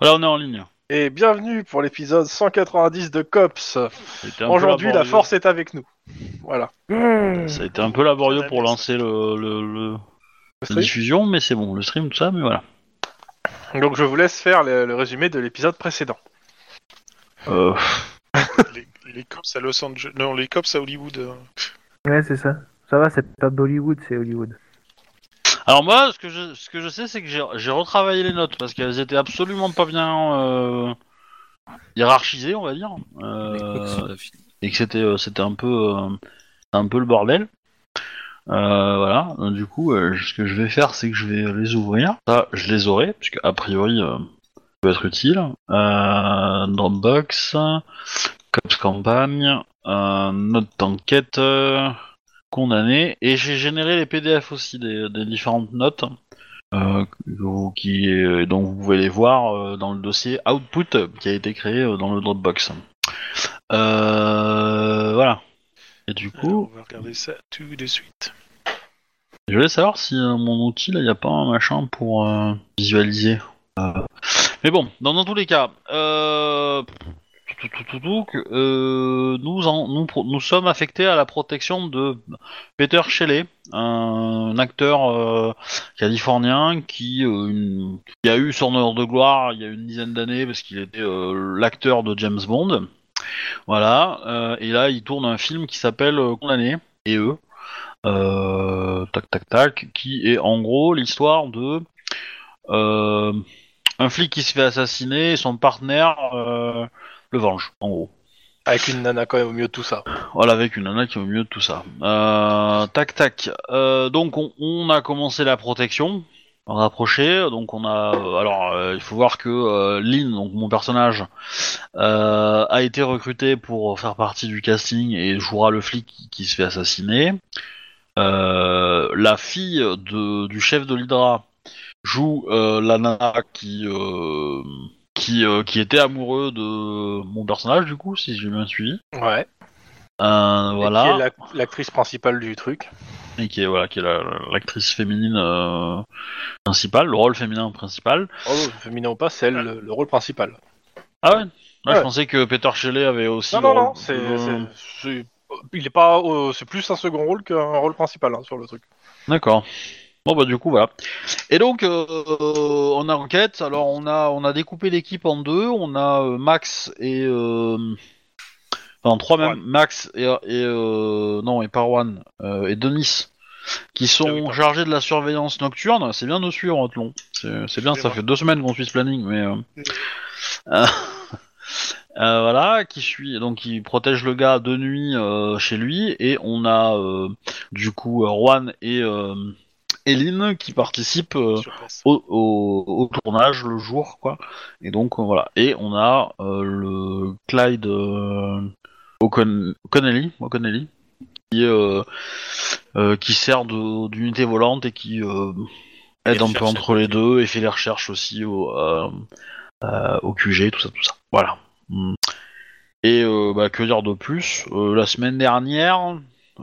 Voilà, on est en ligne. Et bienvenue pour l'épisode 190 de Cops. C'était un peu Aujourd'hui, la laborieux. force est avec nous. Voilà. Ça a été un peu laborieux Ça pour appelle lancer le, le- le- Le la stream. diffusion, mais c'est bon, le stream, tout ça, mais voilà. Donc, je vous laisse faire le, le résumé de l'épisode précédent. Euh, les, les cops à Los Angeles. Non, les cops à Hollywood. euh. Ouais, c'est ça. Ça va, c'est pas d'Hollywood, c'est Hollywood. Alors moi, ce que je, ce que je sais, c'est que j'ai j'ai retravaillé les notes parce qu'elles étaient absolument pas bien euh, hiérarchisées, on va dire, Euh, et que c'était euh, c'était un peu euh, un peu le bordel. Euh, voilà. Donc, du coup, euh, ce que je vais faire, c'est que je vais les ouvrir. Ça, je les aurai, puisque a priori, euh, ça peut être utile. Euh, Dropbox, Cops Campagne, euh, note d'enquête. euh, condamné et j'ai généré les PDF aussi des, des différentes notes euh, que vous- qui euh, dont vous pouvez les voir euh, dans le dossier output euh, qui a été créé euh, dans le Dropbox. Euh, voilà. Et du Alors, coup, on va regarder ça tout de suite. je voulais savoir si euh, mon outil là, il n'y a pas un machin pour euh, visualiser. Euh, Mais bon, dans, dans tous les cas, euh, tout, tout, tout, tout, que, euh, nous, en- nous, pro- nous sommes affectés à la protection de Peter Shelley, un acteur euh, californien qui, euh, une- qui a eu son honneur de gloire il y a une dizaine d'années parce qu'il était euh, l'acteur de James Bond. Voilà, euh, et là il tourne un film qui s'appelle euh, Condamné et eux. Euh, tac tac tac, qui est en gros l'histoire de euh, un flic qui se fait assassiner et son partenaire euh, le venge, en gros. Avec une nana, quand même, au milieu de tout ça. Voilà, Oh avec une nana qui est au milieu de tout ça. Euh, tac, tac. Euh, donc, on, on a commencé la protection. Rapproché, donc on a. euh, Alors, euh, il faut voir que euh, Lynn, donc mon personnage, euh, a été recruté pour faire partie du casting et jouera le flic qui, qui se fait assassiner. Euh, la fille de, du chef de l'Hydra joue euh, la nana qui euh, qui euh, qui était amoureux de mon personnage du coup, si j'ai bien suivi. Ouais. Euh, Et voilà. qui est l'ac- l'actrice principale du truc. Et qui est, voilà, qui est la- la- l'actrice féminine euh, principale, le rôle féminin principal. Oh, féminin ou pas, c'est elle le, le rôle principal. Ah ouais, Ah, Je Ouais. pensais que Peter Shelley avait aussi. Non, le non, rôle- non. C'est, le- c'est- c'est- il est pas. euh, c'est plus un second rôle qu'un rôle principal hein, sur le truc. D'accord. Bon bah du coup voilà. Et donc euh, on a enquête. Alors on a on a découpé l'équipe en deux. On a euh, Max et euh, enfin trois même Max et, et, euh, non et Parwan euh, et Denis qui sont Ah oui, pardon. chargés de la surveillance nocturne. C'est bien de suivre Athlon. C'est c'est bien. Ça Excusez-moi. fait deux semaines qu'on suit ce planning mais euh, euh, euh, voilà qui suit donc qui protège le gars de nuit euh, chez lui et on a euh, du coup euh, Juan et euh, Eline qui participent euh, Sur place. au, au- au tournage le jour quoi et donc euh, voilà et on a euh, le Clyde euh, O'Con- O'Connelly O'Connelly, qui euh, euh, qui sert de- d'unité volante et qui euh, aide Les un peu recherches, entre les deux et fait les recherches aussi au, euh, euh, au QG tout ça tout ça voilà Mm. et euh, bah, que dire de plus Euh, la semaine dernière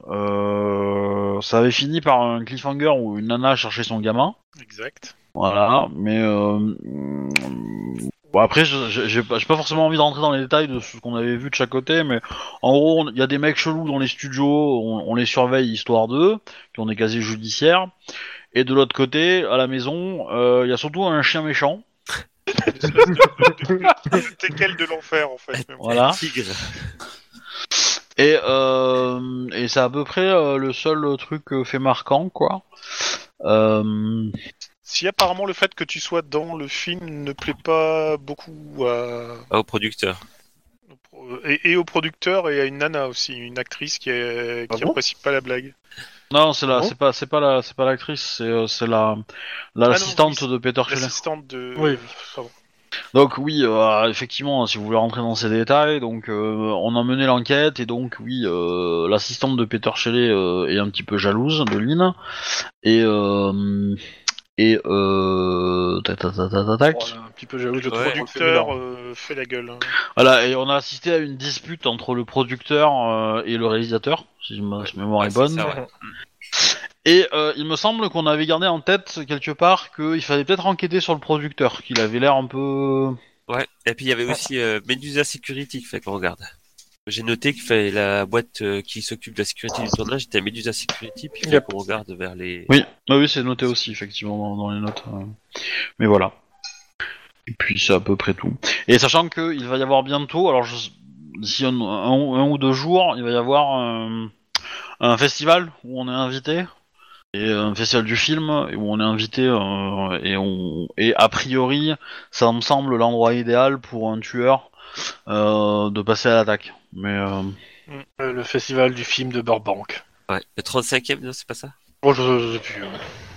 euh, ça avait fini par un cliffhanger où une nana cherchait son gamin Exact. voilà, mais euh, mm, bon, après, je- je- j'ai pas, j'ai pas forcément envie de rentrer dans les détails de ce qu'on avait vu de chaque côté, mais en gros, il y a des mecs chelous dans les studios, on, on les surveille histoire d'eux, qui ont des casiers judiciaires, et de l'autre côté, à la maison, euh, il y a surtout un chien méchant, T'es quel de l'enfer en fait même. voilà, Tigre. et, euh, et c'est à peu près euh, le seul truc euh, fait marquant, quoi. Euh, Si apparemment le fait que tu sois dans le film ne plaît pas beaucoup à... Ah, Au producteur. au pro- et, et au producteur et à une nana aussi, une actrice qui, est... Ah qui bon apprécie pas la blague. non, c'est la, Bon. c'est pas, c'est pas la, c'est pas l'actrice, c'est, euh, c'est la, l'assistante oui, de Peter Schiller. L'assistante de. Oui. pardon. Donc oui, euh, effectivement, si vous voulez rentrer dans ces détails, donc euh, on a mené l'enquête et donc oui, euh, l'assistante de Peter Shelley euh, est un petit peu jalouse de Lynn et euh, et euh, tac tac tac tac, tac, tac. Bon, on est un petit peu jaloux de Le tout Ouais. le producteur euh, fait la gueule. hein. Voilà, et on a assisté à une dispute entre le producteur euh, et le réalisateur, si ma si ma mémoire Ouais, est c'est bonne. ça, ouais. Et euh, il me semble qu'on avait gardé en tête quelque part qu'il fallait peut-être enquêter sur le producteur, qu'il avait l'air un peu... Ouais. Et puis il y avait aussi euh, Medusa Security qu'il fallait qu'on regarde. J'ai noté qu'il fallait la boîte euh, qui s'occupe de la sécurité du tournage était Medusa Security, puis il fallait Yep. qu'on regarde vers les. Oui, bah oui, c'est noté aussi, effectivement, dans, dans les notes. euh. Mais voilà. Et puis, c'est à peu près tout. Et sachant qu'il va y avoir bientôt, alors je- d'ici un, un- un ou deux jours, il va y avoir euh, un festival où on est invité. Et un festival du film et où on est invité euh, et on et a priori ça me semble l'endroit idéal pour un tueur euh, de passer à l'attaque. Mais euh, Euh, Le festival du film de Burbank. Ouais. Le 35e, non, c'est pas ça Bon, je, je, je, je- hein.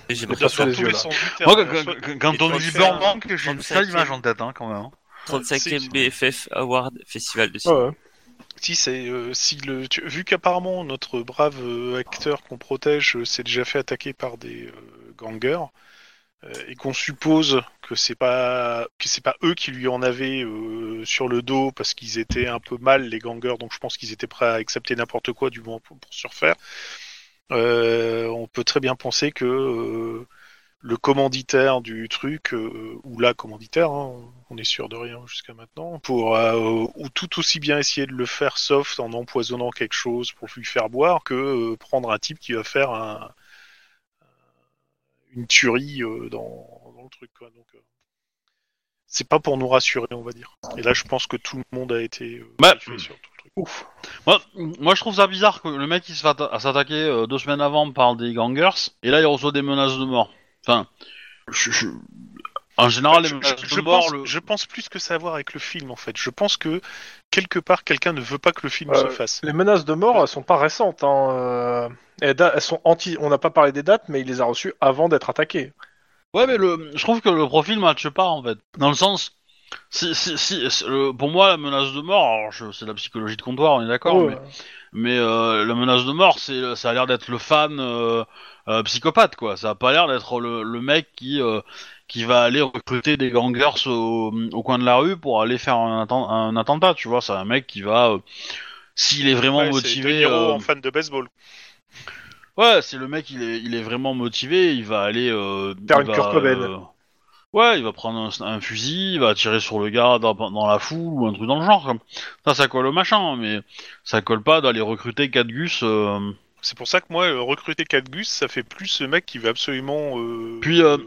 Et j'ai Le pas- sous les yeux, là. moi, quand, quand- quand on dit Burbank, Burbank, j'ai une sale image en tête hein, quand même. 35e C'est- BFF Award Festival de Ouais, cinéma. ouais. Si c'est euh, si le tu- vu qu'apparemment notre brave euh, acteur qu'on protège euh, s'est déjà fait attaquer par des euh, gangers euh, et qu'on suppose que c'est pas que c'est pas eux qui lui en avaient euh, sur le dos parce qu'ils étaient un peu mal les gangers donc je pense qu'ils étaient prêts à accepter n'importe quoi du moment pour, pour surfaire. Euh, on peut très bien penser que euh, le commanditaire du truc, euh, ou la commanditaire, hein, on est sûr de rien jusqu'à maintenant, pour euh, ou tout aussi bien essayer de le faire soft en empoisonnant quelque chose pour lui faire boire que euh, prendre un type qui va faire un- une tuerie euh, dans, dans le truc. Quoi. Donc, euh, c'est pas pour nous rassurer, on va dire. Et là, je pense que tout le monde a été euh, Bah, briefé sur tout le truc. Ouf. Moi, moi, je trouve ça bizarre que le mec il se fait atta- s'attaquer euh, deux semaines avant par des gangers et là il reçoit des menaces de mort. Enfin, je- je- en général, les je, menaces je- je de mort, pense, Ah, le- je pense plus que ça a à voir avec le film en fait. Je pense que quelque part quelqu'un ne veut pas que le film Euh, se fasse. Les menaces de mort, elles sont pas récentes. Hein. euh, Elles, da- elles sont anti. On n'a pas parlé des dates, mais il les a reçues avant d'être attaqué. ouais, mais le, je trouve que le profil matche pas en fait. Dans le sens, si, si, si- si- le- pour moi, la menace de mort, alors, je- c'est de la psychologie de comptoir, on est d'accord. Ouais. mais- Mais euh, la menace de mort, c'est ça a l'air d'être le fan euh, euh, psychopathe, quoi. Ça a pas l'air d'être le, le mec qui euh, qui va aller recruter des gangers au, au coin de la rue pour aller faire un, atten- un attentat, tu vois. C'est un mec qui va, euh, s'il est vraiment Ouais, c'est De motivé, Niro euh, en fan de baseball. ouais, c'est le mec, il est, il est vraiment motivé, il va aller euh, Faire il une va, Kurt Cobain. euh, ouais, il va prendre un, un fusil, il va tirer sur le gars dans, dans la foule ou un truc dans le genre. comme. Ça, ça colle au machin, hein, mais ça colle pas d'aller recruter 4 gus. euh, C'est pour ça que moi euh, recruter Cadgus, ça fait plus ce mec qui veut absolument. euh, Puis, euh,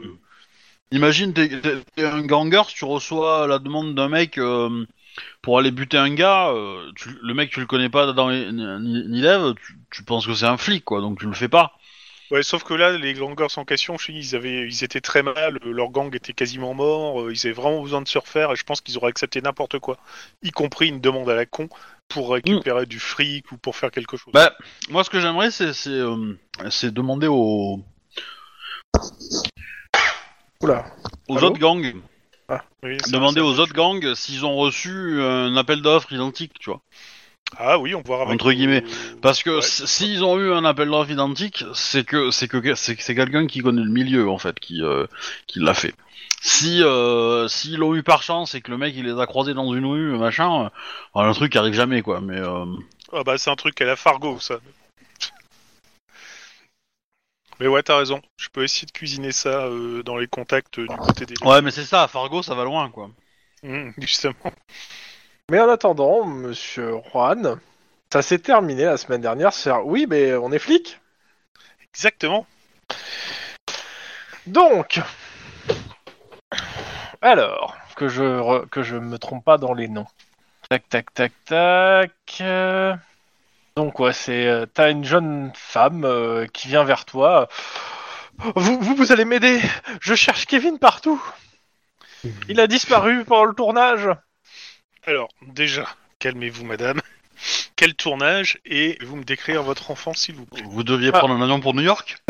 Imagine, t'es t'es- t'es un ganger, tu reçois la demande d'un mec euh, pour aller buter un gars, euh, tu- le mec tu le connais pas dans les, ni, ni- ni lèvres, tu, tu penses que c'est un flic quoi, donc tu le fais pas. Ouais, sauf que là, les gangers en question, je sais, ils avaient, ils étaient très mal, euh, leur gang était quasiment mort, euh, ils avaient vraiment besoin de se refaire, et je pense qu'ils auraient accepté n'importe quoi, y compris une demande à la con pour récupérer du fric ou pour faire quelque chose. Mm. Bah, Moi ce que j'aimerais c'est c'est, euh, c'est demander aux, Oula. aux Allô autres gangs, Oui, ça- demander ça- aux autres gangs s'ils ont reçu un appel d'offres identique, tu vois. Ah oui, on voit. avec- Entre guillemets. euh, Parce que ouais. s- s'ils ont eu un appel d'offres identique, c'est que c'est que c'est que c'est quelqu'un qui connaît le milieu en fait, qui euh, qui l'a fait. Si euh, s'ils l'ont eu par chance et que le mec il les a croisés dans une rue machin, euh, enfin, le truc arrive jamais quoi. Mais euh, Ah bah c'est un truc à la Fargo ça. Mais ouais t'as raison, je peux essayer de cuisiner ça euh, dans les contacts euh, du côté des ouais, mais c'est ça, Fargo ça va loin quoi. Mmh, justement. Mais en attendant, monsieur Juan, ça s'est terminé la semaine dernière. sur Oui, mais on est flic. Exactement. Donc. Alors, que je, re- que je me trompe pas dans les noms. Tac, tac, tac, tac. euh. Donc, ouais, c'est. euh, T'as une jeune femme euh, qui vient vers toi. Vous, vous, vous allez m'aider. Je cherche Kevin partout. Il a disparu pendant le tournage. Alors déjà, calmez-vous madame. Quel tournage et vous me décrire votre enfant s'il vous plaît. Vous deviez prendre un avion pour New York.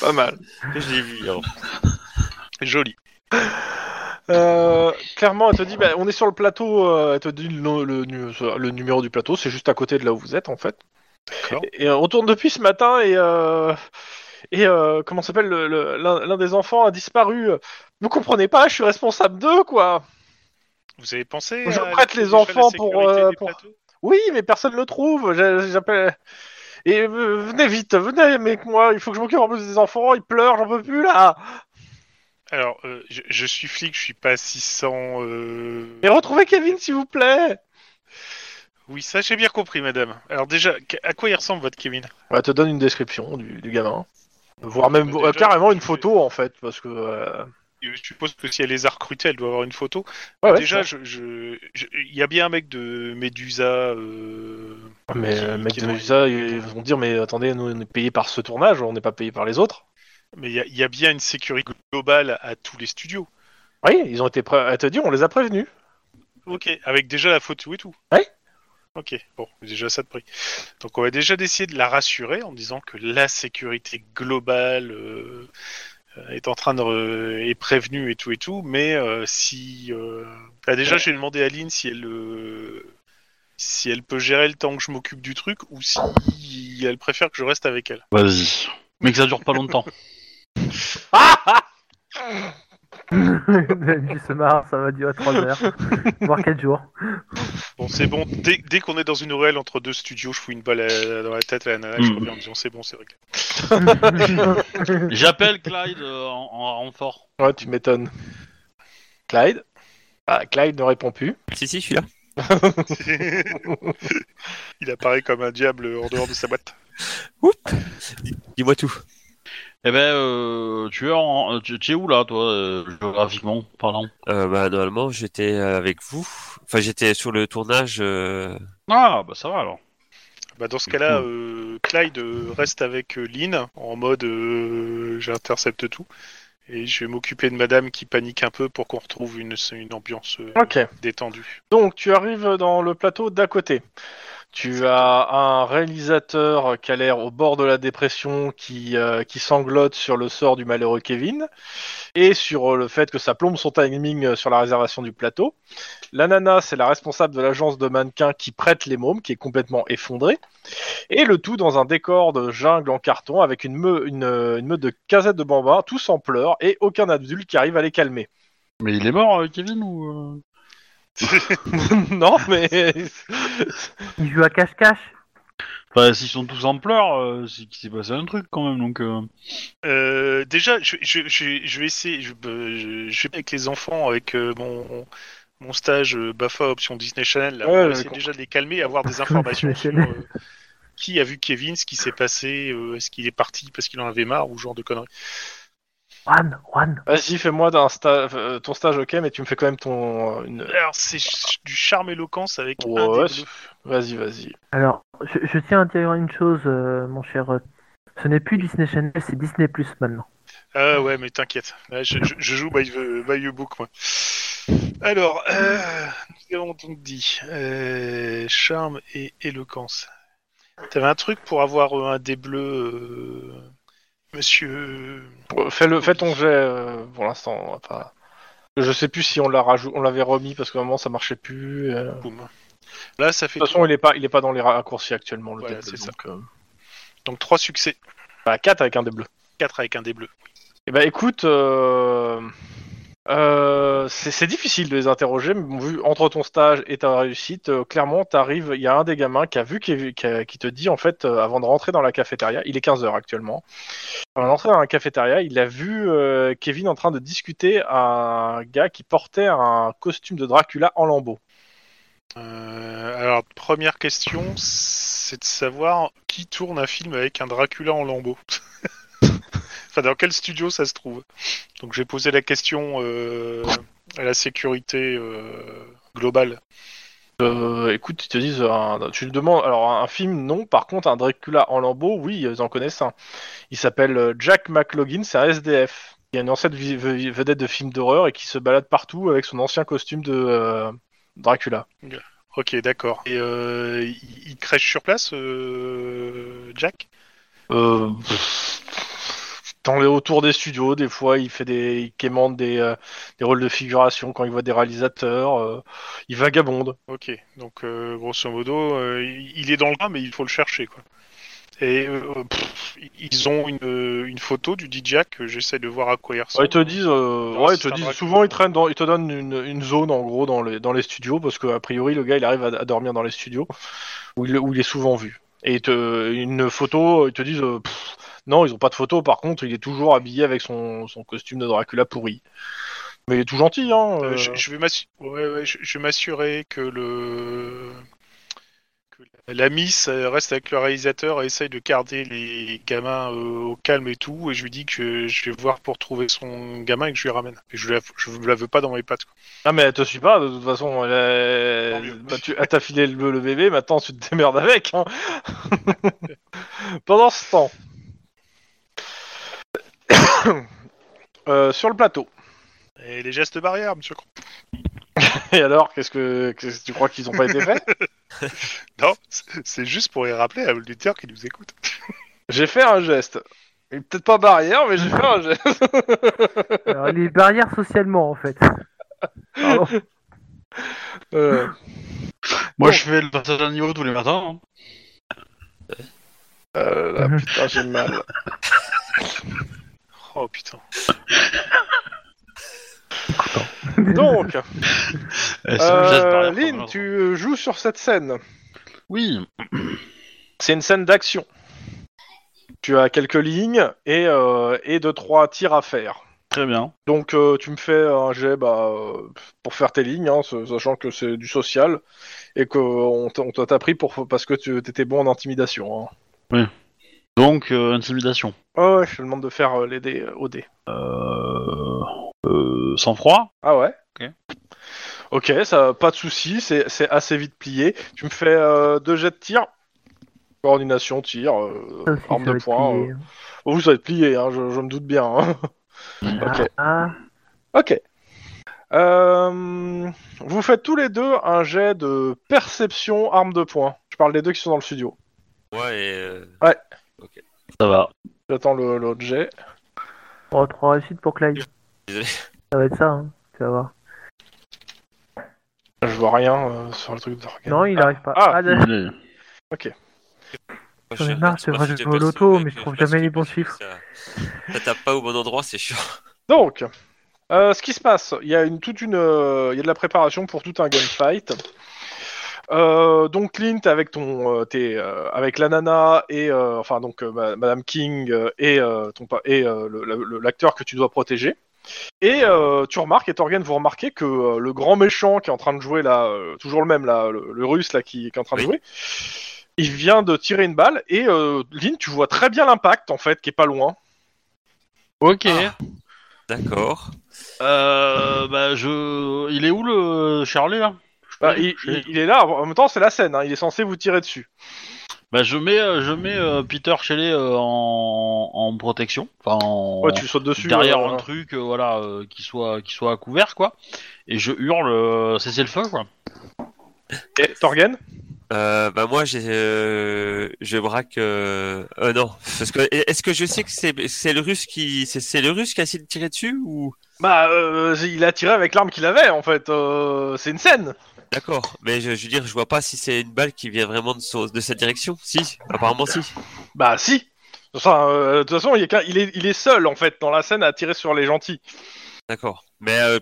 Pas mal. Je l'ai vu. alors. Joli. Euh, clairement, elle te dit, bah, on est sur le plateau, euh, elle te dit le, le nu- le numéro du plateau, c'est juste à côté de là où vous êtes en fait. D'accord. Et euh, on tourne depuis ce matin et euh, et euh, comment s'appelle le- le- l'un l'un des enfants a disparu. Vous comprenez pas, je suis responsable d'eux quoi. Vous avez pensé Je à prête les la- déjà la enfants pour, sécurité euh, des pour- plateaux Oui, mais personne le trouve. J'a- J'appelle. Et euh, venez vite, venez avec moi, il faut que je m'occupe en plus des enfants, ils pleurent, j'en peux plus là Alors, euh, je, je suis flic, je suis pas 600. euh, Et retrouvez Kevin s'il vous plaît Oui, ça j'ai bien compris, madame. Alors déjà, qu- à quoi il ressemble votre Kevin On te donne une description du, du gamin. Voire même Bah, déjà, euh, carrément une je- photo en fait, parce que... euh, Je suppose que si elle les a recrutés, elle doit avoir une photo. ouais, ouais, déjà, ça. je- je- je- il y a bien un mec de Medusa. euh, Mais qui- euh, mec qui de est dans- Medusa, ils vont dire mais attendez, nous on est payés par ce tournage, on n'est pas payés par les autres. Mais il y a- il y, a bien une sécurité globale à tous les studios. Oui, ils ont été prêts à te dire, on les a prévenus. Ok. Avec déjà la photo et tout. Ouais. Ok, bon, déjà ça de prix. Donc on va déjà essayer de la rassurer en disant que la sécurité globale euh, euh, est en train de re- est prévenue et tout et tout, mais euh, si euh, ah, déjà j'ai demandé à Lynn si elle euh, si elle peut gérer le temps que je m'occupe du truc ou si elle préfère que je reste avec elle. Vas-y. Mais que ça dure pas longtemps. du se marre, ça va durer 3 heures, voire 4 jours. Bon, c'est bon. Dès, dès qu'on est dans une ruelle entre deux studios, je fous une balle à- dans la tête à la nana. Je Mm. reviens en disant c'est bon, c'est réglé. J'appelle Clyde euh, en, en renfort. Ouais, tu m'étonnes. Clyde Ah, Clyde ne répond plus. Si, si, je suis là. Il apparaît comme un diable en dehors de sa boîte. Dis-moi tout. Eh ben, euh, tu es en, euh, tu, tu es où là, toi, euh, géographiquement parlant Euh, bah, normalement, j'étais euh, avec vous. Enfin, j'étais sur le tournage. euh, Ah, bah ça va alors. Bah, dans ce cas-là, euh, Clyde euh, reste avec euh, Lynn en mode euh, j'intercepte tout. Et je vais m'occuper de madame qui panique un peu pour qu'on retrouve une, une ambiance euh, Ok. détendue. Donc, tu arrives dans le plateau d'à côté. Tu as un réalisateur qui a l'air au bord de la dépression, qui, euh, qui sanglote sur le sort du malheureux Kevin, et sur euh, le fait que ça plombe son timing euh, sur la réservation du plateau. La nana, c'est la responsable de l'agence de mannequins qui prête les mômes, qui est complètement effondrée. Et le tout dans un décor de jungle en carton, avec une, meu- une, euh, une meute de casettes de bambins, tous en pleurs, et aucun adulte qui arrive à les calmer. Mais il est mort, euh, Kevin ou non, mais. Il joue à cache-cache. Enfin, s'ils sont tous en pleurs, euh, c'est qu'il s'est passé un truc quand même. Donc, euh, Euh, déjà, je, je- je- je vais essayer. Je, euh, je- je vais avec les enfants, avec euh, mon, mon stage euh, BAFA Option Disney Channel. Là, Ouais, on ouais, va essayer d'accord. déjà de les calmer, avoir des informations sur Disney Channel. euh, qui a vu Kevin, ce qui s'est passé, euh, est-ce qu'il est parti parce qu'il en avait marre ou ce genre de conneries. Juan, Juan. Vas-y, fais-moi d'un sta- euh, ton stage, ok, mais tu me fais quand même ton. euh, une- Alors, c'est ch- du charme éloquence avec Ouais, un des ouais, bleus. Vas-y, vas-y. Alors, je, je tiens à dire une chose, euh, mon cher. euh, Ce n'est plus Disney Channel, c'est Disney Plus maintenant. Ah ouais, mais t'inquiète. Ouais, Je, je- je joue by, the- by the book, moi. Alors, euh, nous avons donc dit euh, charme et éloquence. T'avais un truc pour avoir euh, un des bleus, euh, monsieur. Euh, Fais, le... fais ton jet euh, pour l'instant. on va pas- Je sais plus si on l'a rajou- on l'avait remis parce qu'à un moment ça marchait plus. euh. Boum. Là, ça fait De toute façon, il est pas, il est pas dans les raccourcis actuellement. Le Voilà, dé bleu, c'est ça. donc, euh, donc trois succès, Bah, 4 avec un des bleus. quatre avec un des bleus. Eh ben, écoute. euh, euh, c'est c'est difficile de les interroger, mais bon, vu entre ton stage et ta réussite, euh, clairement, t'arrives. Il y a un des gamins qui a vu, qui, qui, qui te dit en fait, euh, avant de rentrer dans la cafétéria, il est 15 h actuellement. Avant d'entrer dans la cafétéria, il a vu euh, Kevin en train de discuter à un gars qui portait un costume de Dracula en lambeaux. Euh, alors, première question, c'est de savoir qui tourne un film avec un Dracula en lambeaux. enfin, dans quel studio ça se trouve Donc, j'ai posé la question euh, à la sécurité euh, globale. Euh, écoute, ils te disent, un- tu le demandes. Alors un film, non. Par contre, un Dracula en lambeaux, oui, ils en connaissent un. Il s'appelle euh, Jack McLaughlin, c'est un SDF. Il y a une ancienne vi- ve- vedette de films d'horreur et qui se balade partout avec son ancien costume de euh, Dracula. Ok, d'accord. Et euh, il, il crèche sur place, euh, Jack Euh, dans les autour des studios, des fois, il fait des, il quémande des, euh, des rôles de figuration quand il voit des réalisateurs. euh, il vagabonde. Ok, donc euh, grosso modo, euh, il il est dans le coin, mais il faut le chercher, quoi. Et euh, pff, ils ont une, euh, une photo du dit Jack, que j'essaie de voir à quoi il ressemble. Ouais, ils te disent, euh, Non, ouais, ils c'est te un disent. Dracula. Souvent, ils traînent dans, ils te donnent une, une zone en gros dans les dans les studios parce que a priori, le gars, il arrive à, à dormir dans les studios où il, où il est souvent vu. et te, une photo, ils te disent euh, Pff, non, ils ont pas de photo. Par contre, il est toujours habillé avec son, son costume de Dracula pourri. Mais il est tout gentil, hein. Euh, euh, je, je vais m'assu- ouais, ouais, je- je vais m'assurer que le que la miss euh, reste avec le réalisateur et essaye de garder les gamins euh, au calme et tout. Et je lui dis que je vais voir pour trouver son gamin et que je lui ramène. Et je la, je la veux pas dans mes pattes. quoi. Ah mais elle te suit pas, de toute façon. Elle, Tant mieux. bah, tu, elle t'a filé le, le bébé, maintenant tu te démerdes avec. hein. Pendant ce temps, Euh, sur le plateau. Et les gestes barrières, monsieur. Cro- Et alors, qu'est-ce que, qu'est-ce que tu crois qu'ils ont pas été faits Non, c'est- c'est juste pour les rappeler à l'auditeur qui nous écoute. J'ai fait un geste. Et Peut-être pas barrière, mais j'ai fait un geste. Alors, les barrières socialement, en fait. Pardon. Euh, Moi, je fais le passage à niveau tous les matins. hein. euh, là, putain, j'ai mal. Oh putain. Donc, Et c'est le geste euh, barrière, Lynn, quoi, tu euh, joues sur cette scène. Oui. C'est une scène d'action. Tu as quelques lignes et, euh, et deux, trois tirs à faire. Très bien. Donc euh, tu me fais un jet bah, euh, pour faire tes lignes, hein, ce- sachant que c'est du social et qu'on t'a pris pour, parce que tu étais bon en intimidation. Hein. Donc, euh, intimidation. Ah ouais, je te demande de faire euh, les dés euh, au dé. Euh... Euh, sans froid Ah ouais Ok. Ok, ça, pas de souci, c'est c'est assez vite plié. Tu me fais euh, deux jets de tir. Coordination, tir, euh, Ça aussi, arme ça de va être poing. plié. euh. Oh, vous, ça va être plié, hein, je, je me doute bien. hein. ok. Ah, Ok. Euh, vous faites tous les deux un jet de perception arme de poing. Je parle des deux qui sont dans le studio. Ouais, et, euh, Ça va. J'attends le- l'autre jet. oh, trois réussites pour Clyde. Désolé. Ça va être ça, hein. tu vas voir. Je vois rien euh, sur le truc d'organe. Non, il arrive pas. Ah, d'accord. Il est- moi, J'en ai je- marre, je c'est passe vrai, toutes je les joue au passes, loto, mec, mais je trouve passe toutes jamais les bons passes, chiffres. Ça, ça tape pas au bon endroit, c'est chiant. Donc, euh, ce qui se passe, il y a une, toute une, euh, il y a de la préparation pour tout un gunfight. Euh, donc Clint avec ton, euh, tes, euh, avec la nana et euh, enfin donc euh, ma- Madame King euh, et euh, ton pa- et euh, le- le- le- l'acteur que tu dois protéger. Et euh, tu remarques et Torgan vous remarquez que euh, le grand méchant qui est en train de jouer là, euh, toujours le même là, le, le russe là qui, qui est en train de Oui. jouer, il vient de tirer une balle et euh, Lynn tu vois très bien l'impact en fait qui est pas loin. Ok. D'accord. Euh, bah, je... Il est où le Charlie, là Je peux Bah, y il, toucher il- il est là, en même temps c'est la scène, hein, il est censé vous tirer dessus. Bah, je mets, euh, je mets euh, Peter Shelley euh, en... en protection. Enfin, en... Ouais, tu sautes dessus. derrière euh, un truc, euh, voilà, euh, qui soit, qui soit à couvert, quoi. Et je hurle, euh, cessez le feu, quoi. et Torgen Euh, bah moi, j'ai, euh, je braque. Euh... euh, non, parce que est-ce que je sais que c'est c'est le russe qui c'est c'est le russe qui a essayé de tirer dessus ou Bah, euh, il a tiré avec l'arme qu'il avait en fait, euh, c'est une scène. D'accord, mais je, je veux dire, je vois pas si c'est une balle qui vient vraiment de, son- de cette direction. Si, apparemment si. Bah, si. Enfin, euh, de toute façon, il est, qu'un- il, est, il est seul en fait dans la scène à tirer sur les gentils. D'accord. Mais euh,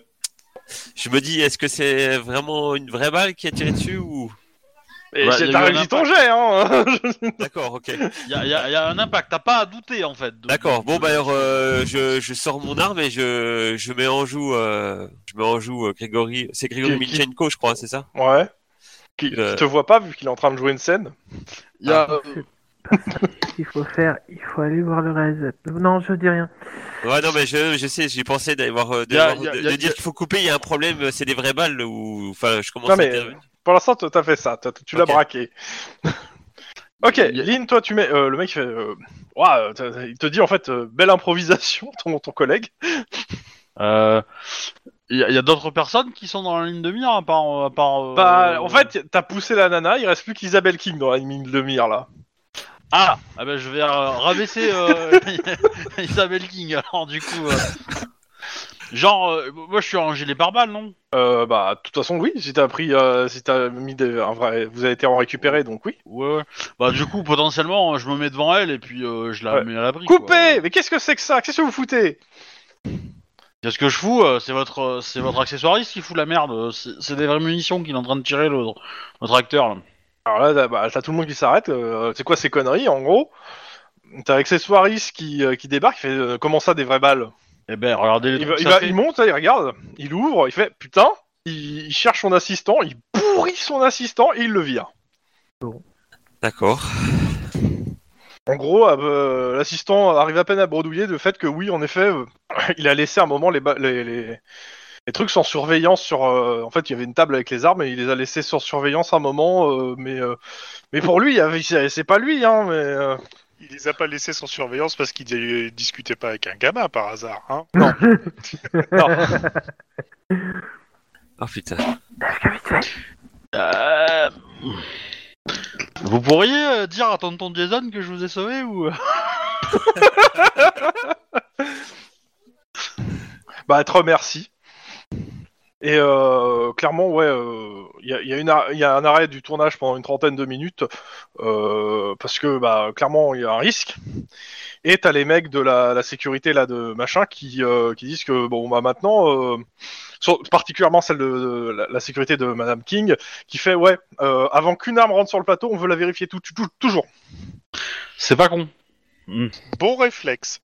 je me dis, est-ce que c'est vraiment une vraie balle qui a tiré dessus ou Et Bah, c'est- il y a t'as eu un réussi ton jet, hein D'accord, ok. Il y a, y a- y a un impact, t'as pas à douter, en fait. de- D'accord. Bon de- bah alors, euh, je, je sors mon arme et je, je mets en joue, euh, je mets en joue euh, Grégory. C'est Grégory Qui- qui- Milchenko, je crois, c'est ça Ouais. Qui, qui Euh. te voit pas vu qu'il est en train de jouer une scène. Y a, euh, Il faut faire, il faut aller voir le réalisateur. Non, je dis rien. Ouais, non mais je, je sais, j'ai pensé d'avoir euh, de, Y a- voir- y a- de- y a- de dire qu'il faut couper. Il y a un problème, euh, c'est des vraies balles ou enfin, je commence Non, à mais- euh, intervenir. Pour l'instant, t- t'as fait ça, t'as- tu l'as Ok. braqué. ok, Il y a- Lynn, toi, tu mets. euh, le mec fait. euh, Ouah, t'as- t'as- il te dit en fait, euh, belle improvisation, ton, ton collègue. Ah. euh, y a, y a d'autres personnes qui sont dans la ligne de mire, à part... euh, À part euh, Bah, en fait, t'as poussé la nana, il reste plus qu'Isabelle King dans la mine de mire là. Ah, ah bah, je vais euh, rabaisser euh, Isabelle King, alors, du coup... euh, Genre, euh, moi, je suis en gilet pare-balles, non Euh, bah, de toute façon, oui, si t'as pris, euh, si t'as mis des, un vrai, vous avez été en récupéré, donc oui. Ouais, ouais. Bah, du coup, potentiellement, hein, je me mets devant elle, et puis euh, je la Ouais. mets à l'abri, quoi. Coupé Mais qu'est-ce que c'est que ça Qu'est-ce que vous foutez Qu'est-ce que je fous euh, C'est votre, euh, c'est votre accessoiriste qui fout la merde. euh, C'est c'est des vraies munitions qu'il est en train de tirer le, notre acteur. Là. Alors là, t'as bah, t'as tout le monde qui s'arrête. euh, c'est quoi ces conneries, en gros T'as accessoiriste qui, euh, qui débarque, il fait euh, Comment ça, des vraies balles Eh ben, regardez les il, va- trucs, il ça va- fait. il monte, là, il regarde, il ouvre, il fait Putain il, il cherche son assistant, il pourrit son assistant et il le vire. D'accord. En gros, euh, l'assistant arrive à peine à bredouiller de fait que, oui, en effet, euh, il a laissé un moment les, ba- les, les- les trucs sans surveillance. sur. euh, en fait, il y avait une table avec les armes et il les a laissés sans surveillance un moment, euh, mais, euh, mais pour lui, il y avait- c'est c'est pas lui, hein, mais. euh, Il les a pas laissés sans surveillance parce qu'il euh, discutait pas avec un gamin par hasard. Hein Oh putain. Euh, Vous pourriez euh, dire à tonton Jason que je vous ai sauvé ou euh, Bah, elle te remercie. Et euh, clairement, ouais, euh, il y, a- il y a une ar- il y a un arrêt du tournage pendant une trentaine de minutes euh, parce que, bah, clairement, il y a un risque. Et t'as les mecs de la, la sécurité là de machin qui, euh, qui disent que bon, bah, maintenant, euh, sur- particulièrement celle de, de la, la sécurité de Madame King, qui fait ouais, euh, avant qu'une arme rentre sur le plateau, on veut la vérifier tout, tout- toujours. C'est pas con. Bon réflexe.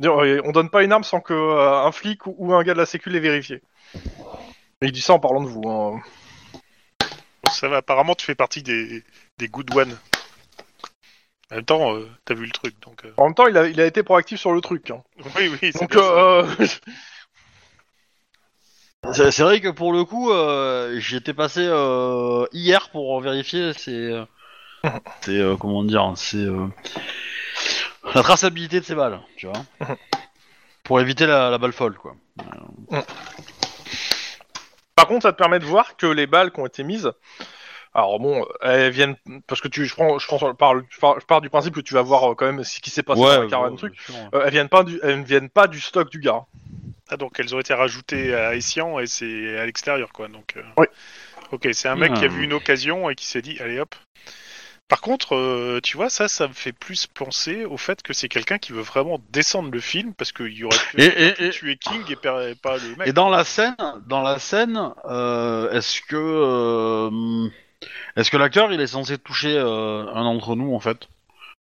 Dire, euh, On donne pas une arme sans que euh, un flic ou- ou un gars de la sécu l'ait vérifiée. Et Il dit ça en parlant de vous. Hein. Ça va, apparemment, tu fais partie des, des good ones. En même temps, euh, t'as vu le truc, donc... euh, En même temps, il a, il a été proactif sur le truc. hein. Oui, oui, c'est Donc, bien ça. euh, C'est c'est vrai que pour le coup, euh, j'y étais passé euh, hier pour vérifier ces, euh, ces, euh, comment dire, ces, euh, la traçabilité de ces balles, tu vois, pour éviter la, la balle folle, quoi. par contre, ça te permet de voir que les balles qui ont été mises, alors bon, elles viennent parce que tu, je prends, je prends sur- par le- je pars, je pars du principe que tu vas voir euh, quand même ce qui s'est passé dans la caravane bon, truc. bien sûr, ouais. Euh, elles viennent pas du, elles ne viennent pas du stock du gars. hein. Ah, donc elles ont été rajoutées à Essian et c'est à l'extérieur, quoi. Donc, euh, Oui. Ok, c'est un mec qui a Hmm. vu une occasion et qui s'est dit, allez hop. Par contre, euh, tu vois, ça, ça me fait plus penser au fait que c'est quelqu'un qui veut vraiment descendre le film parce qu'il y aurait pu Et, et- et- tuer King et per- pas le mec. et dans la scène, dans la scène, euh, est-ce que, euh, est-ce que l'acteur, il est censé toucher euh, un d'entre nous en fait,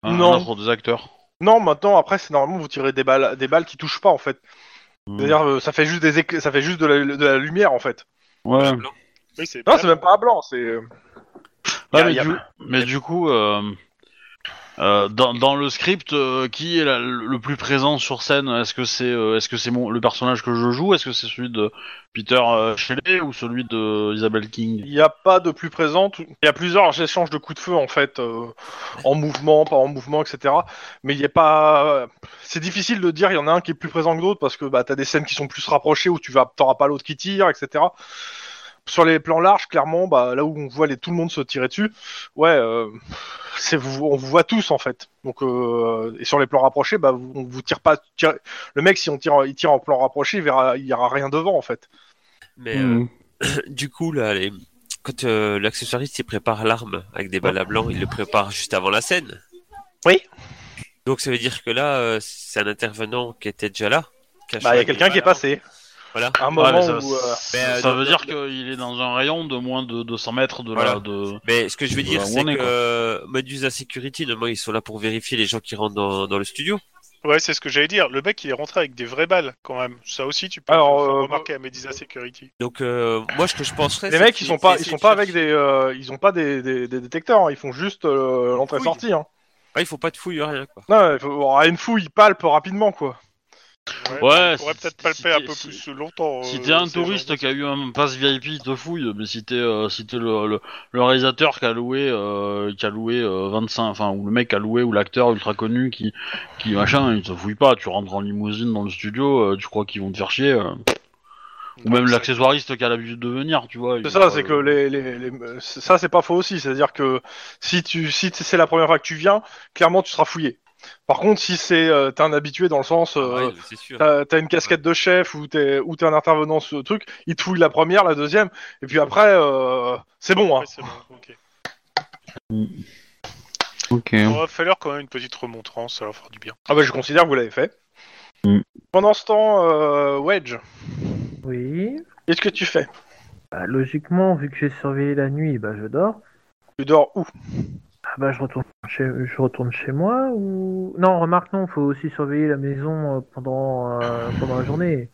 un, Non. un entre deux acteurs. Non, maintenant, après, c'est normalement vous tirez des balles, des balles qui touchent pas en fait. Hmm. C'est-à-dire, euh, ça fait juste des, écl- ça fait juste de la, de la lumière en fait. Ouais. Oui, c'est Non, pas- c'est même pas à blanc, c'est. euh, Ouais, y a- Bah, mais, y a- du, mais du coup, euh, euh, dans, dans le script, euh, qui est la- le plus présent sur scène Est-ce que c'est euh, est-ce que c'est mon le personnage que je joue Est-ce que c'est celui de Peter euh, Shelley ou celui de Isabelle King Il n'y a pas de plus présent. tout- Il y a plusieurs échanges de coups de feu en fait, euh, en mouvement, pas en mouvement, etc. Mais il n'y a pas. C'est difficile de dire. Il y en a un qui est plus présent que d'autres parce que bah t'as des scènes qui sont plus rapprochées où tu vas, t'auras pas l'autre qui tire, etc. Sur les plans larges, clairement, bah là où on voit les tout le monde se tirer dessus, ouais, euh, c'est vous, on vous voit tous en fait. Donc euh, et sur les plans rapprochés, bah vous- on vous tire pas. tire- le mec, si on tire, il tire en plan rapproché, il verra, il y aura rien devant en fait. Mais euh, Mm. Hmm. du coup, là, les- quand euh, l'accessoiriste il prépare l'arme avec des balles à blanc, il le prépare juste avant la scène. Oui. Donc ça veut dire que là, euh, c'est un intervenant qui était déjà là. qui Bah il y a choisi quelqu'un les qui est balles. passé. Voilà. À un Ouais, moment mais ça, où. euh, ça- Mais, ça euh, veut dans- dire qu'il est dans un rayon de moins de 200 mètres de Voilà. la de. Mais ce que je veux dire, Bah, où c'est on est, que euh, Medusa Security, normalement, ils sont là pour vérifier les gens qui rentrent dans, dans le studio. Ouais, c'est ce que j'allais dire. Le mec, il est rentré avec des vraies balles, quand même. Ça aussi, tu peux Alors, faire euh, remarquer à Medusa Security. Donc euh, moi, ce que je penserais, Les c'est mecs, ils qu'ils sont pas, ils essaient sont de pas faire- avec des, euh, ils ont pas des, des, des détecteurs. hein. Ils font juste euh, l'entrée-sortie. Hein. Ouais, Ah, il faut pas de fouille, rien quoi. Non, il faut avoir une fouille, ils palpent rapidlement quoi. Ouais, Ouais, on pourrait si- peut-être pas le si faire un t'es- peu si- plus longtemps. Si euh, t'es un ces gens. touriste qui a eu un pass VIP, il te fouille, mais si t'es euh, si t'es le, le, le réalisateur qui a loué euh, qui a loué euh, 25, enfin ou le mec qui a loué ou l'acteur ultra connu qui qui machin, il te fouille pas. Tu rentres en limousine dans le studio, euh, tu crois qu'ils vont te faire chier. euh. Ou Non, même ça- l'accessoiriste qui a l'habitude de venir, tu vois. il C'est va bah, euh. pas ça, c'est le- euh, que les, les, les- ça c'est pas faux aussi. C'est-à-dire que si tu, si t- c'est la première fois que tu viens, clairement tu seras fouillé. Par contre, si c'est euh, t'es un habitué dans le sens, euh, Ouais, c'est sûr. t'as t'as une casquette de chef ou t'es, ou t'es un intervenant sur le truc, ils te fouillent la première, la deuxième, et puis après, euh, c'est bon. Hein. Ouais, c'est bon, ok. Ok. Il va falloir quand même une petite remontrance, ça leur fera du bien. Ah bah je considère que vous l'avez fait. Mm. Pendant ce temps, euh, Wedge, Oui. qu'est-ce que tu fais Bah, logiquement, vu que j'ai surveillé la nuit, bah, je dors. Tu dors où Ah bah, je retourne chez, je retourne chez moi ou non remarque non faut aussi surveiller la maison euh, pendant euh, pendant la journée.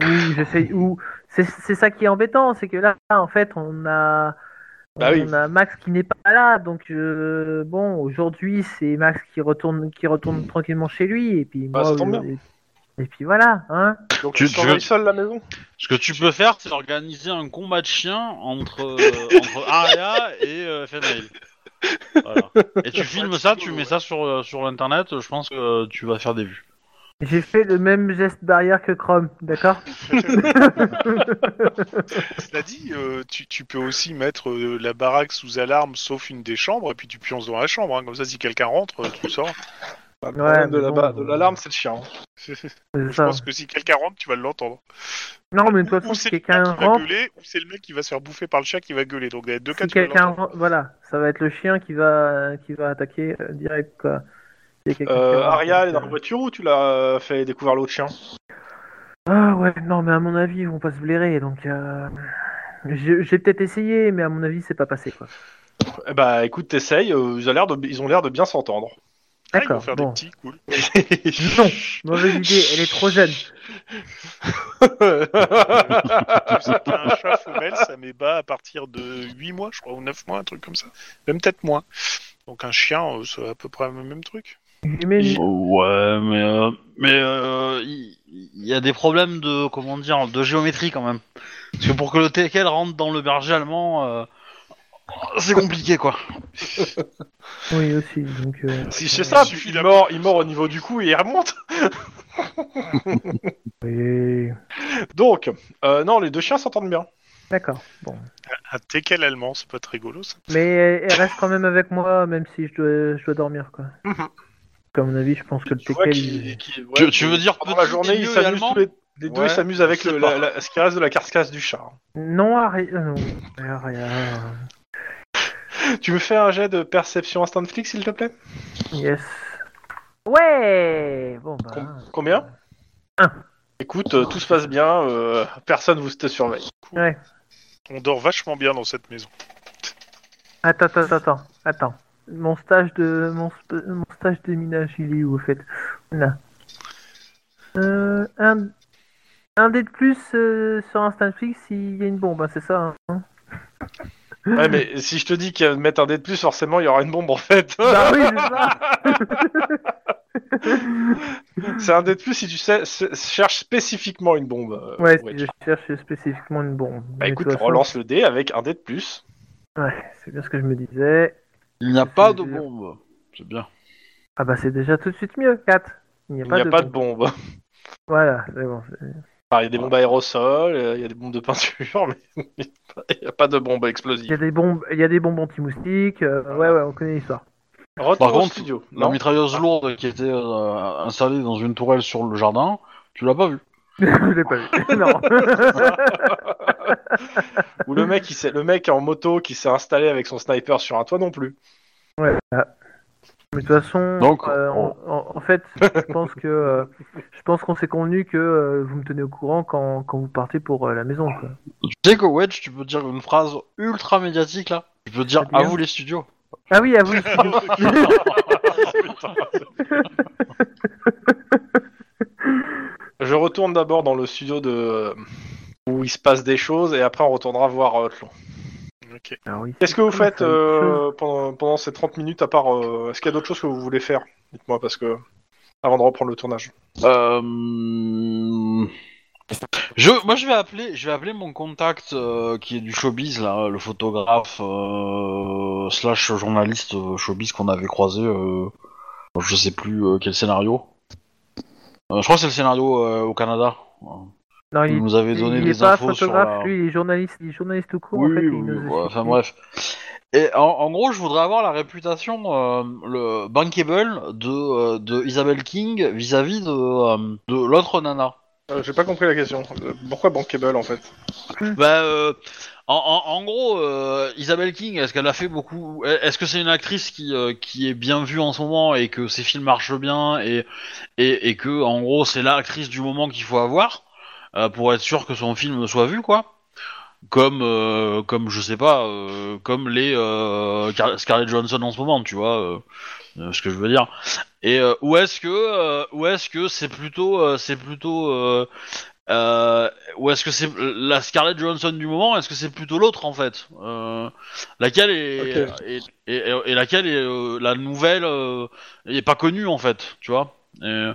Oui j'essaye ou c'est c'est ça qui est embêtant c'est que là en fait on a Bah on oui. a Max qui n'est pas là donc euh, bon aujourd'hui c'est Max qui retourne qui Mm. retourne tranquillement chez lui et puis Bah, moi, ça tombe euh, et, et puis voilà hein. Donc Tu- tu, tu surveilles veux- seul la maison Ce que tu peux faire, c'est organiser un combat de chiens entre, euh, entre Aria et euh, Fenrir. Voilà. Et tu filmes ça, tu mets ça sur, euh, sur l'internet, euh, je pense que euh, tu vas faire des vues. J'ai fait le même geste barrière que Chrome d'accord. Cela dit, euh, tu, tu peux aussi mettre euh, la baraque sous alarme, sauf une des chambres, et puis tu pionces dans la chambre. hein. Comme ça, si quelqu'un rentre, euh, tu sors. Bah, le Ouais, problème de mais la bon, ba- euh, de l'alarme, c'est le chien. hein. C'est Je ça. pense que si quelqu'un rentre, tu vas l'entendre. Non mais de toute Ou façon c'est si le chat quelqu'un qui va rentre gueuler, ou c'est le mec qui va se faire bouffer par le chat qui va gueuler. Donc, dans les deux cas, si tu vas quelqu'un l'entendre. rentre- voilà ça va être le chien qui va qui va attaquer euh, direct quoi. Si quelqu'un qui Euh, rentre, Aria, elle est donc, dans la voiture ou tu l'as euh, fait découvrir l'autre chien Ah ouais, non, mais à mon avis, ils vont pas se blairer, donc... euh, J'ai j'ai peut-être essayé, mais à mon avis, c'est pas passé, quoi. Eh Bah écoute, t'essayes, euh, ils ont l'air de, ils ont l'air de bien s'entendre. Ah, ils vont D'accord, faire bon. des petits, cool. Non, mauvaise idée, elle est trop jeune. Tu sais qu'un chat femelle, ça met bas à partir de 8 mois, je crois, ou 9 mois, un truc comme ça. Même peut-être moins. Donc un chien, euh, c'est à peu près le même truc. Je lui mets une- Ouais, mais euh, mais euh, il il y, a des problèmes de comment dire de géométrie quand même. Parce que pour que le teckel rentre dans le berger allemand, euh, c'est compliqué quoi. Oui, aussi, donc... euh, Si c'est ça, Il suffit il d'un- mord, il mord au niveau du cou et il remonte. oui, Donc, euh, non, les deux chiens s'entendent bien. D'accord, bon. Un teckel allemand, c'est pas très rigolo, ça. Mais elle elle reste quand même avec moi, même si je dois, je dois dormir, quoi. Comme à mon avis, je pense que le Mhm. Tu vois TK... qu'il- il- qu'il- Tu- ouais, tu veux dire pendant la petit, journée, milieu ils et s'amusent allemand tous les, les deux Ouais, ils s'amusent avec je sais le, la, la- ce qui reste de la carcasse du chat. hein. Non, Aria... Non, Aria... Tu me fais un jet de perception instant flic, s'il te plaît Yes. Ouais Bon, bah... Combien Un. Écoute, euh, tout se passe bien, euh, personne vous te surveille. Ouais. On dort vachement bien dans cette maison. Attends, attends, attends, attends. Mon stage de mon, sp- mon stage de minage, il est où au fait Là. Euh, un... un dé de plus euh, sur Instant Fix s'il y a une bombe, hein, c'est ça hein Ouais, mais si je te dis qu'il y a de mettre un dé de plus, forcément, il y aura une bombe en fait. Bah oui, c'est ça C'est un dé de plus si tu sais, c'est- cherche spécifiquement une bombe. euh, Ouais, ouais. si je cherche spécifiquement une bombe. Bah Mais écoute, de toute façon- relance le dé avec un dé de plus. Ouais, c'est bien ce que je me disais. Il n'y a pas de bombe. C'est bien. Ah bah c'est déjà tout de suite mieux, 4. Il n'y a Il pas, n'y a de, pas bombe. de bombe. Voilà, c'est bon. Enfin, il y a des bombes aérosols, euh, il y a des bombes de peinture, mais il n'y a pas de bombe Il y a explosive. des bombes, il y a des bombes anti-moustiques. euh, Ouais, ouais, on connaît l'histoire. Retour Par au contre, studio. La Non, mitrailleuse lourde qui était euh, installée dans une tourelle sur le jardin, tu l'as pas vue. je l'ai pas vu. non. Ou le mec, il s'est- le mec en moto qui s'est installé avec son sniper sur un toit non plus. Ouais. voilà. Mais de toute façon, Donc, euh, on- en- en, en fait, je pense que euh, je pense qu'on s'est convenu que euh, vous me tenez au courant quand, quand vous partez pour euh, la maison. Quoi. Tu sais que Wedge, tu peux dire une phrase ultra médiatique là. Tu peux dire C'est à bien. vous les studios. Ah oui, à vous. Je retourne d'abord dans le studio de où il se passe des choses et après on retournera voir euh, Tlon. Ok. Ah oui. Qu'est-ce que vous faites Faire autre euh, pendant, pendant ces 30 minutes à part euh, Est-ce qu'il y a d'autres choses que vous voulez faire Dites-moi parce que avant de reprendre le tournage. Euh... Je, moi, je vais appeler, je vais appeler mon contact euh, qui est du showbiz là, le photographe euh, slash journaliste euh, showbiz qu'on avait croisé. Euh, je sais plus euh, quel scénario. Euh, je crois que c'est le scénario euh, au Canada. Non, Il il, nous avait il- donné il des est pas infos sur photographe, la. lui, il est journaliste, il est journaliste tout court. Oui, en fait, oui, il oui, nous a ouais, expliqué. enfin bref. Et en, en gros, je voudrais avoir la réputation, euh, le bankable de, euh, de Isabelle King vis-à-vis de, euh, de l'autre nana. Euh, J'ai pas compris la question. Euh, Pourquoi Bankable en fait Bah, euh, en, en- en gros, euh, Isabelle King, est-ce qu'elle a fait beaucoup Est-ce que c'est une actrice qui, euh, qui est bien vue en ce moment et que ses films marchent bien et, et, et que, en gros, c'est l'actrice du moment qu'il faut avoir euh, pour être sûr que son film soit vu, quoi comme euh, comme je sais pas euh, comme les euh, Car- Scarlett Johansson en ce moment tu vois euh, euh, ce que je veux dire et euh, ou est-ce que euh, ou est-ce que c'est plutôt euh, c'est plutôt euh, euh, ou est-ce que c'est la Scarlett Johansson du moment est-ce que c'est plutôt l'autre en fait Euh, laquelle est, Ok. est- et, et- et laquelle est euh, la nouvelle euh, est pas connue en fait tu vois Et-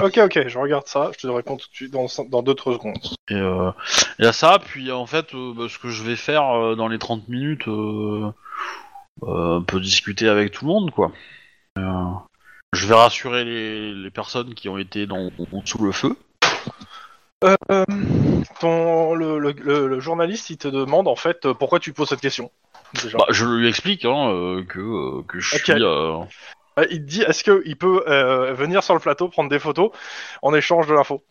Ok, ok, je regarde ça, je te réponds tout de suite dans, cin- dans 2-3 secondes. Et euh, il y a ça, puis en fait, euh, bah, ce que je vais faire euh, dans les 30 minutes, euh, euh, on peut discuter avec tout le monde, quoi. Euh, je vais rassurer les, les personnes qui ont été dans, sous le feu. Euh, ton, le, le- le- le journaliste, il te demande en fait euh, pourquoi tu poses cette question. Déjà. Bah, je lui explique hein, euh, que, euh, que je Ok. suis... euh, Euh, Il te dit est-ce qu'il peut euh, venir sur le plateau prendre des photos en échange de l'info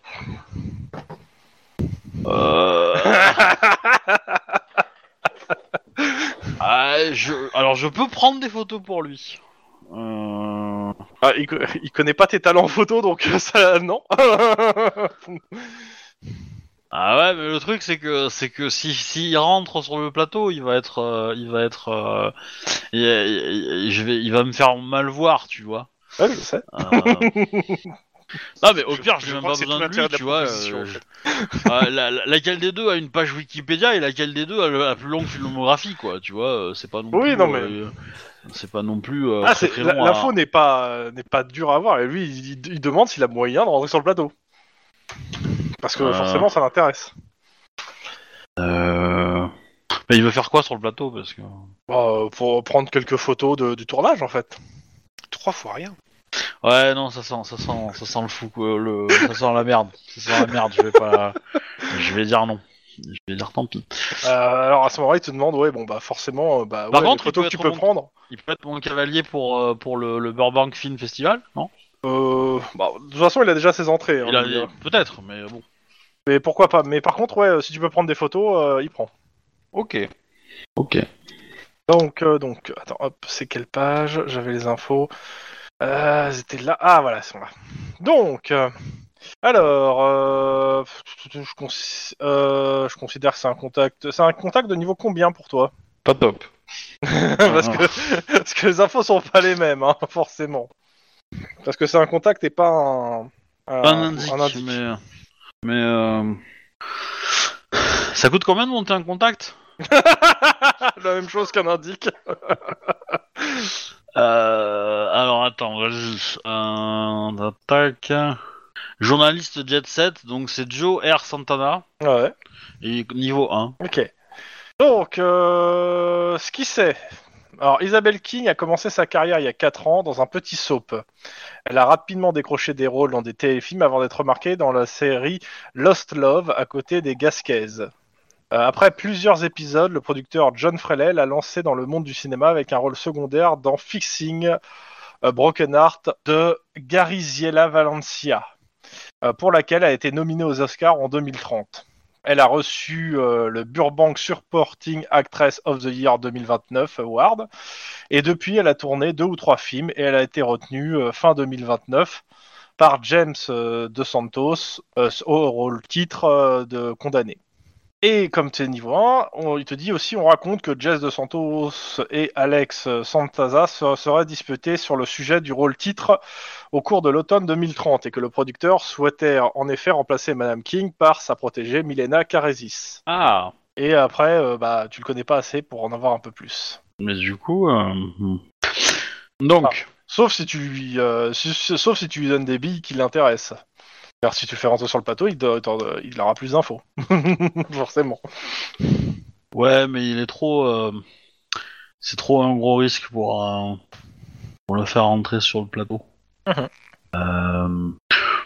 euh, ah, je, alors, je peux prendre des photos pour lui. Euh, Ah, il, co- il connaît pas tes talents photo donc ça non. Ah ouais, mais le truc c'est que c'est que si s'il rentre sur le plateau, il va être euh, il va être euh, il- il- il- je vais il va me faire mal voir, tu vois. Ouais, je sais. Euh, non mais au pire, j'ai je même crois pas que c'est besoin tout de lui, l'intérêt de la tu vois. proposition, euh, en fait. euh, la- la- laquelle des deux a une page Wikipédia et laquelle des deux a le- la plus longue filmographie, quoi. Tu vois, euh, c'est pas non Oui, plus. non, mais- euh, c'est pas non plus. euh, Ah, très, c'est- très la- long à- l'info n'est pas euh, n'est pas dure à voir et lui il, il- il demande s'il a moyen de rentrer sur le plateau. Parce que Euh. forcément ça l'intéresse. Euh, Mais il veut faire quoi sur le plateau, parce que. Euh, pour prendre quelques photos de- du tournage en fait. Trois fois rien. Ouais, non, ça sent, ça sent, ça sent le fou, quoi, le, ça sent la merde, ça sent la merde. Je vais pas, je vais dire non. Je vais dire tant pis. Euh, alors à ce moment-là il te demande ouais bon bah forcément euh, bah, Par ouais, contre, les il peut photos que tu être peux remonté. prendre. Il peut être mon cavalier pour euh, pour le, le Burbank Film Festival, non Euh, bah, de toute façon il a déjà ses entrées. hein, Il a- mais, euh, peut-être, mais bon. mais pourquoi pas. Mais par contre ouais euh, si tu peux prendre des photos euh, il prend. Ok. Ok. Donc, euh, donc, attends, hop, c'est quelle page J'avais les infos. Euh, elles étaient là. Ah, voilà, elles sont là. Donc, euh, alors, euh, je, consi- euh, je considère que c'est un contact. C'est un contact de niveau combien pour toi Pas top. parce, que, parce que les infos sont pas les mêmes, hein, forcément. Parce que c'est un contact et pas un. un- Pas un indice, un indice. mais mais euh, ça coûte combien de monter un contact La même chose qu'un indique. Euh, alors attends, vas-y. Euh, attaque. Journaliste Jet Set, donc c'est Joe R Santana. Ouais. Et niveau 1. Ok. Donc, euh, ce qui c'est. Alors, Isabelle King a commencé sa carrière il y a 4 ans dans un petit soap. Elle a rapidement décroché des rôles dans des téléfilms avant d'être remarquée dans la série Lost Love à côté des Gasquez. Euh, après plusieurs épisodes, le producteur John Frelel l'a lancé dans le monde du cinéma avec un rôle secondaire dans Fixing euh, Broken Heart de Gariziela Valencia, euh, pour laquelle elle a été nominée aux Oscars en 2030. Elle a reçu euh, le Burbank Supporting Actress of the Year 2029 Award. Et depuis, elle a tourné deux ou trois films et elle a été retenue euh, fin 2029 par James euh, De Santos euh, au rôle titre euh, de condamné. Et comme c'est niveau 1, on, il te dit aussi, on raconte que Jess De Santos et Alex Santaza se, seraient disputés sur le sujet du rôle titre au cours de l'automne 2030 et que le producteur souhaitait en effet remplacer Madame King par sa protégée Milena Karesis. Ah. Et après, euh, bah, tu le connais pas assez pour en avoir un peu plus. Mais du coup. euh, hmm. Donc. Sauf si tu lui, euh, si- si- sauf si tu lui donnes des billes qui l'intéressent. Car si tu le fais rentrer sur le plateau, il, doit- t'en- il aura plus d'infos. Forcément. Ouais, mais il est trop. euh, C'est trop un gros risque pour, un- pour le faire entrer sur le plateau. Mhm. Euh,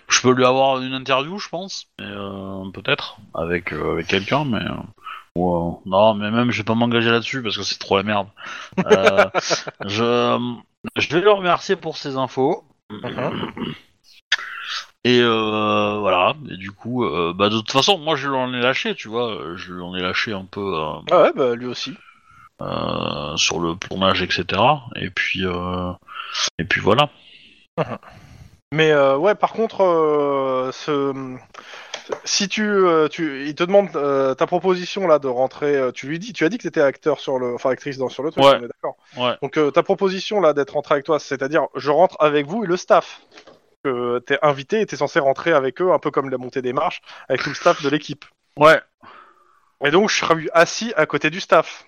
Je peux lui avoir une interview, je pense. mais, euh, Peut-être. Avec, euh, avec quelqu'un, mais. euh, ou, euh, Non, mais même, je vais pas m'engager là-dessus parce que c'est trop la merde. Euh, je... je vais le remercier pour ses infos. Ah Et euh, voilà, et du coup, euh, bah, de toute façon, moi je lui en ai lâché, tu vois, euh, je lui en ai lâché un peu euh, Ah ouais, bah, lui aussi. euh, sur le tournage, etc. Et puis, euh, et puis voilà. Mais euh, ouais, par contre, euh, ce, si tu, euh, tu, il te demande euh, ta proposition là de rentrer, euh, tu lui dis, tu as dit que t'étais acteur sur le, enfin actrice dans sur le truc, Ouais. on est d'accord. Ouais. Donc euh, ta proposition là d'être rentré avec toi, c'est-à-dire je rentre avec vous et le staff. Que t'es invité et t'es censé rentrer avec eux, un peu comme la montée des marches, avec tout le staff de l'équipe. Ouais. Et donc je serai assis à côté du staff.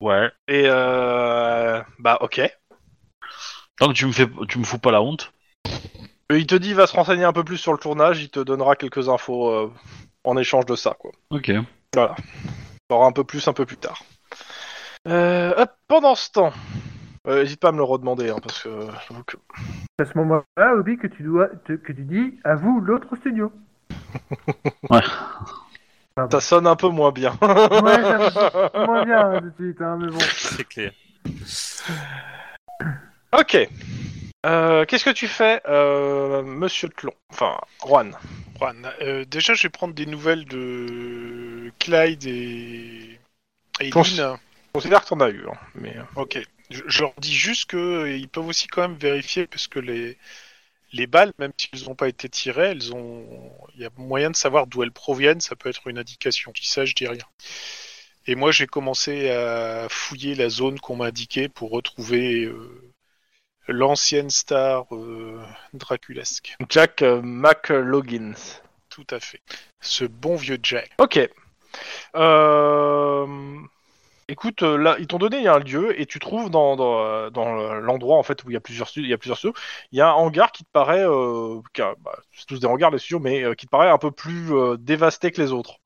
Ouais. Et euh, bah ok. Tant que tu me fais, tu me fous pas la honte. Et il te dit va se renseigner un peu plus sur le tournage, il te donnera quelques infos euh, en échange de ça quoi. Ok. T'auras un peu plus un peu plus tard. Euh, hop, pendant ce temps, euh, n'hésite pas à me le redemander hein, parce que euh, j'avoue que- C'est à ce moment-là, Obi, que tu dois, te- que tu dis à vous l'autre studio. ça sonne un peu moins bien. Ouais, ça va moins bien hein, tout de suite, hein, mais bon. C'est clair. ok. Euh, Qu'est-ce que tu fais, euh, Monsieur Tlon Enfin, Juan. Juan, euh, déjà, je vais prendre des nouvelles de Clyde et, et Pour- Lynn. Je considère que t'en as eu. hein, mais... euh, Ok. Je, je leur dis juste que euh, ils peuvent aussi quand même vérifier parce que les les balles, même s'ils n'ont pas été tirées, elles ont. Il y a moyen de savoir d'où elles proviennent. Ça peut être une indication. Qui ça, je dis rien. Et moi, j'ai commencé à fouiller la zone qu'on m'a indiquée pour retrouver euh, l'ancienne star euh, draculesque. Jack euh, McLoggins. Tout à fait. Ce bon vieux Jack. Ok. Euh, Écoute, euh, là, ils t'ont donné un lieu et tu trouves dans, dans, euh, dans le- l'endroit en fait où il y a plusieurs studios, il y a plusieurs studios, il y a un hangar qui te paraît, euh, qui a- bah, c'est tous des hangars les studios, mais euh, qui te paraît un peu plus euh, dévasté que les autres.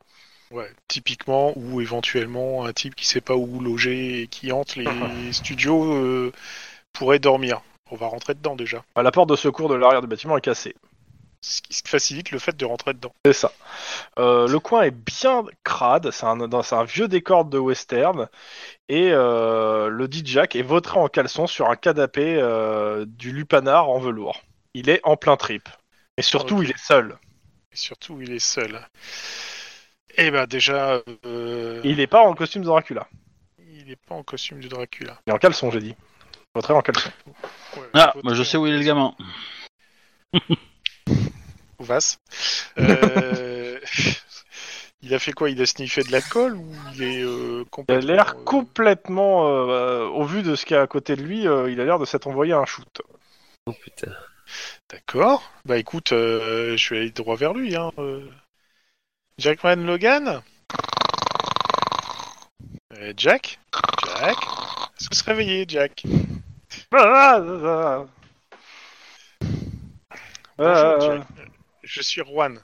Ouais, typiquement, ou éventuellement un type qui sait pas où loger et qui hante les studios euh, pourrait dormir. On va rentrer dedans déjà. Bah, la porte de secours de l'arrière du bâtiment est cassée. Ce qui facilite le fait de rentrer dedans. C'est ça. Euh, le coin est bien crade, c'est un, dans- c'est un vieux décor de western, et euh, le dit Jack est vautré en caleçon sur un canapé euh, du lupanar en velours. Il est en plein trip. Et surtout, Ok. il est seul. Et surtout, il est seul. Eh ben déjà, euh, Il n'est pas en costume de Dracula. il est pas en costume de Dracula. Il est en caleçon, j'ai dit. Vautré en caleçon. Ouais, Ah, votre- bah je sais où il est le gamin. Vasse. Euh, il a fait quoi Il a sniffé de la colle ou il est euh, Il a complètement... l'air euh, complètement, euh, euh, au vu de ce qu'il y a à côté de lui, euh, il a l'air de s'être envoyé un shoot. Oh putain. D'accord. Bah écoute, euh, je vais aller droit vers lui. Hein. euh. Jackman Logan Euh, Jack Jack Est-ce que se réveiller, Jack Ah, Bonjour, Euh, Jack. Je suis Juan.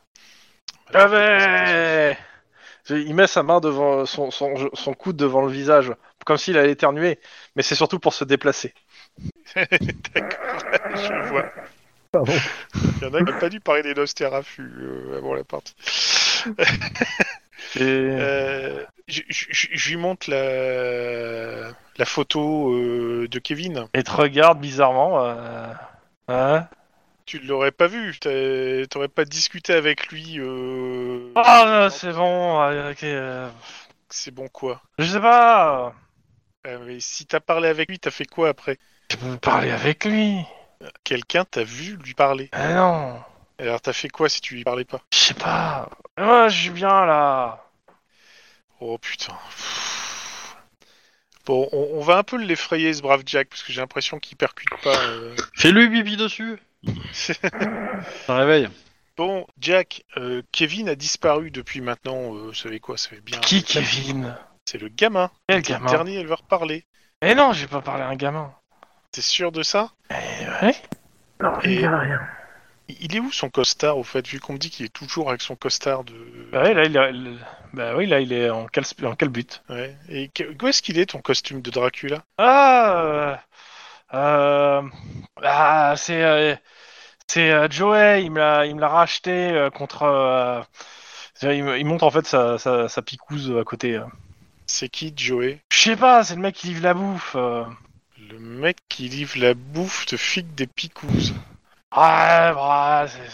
Ah ouais Il met sa main devant son, son, son coude devant le visage, comme s'il allait éternuer, mais c'est surtout pour se déplacer. Je vois. Pardon. Il y en a qui n'ont pas dû parler des Nosterafu euh, avant la partie. Euh, je- je je- je lui montre la, la photo euh, de Kevin. Et te regarde bizarrement. euh, hein Tu l'aurais pas vu, t'as- t'aurais pas discuté avec lui. euh, Ah, non, c'est bon, euh, ok, euh, C'est bon quoi je sais pas, Euh, Mais si t'as parlé avec lui, t'as fait quoi après je peux parler avec lui. Quelqu'un t'a vu lui parler. Ah non, Alors t'as fait quoi si tu lui parlais pas je sais pas. Moi, je suis bien là. Oh putain. Bon, on, on va un peu l'effrayer ce brave Jack parce que j'ai l'impression qu'il percute pas. euh. Fais-lui pipi dessus. Ça réveille. Bon, Jack, euh, Kevin a disparu depuis maintenant. euh, vous savez quoi Ça fait bien. Qui, Kevin C'est le gamin. Quel C'est le gamin dernier, elle va reparler. Eh non, j'ai pas parlé à un gamin. T'es sûr de ça Eh ouais Non, il Et- ne dira rien. Il il est où son costard au fait Vu qu'on me dit qu'il est toujours avec son costard de. Bah oui, là, il, a- il- bah oui, là, il est en quel, en quel but Ouais. Et que- où est-ce qu'il est ton costume de Dracula Ah, euh, euh, ah, c'est euh, c'est euh, Joey, il me l'a il me l'a racheté euh, contre. euh, c'est-à-dire, il, me- il monte en fait sa, sa, sa picouse à côté. euh. C'est qui Joey Je sais pas, c'est le mec qui livre la bouffe. euh. Le mec qui livre la bouffe de figue des picouses. Ah, bah, c'est-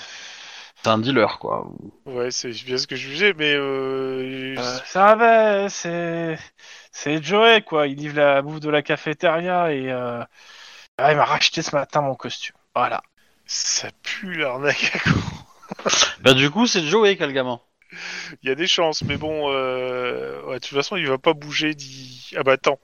C'est un dealer quoi. Ouais, c'est bien ce que je disais, mais euh, euh, c'est un mec, c'est c'est Joey quoi. Il livre la bouffe de la cafétéria et euh, ah, il m'a racheté ce matin mon costume. Voilà. ça pue l'arnaque. à con. Bah du coup c'est Joey qui a le gamin. Il y a des chances, mais bon, euh, ouais, de toute façon, il va pas bouger. Dit... Ah bah attends,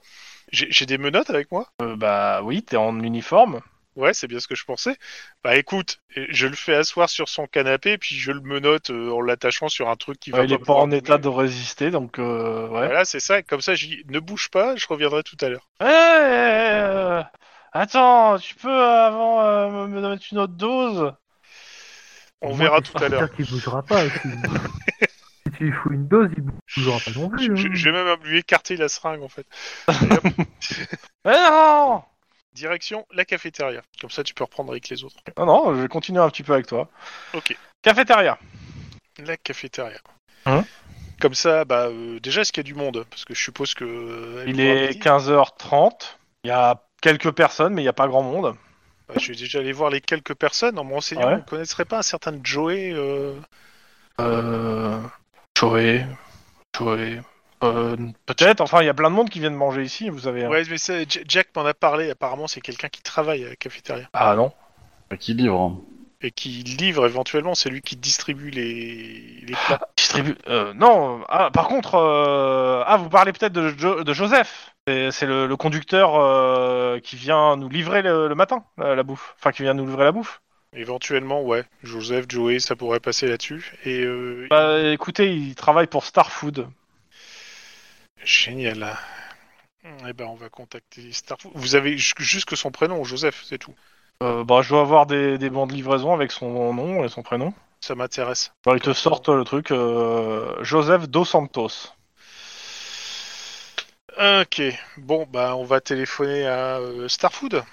j'ai j'ai des menottes avec moi Euh, bah oui, t'es en uniforme. Ouais, c'est bien ce que je pensais. Bah écoute, je le fais asseoir sur son canapé, puis je le menotte euh, en l'attachant sur un truc qui va. Ouais, il est pas pouvoir en bouger. état de résister, donc euh, ouais. Voilà, c'est ça. Comme ça, je dis, ne bouge pas, je reviendrai tout à l'heure. Ouais, euh, Eh, attends, tu peux euh, avant euh, me me mettre une autre dose On Moi, verra je peux tout pas à l'heure. dire qu'il bougera pas. aussi. si tu lui fous une dose, il bougera pas non plus. Je, hein. je- je vais même lui écarter la seringue en fait. Mais Eh, non Direction la cafétéria. Comme ça, tu peux reprendre avec les autres. Non, non, je vais continuer un petit peu avec toi. Ok. Cafétéria. La cafétéria. Hein Comme ça, bah euh, déjà, est-ce qu'il y a du monde Parce que je suppose que. euh, elle Il pourra est midi. 15h30. Il y a quelques personnes, mais il n'y a pas grand monde. Bah, je vais déjà aller voir les quelques personnes en me renseignant. Ouais. On ne connaisserait pas un certain Joey euh, Euh... Joey. Joey. Euh, Peut-être, enfin, il y a plein de monde qui viennent manger ici, vous savez. hein. Ouais, mais ça, J- Jack m'en a parlé. Apparemment, c'est quelqu'un qui travaille à la cafétéria Ah non Bah, Qui livre et qui livre éventuellement. C'est lui qui distribue les, les plats. Distribu- euh, non, ah, par contre, euh, ah, vous parlez peut-être de, Jo- de Joseph. C'est c'est le, le conducteur euh, qui vient nous livrer le, le matin la, la bouffe. Enfin, qui vient nous livrer la bouffe. Éventuellement, ouais. Joseph, Joey, ça pourrait passer là-dessus. Et euh, Bah, écoutez, il travaille pour Star Food. génial. Eh ben, on va contacter Starfoot. Vous avez ju- juste que son prénom, Joseph, c'est tout. Euh, bah, je dois avoir des, des bons de livraison avec son nom et son prénom. Ça m'intéresse. Alors, ils te sortent le truc euh, Joseph Dos Santos. Ok. Bon, bah, on va téléphoner à euh, Starfood.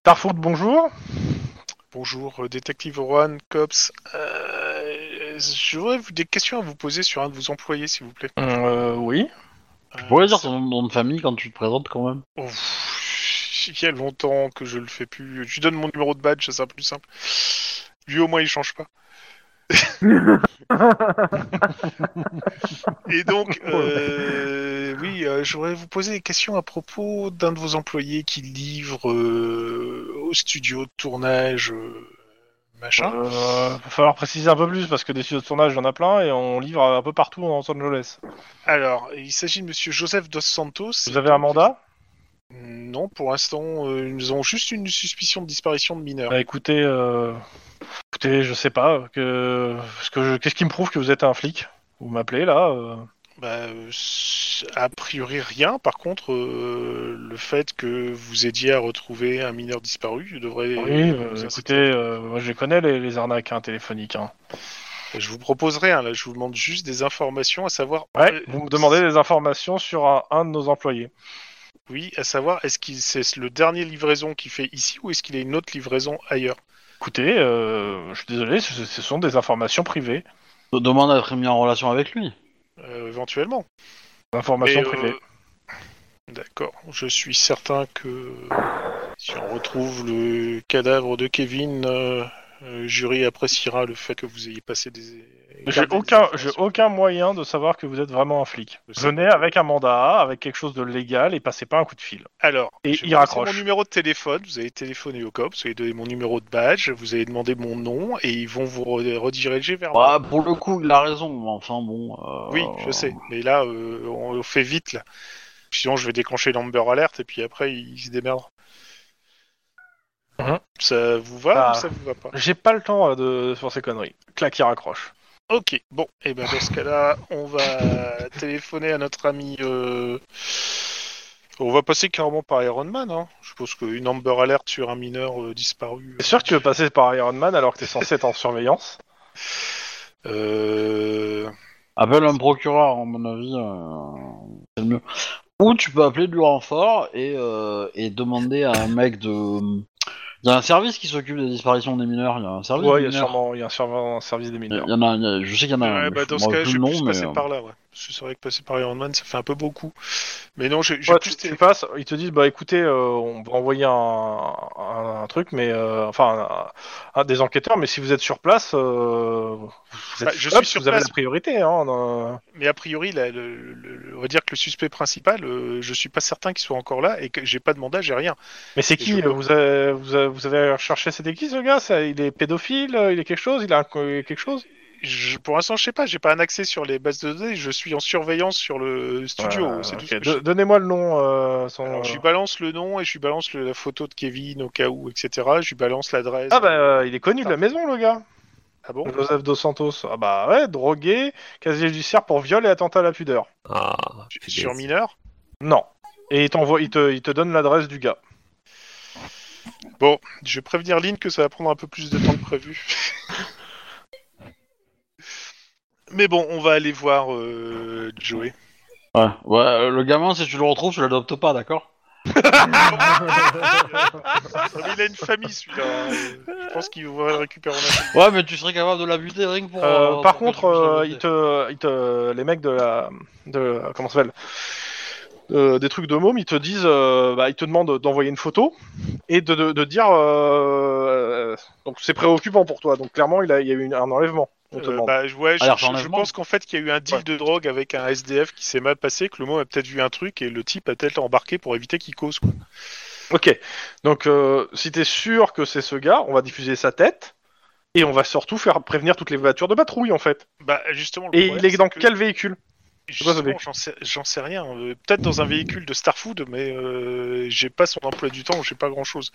Star Food, bonjour. Bonjour, euh, détective Rohan, cops. Euh, J'aurais vous- des questions à vous poser sur un de vos employés, s'il vous plaît. Euh, Euh, oui. Tu pourrais dire ton nom de famille quand tu te présentes quand même. Oh, pff, Il y a longtemps que je le fais plus. Je lui donne mon numéro de badge, ça sera plus simple. Lui au moins il change pas. Et donc, euh, oui, euh, je voudrais vous poser des questions à propos d'un de vos employés qui livre euh, au studio de tournage, euh, machin. Euh, va falloir préciser un peu plus parce que des studios de tournage, il y en a plein et on livre un peu partout en Los Angeles. Alors, il s'agit de Monsieur Joseph Dos Santos. Vous avez un mandat Non, pour l'instant, euh, ils ont juste une suspicion de disparition de mineurs. Bah, écoutez, euh, écoutez, je sais pas. Que, parce que je- qu'est-ce qui me prouve que vous êtes un flic Vous m'appelez là euh, Bah, euh, s- a priori rien. Par contre, euh, le fait que vous aidiez à retrouver un mineur disparu devrait. Oui, euh, bah, vous écoutez, inciter. euh, moi, je les connais les, les arnaques hein, téléphoniques. hein. Je vous propose rien. Là, je vous demande juste des informations à savoir. Ouais, euh, vous me demandez des informations sur un, un de nos employés. Oui, à savoir, est-ce qu'il c'est le dernier livraison qu'il fait ici ou est-ce qu'il a une autre livraison ailleurs Écoutez, euh, je suis désolé, ce, ce sont des informations privées. Te Demande à être mis en relation avec lui. Euh, Éventuellement. Des Informations Mais, euh, privées. D'accord. Je suis certain que si on retrouve le cadavre de Kevin, euh, euh, jury appréciera le fait que vous ayez passé des. J'ai gardé des aucun, j'ai informations. aucun moyen de savoir que vous êtes vraiment un flic. Je sais. Venez avec un mandat, avec quelque chose de légal et passez pas un coup de fil. Alors, Et il je vais vous laisser raccroche. mon numéro de téléphone, vous avez téléphoné au COP, vous avez donné mon numéro de badge, vous avez demandé mon nom et ils vont vous re- rediriger vers moi. Bah, pour le coup, il a raison, mais enfin bon. euh, Oui, je sais, mais là, euh, on on fait vite là. Sinon, je vais déclencher l'Amber Alert et puis après, ils se démerdent. Mhm. Ça vous va Ah. ou ça vous va pas J'ai pas le temps euh, de faire ces conneries. Clac, il raccroche. Ok, bon, et ben dans ce cas-là, on va téléphoner à notre ami. euh, On va passer carrément par Iron Man. Hein. Je pense qu'une Amber Alert sur un mineur euh, disparu. T'es sûr que tu veux passer par Iron Man alors que t'es censé être en surveillance Euh... Appelle un procureur, à mon avis, euh, c'est le mieux. Ou tu peux appeler du renfort et, euh, et demander à un mec de. Il y a un service qui s'occupe des disparitions des mineurs. Il y a un service. Ouais, des il y a mineurs. sûrement il y a un surveillant- un service Ah des Il mineurs. y en a, il y a- je sais qu'il y en a un. ouais, mais bah, je dans me ce rappelle cas, plus je le vais plus nom, mais, passer euh, par là. Ouais. Parce que c'est vrai que passer par Iron Man, ça fait un peu beaucoup. Mais non, j'ai j'ai Ouais, tu, plus tu télé- passes, ils te disent bah écoutez, euh, on va envoyer un, un- un truc, mais euh, enfin un- un des enquêteurs, mais si vous êtes sur place, euh, vous êtes Bah, je sur suis place, sur vous avez place. la priorité. Hein, dans- Mais a priori, là, le- le- le- on va dire que le suspect principal, euh, je suis pas certain qu'il soit encore là et que j'ai pas de mandat, j'ai rien. Mais c'est Je qui peux- vous euh, avez, vous, avez, vous avez recherché c'était qui ce gars Ça, Il est pédophile Il est quelque chose Il a un- quelque chose je- pour l'instant, je sais pas, j'ai pas un accès sur les bases de données, je suis en surveillance sur le studio. Voilà, c'est tout ok. ce que je Do- Donnez-moi le nom. euh, son... Alors, je lui balance le nom et je lui balance le- la photo de Kevin au cas où, etc. Je lui balance l'adresse. Ah bah euh, il est connu de la maison le gars. Ah bon Joseph Dos Santos. Ah bah ouais, drogué, casier judiciaire pour viol et attentat à la pudeur. Ah, Sur- punaise. Sur mineur Non. Et il t'envoie, il te, il te donne l'adresse du gars. Je vais prévenir Lynn que ça va prendre un peu plus de temps que prévu. Mais bon, on va aller voir euh, Joey. Ouais, ouais euh, le gamin, si tu le retrouves, tu l'adoptes pas, d'accord Ah, mais il a une famille celui-là. hein. Je pense qu'il va le récupérer en Afrique. Ouais, mais tu serais capable de la buter rien que pour. Euh, euh, par pour que contre, tu puisses la euh, buter. il te, il te, les mecs de la, de comment ça s'appelle, Euh, des trucs de môme, ils te disent, euh, bah, ils te demandent d'envoyer une photo et de, de, de dire, euh, euh, donc c'est préoccupant pour toi. Donc clairement, il, a, il y a eu une- un enlèvement. On te Euh, demande. bah, ouais, je, Alors, je- je enlèvement. pense qu'en fait qu'il y a eu un deal Ouais. de drogue avec un SDF qui s'est mal passé, que le mot a peut-être vu un truc et le type a peut-être embarqué pour éviter qu'il cause. Quoi. Ok. Donc euh, si t'es sûr que c'est ce gars, on va diffuser sa tête. Et on va surtout faire prévenir toutes les voitures de patrouille en fait. Bah justement. le Et problème, il est c'est dans que- quel véhicule quoi, ce Justement, véhicule J'en sais, j'en sais rien. Euh, Peut-être dans un véhicule de Starfood, mais euh, j'ai pas son emploi du temps, j'ai pas grand chose.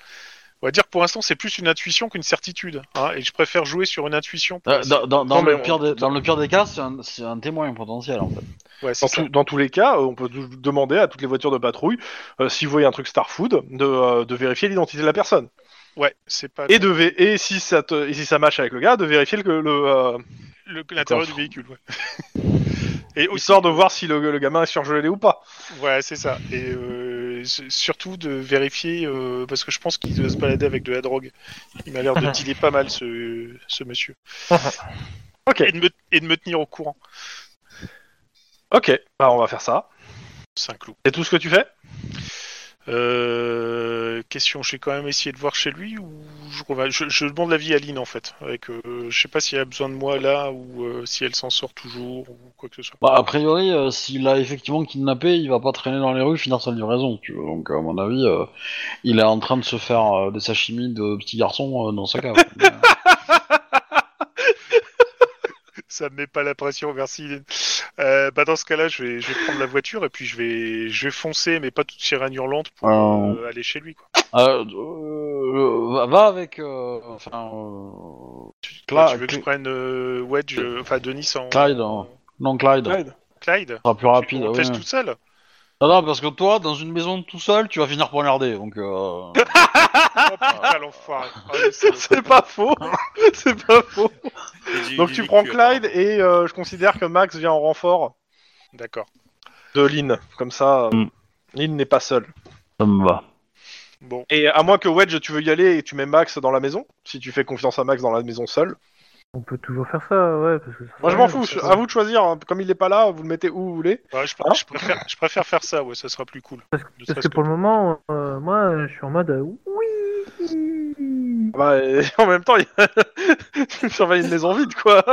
On va dire que pour l'instant, c'est plus une intuition qu'une certitude. hein, et je préfère jouer sur une intuition. pour Euh, essayer- dans, dans- dans Ah, Non, mais le on- pire des, dans le pire des cas, c'est un, c'est un témoin potentiel hein. en fait. Ouais, c'est Dans, ça. tout- dans tous les cas, euh, on peut tou- demander à toutes les voitures de patrouille, euh, si vous voyez un truc Starfood, de, euh, de vérifier l'identité de la personne. Ouais, c'est pas Et, de vé- et, si ça te, et si ça matche avec le gars, de vérifier le, le, euh, le- l'intérieur du Coffre. véhicule. Ouais. et aussi, histoire de voir si le, le gamin est surgelé ou pas. ouais, c'est ça. Et euh, s- surtout de vérifier, euh, parce que je pense qu'il doit se balader avec de la drogue. Il m'a l'air de dealer pas mal, ce, ce monsieur. Ok. Et de, me, et de me tenir au courant. Ok, bah on va faire ça. C'est un clou. C'est tout ce que tu fais Euh, question, j'ai quand même essayé de voir chez lui ou je, reviens- je, je demande l'avis à Lynn en fait. Avec, euh, je sais pas s'il a besoin de moi là ou euh, si elle s'en sort toujours ou quoi que ce soit. Bah, a priori, euh, s'il a effectivement kidnappé, il va pas traîner dans les rues finir sa livraison. Tu vois. Donc, à mon avis, euh, il est en train de se faire euh, des sashimi de petits garçons euh, dans sa cave. Mais, euh, Ça me met pas la pression, merci Lynn. Euh, bah, dans ce cas-là, je vais, je vais prendre la voiture et puis je vais, je vais foncer, mais pas toute sirène hurlante pour Euh. euh, aller chez lui. Quoi. euh, euh, va- va avec. euh, enfin. euh, Cla- tu veux que je Cl- prenne euh, Wedge, euh, enfin Denis en Clyde. hein. Non, Clyde. Clyde. Clyde Ça sera plus rapide. On ouais. te laisse tout seul Non, non, parce que toi, dans une maison tout seul, tu vas finir poignardé. Donc. euh, Oh putain, l'enfoiré. Ah, le salaud. C'est pas faux Ah. C'est pas faux Et du- Donc du tu véhicule, prends Clyde et euh, je considère que Max vient en renfort D'accord. de Lynn. Comme ça, euh, Mm. Lynn n'est pas seule. Ça me va. Bon, Et à moins que Wedge, tu veux y aller et tu mets Max dans la maison, si tu fais confiance à Max dans la maison seule. On peut toujours faire ça, ouais. Parce que ça Moi, je sert m'en à fous, rien, je- ça. à vous de choisir. hein. Comme il n'est pas là, vous le mettez où vous voulez. Ouais, je, pr- Ah. Hein je préfère, je préfère faire ça, ouais, ça sera plus cool. Ne Parce serait-ce que que- pour le moment, euh, moi, je suis en mode euh, oui. Bah, et en même temps, il... tu surveilles une maison vide, quoi.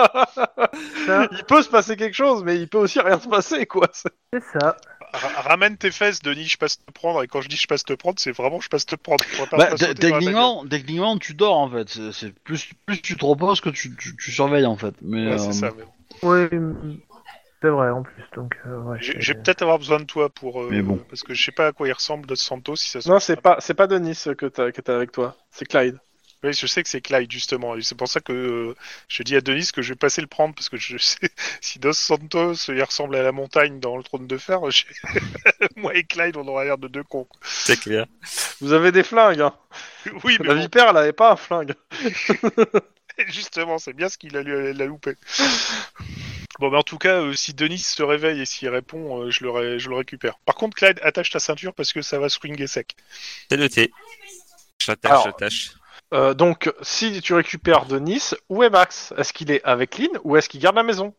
Ça, il peut se passer quelque chose, mais il peut aussi rien se passer, quoi. C'est- c'est ça. Ra- Ramène tes fesses, Denis, je passe te prendre. Et quand je dis je passe te prendre, c'est vraiment je passe te prendre. Faudrait pas Bah, t- me passer dans la bagnole. techniquement, techniquement, tu dors en fait. C'est- C'est plus, plus tu te reposes que tu, tu, tu surveilles en fait. Mais Ouais, euh, c'est ça. mais bon. Ouais, mm, c'est vrai en plus. Donc, euh, ouais, J'ai c'est- j'ai peut-être avoir besoin de toi pour. euh, Mais bon. Parce que je sais pas à quoi il ressemble, Dos Santos, si ça se Non, c'est pas, c'est pas Denis euh, que t'as, que t'as avec toi. C'est Clyde. Oui, je sais que c'est Clyde, justement. Et c'est pour ça que euh, je dis à Denis que je vais passer le prendre. Parce que je sais, si Dos Santos il ressemble à la montagne dans le trône de fer, j'ai- moi et Clyde, on aura l'air de deux cons. quoi. C'est clair. Vous avez des flingues. Hein. Oui, mais La bon, vipère, elle avait pas un flingue. Justement, c'est bien ce qu'il a, il a loupé. Bon, mais en tout cas, euh, si Denis se réveille et s'il répond, euh, je, le ré- je le récupère. Par contre, Clyde, attache ta ceinture parce que ça va swinguer sec. C'est noté. Je l'attache, Alors- je l'attache. Euh, donc, si tu récupères Denis, où est Max Est-ce qu'il est avec Lynn ou est-ce qu'il garde la maison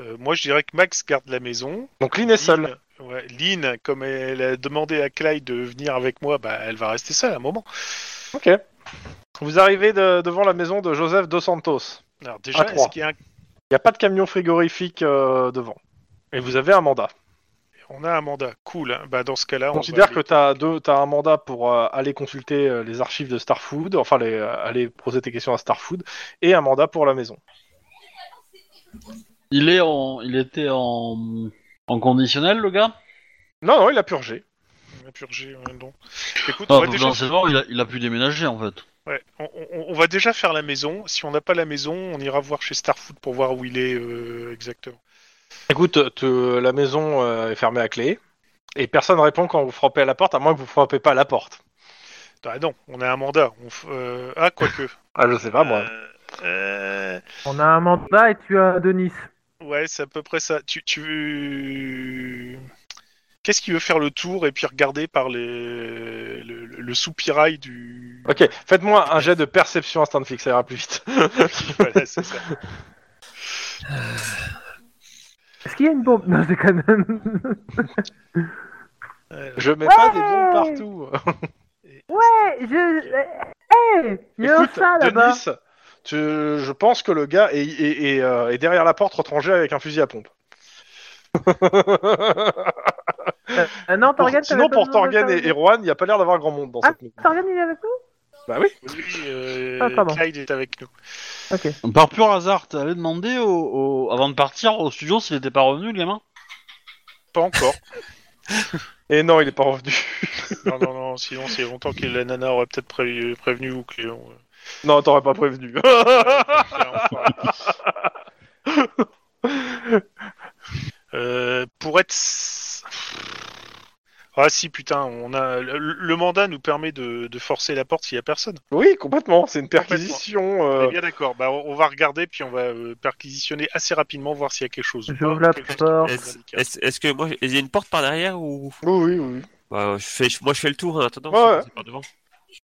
Euh, moi, je dirais que Max garde la maison. Donc, Lynn est seule. Lynn, ouais, Lynn, comme elle a demandé à Clyde de venir avec moi, bah, elle va rester seule à un moment. Ok. Vous arrivez de- devant la maison de Joseph Dos Santos. Alors, À déjà, trois. est-ce qu'il y a un- Il n'y a pas de camion frigorifique euh, devant. Et vous avez un mandat. on a un mandat Cool. hein. Bah, dans ce cas-là, on va Considère aller- que tu as, un mandat pour euh, aller consulter euh, les archives de Starfood, enfin les, euh, aller poser tes questions à Starfood, et un mandat pour la maison. Il est en, il était en, en conditionnel, le gars. Non, non, il a purgé. On a purgé, euh, non. Écoute, on Ah, Non, va donc, déjà dans ces moments, il a, il a pu déménager en fait. Ouais, on, on- on va déjà faire la maison. Si on n'a pas la maison, on ira voir chez Starfoot pour voir où il est euh, exactement. Écoute, te- la maison euh, est fermée à clé. Et personne répond quand vous frappez à la porte, à moins que vous frappez pas à la porte. Ah non, on a un mandat. On f- euh, Ah, quoique. Ah, je sais pas, moi. Euh, euh, On a un mandat et tu as Denis. Ouais, c'est à peu près ça. Tu, tu veux... Qu'est-ce qui veut faire le tour et puis regarder par les... le, le- le soupirail du... Ok, faites-moi un jet de perception instant fixe, ça ira plus vite. Voilà, c'est ça. Est-ce qu'il y a une bombe Non, c'est quand même. Ouais, Je mets Ouais. pas des bombes partout. Ouais, Eh, je. Hey, il y a Écoute, un chat Ah, là-bas. Denis, tu- je pense que le gars est, est- est, euh, est derrière la porte retranchée avec un fusil à pompe. Euh, non, Pour- Torgan, sinon, pour Torgan et Erwan, il n'y a pas l'air d'avoir grand monde dans Ah. cette maison. Torgan, il est avec nous Bah oui. Oui, euh, Ah, pardon. Clyde est avec nous. Ok. Par pur hasard, t'allais demander au, au- avant de partir au studio s'il était pas revenu, le gamin. Pas encore. Et non, il est pas revenu. non, non, non, sinon c'est longtemps que la nana aurait peut-être pré- prévenu ou que... on- Non, t'aurais pas prévenu. Euh, pour être... s- Ah si, putain, on a... le, le mandat nous permet de, de forcer la porte s'il n'y a personne. oui, complètement. C'est une perquisition. On est euh, bien d'accord. Bah, on on va regarder, puis on va euh, perquisitionner assez rapidement, voir s'il y a quelque chose. ou pas, J'ouvre la quelque chose porte. de Est-ce délicat. est-ce- est-ce que moi, il y a une porte par derrière ou Oui, oui, oui. Bah, je fais, je- moi je fais le tour. hein, attendant, Ouais, je ouais. passe par devant.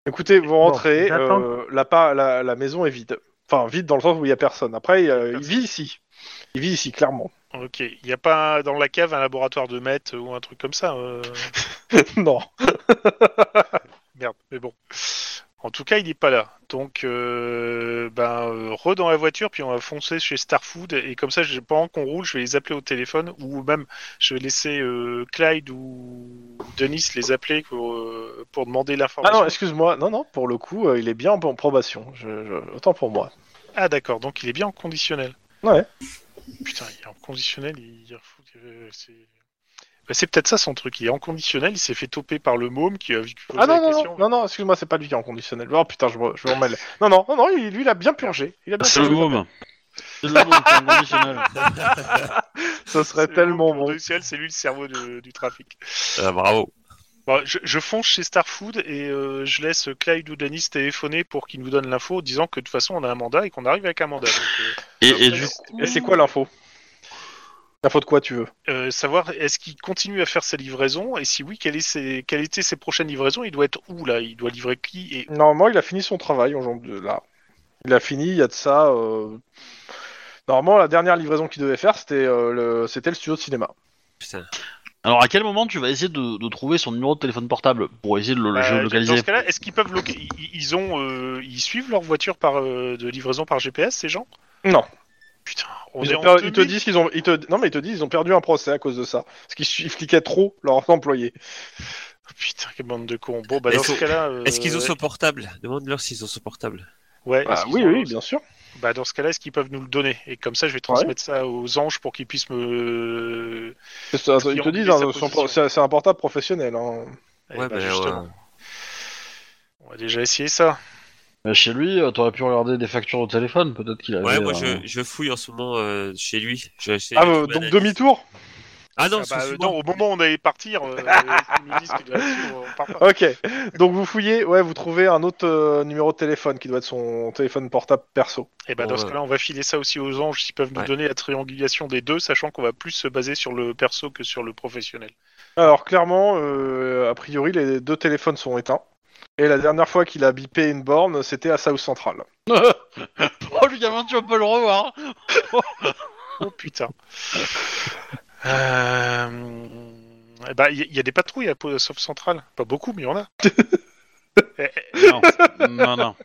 Écoutez, vous rentrez. j'attends. euh, la, pa- la, la maison est vide. Enfin, vide dans le sens où il n'y a personne. Après, euh, il Personne. vit ici. Il vit ici, clairement. Ok. Il n'y a pas dans la cave un laboratoire de maths ou un truc comme ça. euh, non. Merde. Mais bon. En tout cas, il n'est pas là. Donc, euh, ben, euh, re dans la voiture, puis on va foncer chez Starfood. Et comme ça, je- pendant qu'on roule, je vais les appeler au téléphone, ou même je vais laisser euh, Clyde ou Denis les appeler pour, euh, pour demander Ah l'information. non, excuse-moi. Non, non, pour le coup, euh, il est bien en probation. Je- je- Autant pour moi. Ah d'accord, donc il est bien en conditionnel. Ouais. Putain, il est en conditionnel, il il faut que- euh, c'est. Bah, c'est peut-être ça son truc. Il est en conditionnel, il s'est fait toper par le môme qui a vu qu'il posait Ah non, la non, question. non, non, non, excuse-moi, c'est pas lui qui est en conditionnel. Oh putain, je me, je me remêle. Non, non, non, non, il- lui, il a bien purgé. Il a bien C'est le purgé. môme. C'est le môme qui est inconditionnel. Ce serait C'est le tellement môme qui est en bon. conditionnel, c'est lui le cerveau de- du trafic. Ah, bravo. Bon, Bah, je, je fonce chez Starfood et euh, je laisse Clyde ou Denis téléphoner pour qu'ils nous donnent l'info en disant que de toute façon on a un mandat et qu'on arrive avec un mandat. Donc, euh, Et, et Après, du Et c'est quoi l'info L'info de quoi tu veux euh, euh, savoir est-ce qu'il continue à faire ses livraisons et si oui, quelle, est ses- quelles étaient ses prochaines livraisons Il doit être où là Il doit livrer qui et Normalement, il a fini son travail aujourd'hui, là. Il a fini, il y a de ça. euh, Normalement, la dernière livraison qu'il devait faire, c'était euh, le... c'était le studio de cinéma. Putain. Euh, Alors à quel moment tu vas essayer de, de trouver son numéro de téléphone portable pour essayer de le le Euh, Dans géolocaliser ce cas-là, est-ce qu'ils peuvent loca- i- i- ils ont euh, ils suivent leur voiture par euh, de livraison par GPS ces gens Non. Putain, on Ils, est ont en perdu- ils te 2000. disent qu'ils ont, ils te- non mais ils te disent ils ont perdu un procès à cause de ça, parce qu'ils su- ils fliquaient trop leurs employés. Putain, quelle bande de cons. Bon bah Est-ce dans ce qu'on- cas-là euh, Est-ce qu'ils ont son portable Demande-leur s'ils ont son portable. Ouais, Ah est-ce qu'ils oui, ont- oui, bien sûr. Bah dans ce cas-là, est-ce qu'ils peuvent nous le donner et comme ça je vais transmettre ça aux anges pour qu'ils puissent me C'est ça, Qui ils te ont disent, oublié hein, sa son- position. c'est c'est un portable professionnel. hein. Eh ouais, bah, bah, justement. ouais. On va déjà essayer ça. Bah, Chez lui, euh, t'aurais pu regarder des factures au téléphone, peut-être qu'il avait. Ouais, moi euh, je, je fouille en ce moment euh, chez lui. Je vais essayer Ah, de euh, trouver donc la liste. demi-tour Ah non, Ah, bah, euh, excuse-moi. non, au moment où on allait partir, euh, ils nous disent que de là-dessus, on part pas. Ok. Donc vous fouillez, ouais, vous trouvez un autre euh, numéro de téléphone qui doit être son téléphone portable perso. Et bah Bon, dans ce ouais. cas-là, on va filer ça aussi aux anges s'ils peuvent nous Ouais. donner la triangulation des deux, sachant qu'on va plus se baser sur le perso que sur le professionnel. Alors clairement, euh, a priori, les deux téléphones sont éteints. Et la dernière fois qu'il a bipé une borne, c'était à South Central. Oh le gamin, tu vas pas le revoir. Oh putain. Euh... eh ben, il y, il y a des patrouilles à Po- Sauf Centrale. Pas beaucoup, mais il y en a. Eh, Non, non, non.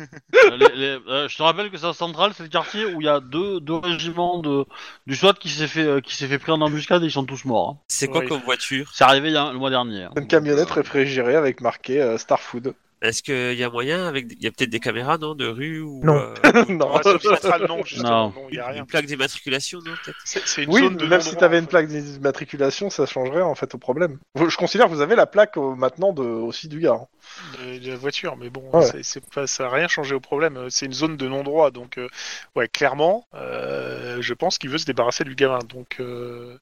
Euh, les- les- euh, je te rappelle que ça centrale, c'est le quartier où il y a deux, deux régiments de du SWAT qui s'est fait euh, qui s'est fait pris en embuscade et ils sont tous morts. hein. C'est quoi Ouais. comme voiture bah, C'est arrivé il y a un- le mois dernier. hein. Une camionnette réfrigérée avec marqué euh, Starfood. Est-ce qu'il y a moyen, avec, il y a peut-être des caméras, non, de rue ou Non. euh, non. Ouais, sauf si on sera le nom, justement. Non. Non, il n'y a rien. une plaque d'immatriculation, non, peut-être C'est c'est une Oui, zone de même si non-droit, t'avais en une fait. plaque d'immatriculation, ça changerait en fait au problème. Vous- Je considère que vous avez la plaque euh, maintenant de, aussi du gars. hein. de, de la voiture, mais bon, Ouais. c'est- c'est pas, ça n'a rien changé au problème. euh, C'est une zone de non-droit, donc euh, ouais, clairement, euh, je pense qu'il veut se débarrasser du gamin. Donc euh,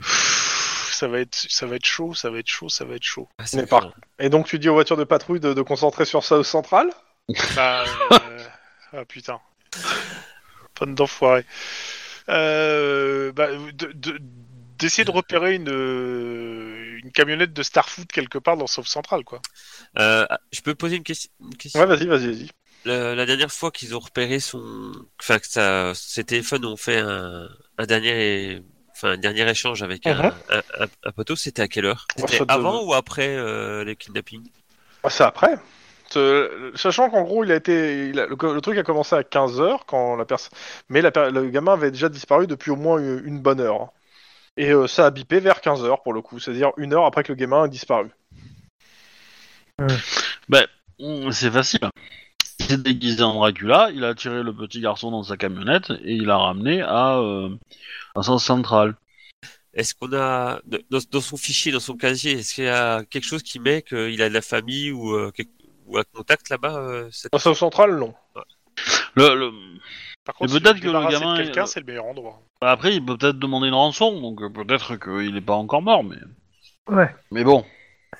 ça va être, ça va être chaud, ça va être chaud, ça va être chaud. Ah, c'est Mais encore- Et donc tu dis aux voitures de patrouille de, de concentrer sur South Central Bah, euh, ah putain, Tonne d'enfoiré. Euh, bah, de- de- D'essayer de, repérer une, euh, une camionnette de Starfoot quelque part dans Sauf Central, quoi. Euh, ah, je peux poser une, question- une question Ouais, vas-y, vas-y, vas-y. Le- La dernière fois qu'ils ont repéré son, enfin que ça, ses téléphones ont fait un, un dernier, enfin un dernier échange avec un, un, un- un poteau, c'était à quelle heure Oh, C'était ça doit- avant ou après euh, le kidnapping Ah, c'est après. Ce- Sachant qu'en gros, il a été, il a- le, le truc a commencé à 15h quand la personne, mais la per- le gamin avait déjà disparu depuis au moins une, une bonne heure. hein. Et euh, ça a bipé vers 15h pour le coup, c'est-à-dire une heure après que le gamin a disparu. Mm, C'est facile. Il s'est déguisé en Dracula, il a tiré le petit garçon dans sa camionnette et il l'a ramené à, euh, à South Central. Est-ce qu'on a dans, dans son fichier, dans son casier, est-ce qu'il y a quelque chose qui met qu'il a de la famille ou, euh, quelque- ou un contact là-bas euh, cette- Dans South Central, non. Le, le- Par contre, Mais si peut-être vous que le débarrassez gamin de est- euh, quelqu'un, c'est le meilleur endroit. Après, il peut peut-être demander une rançon, donc euh, peut-être qu'il n'est pas encore mort, mais. Ouais. Mais bon,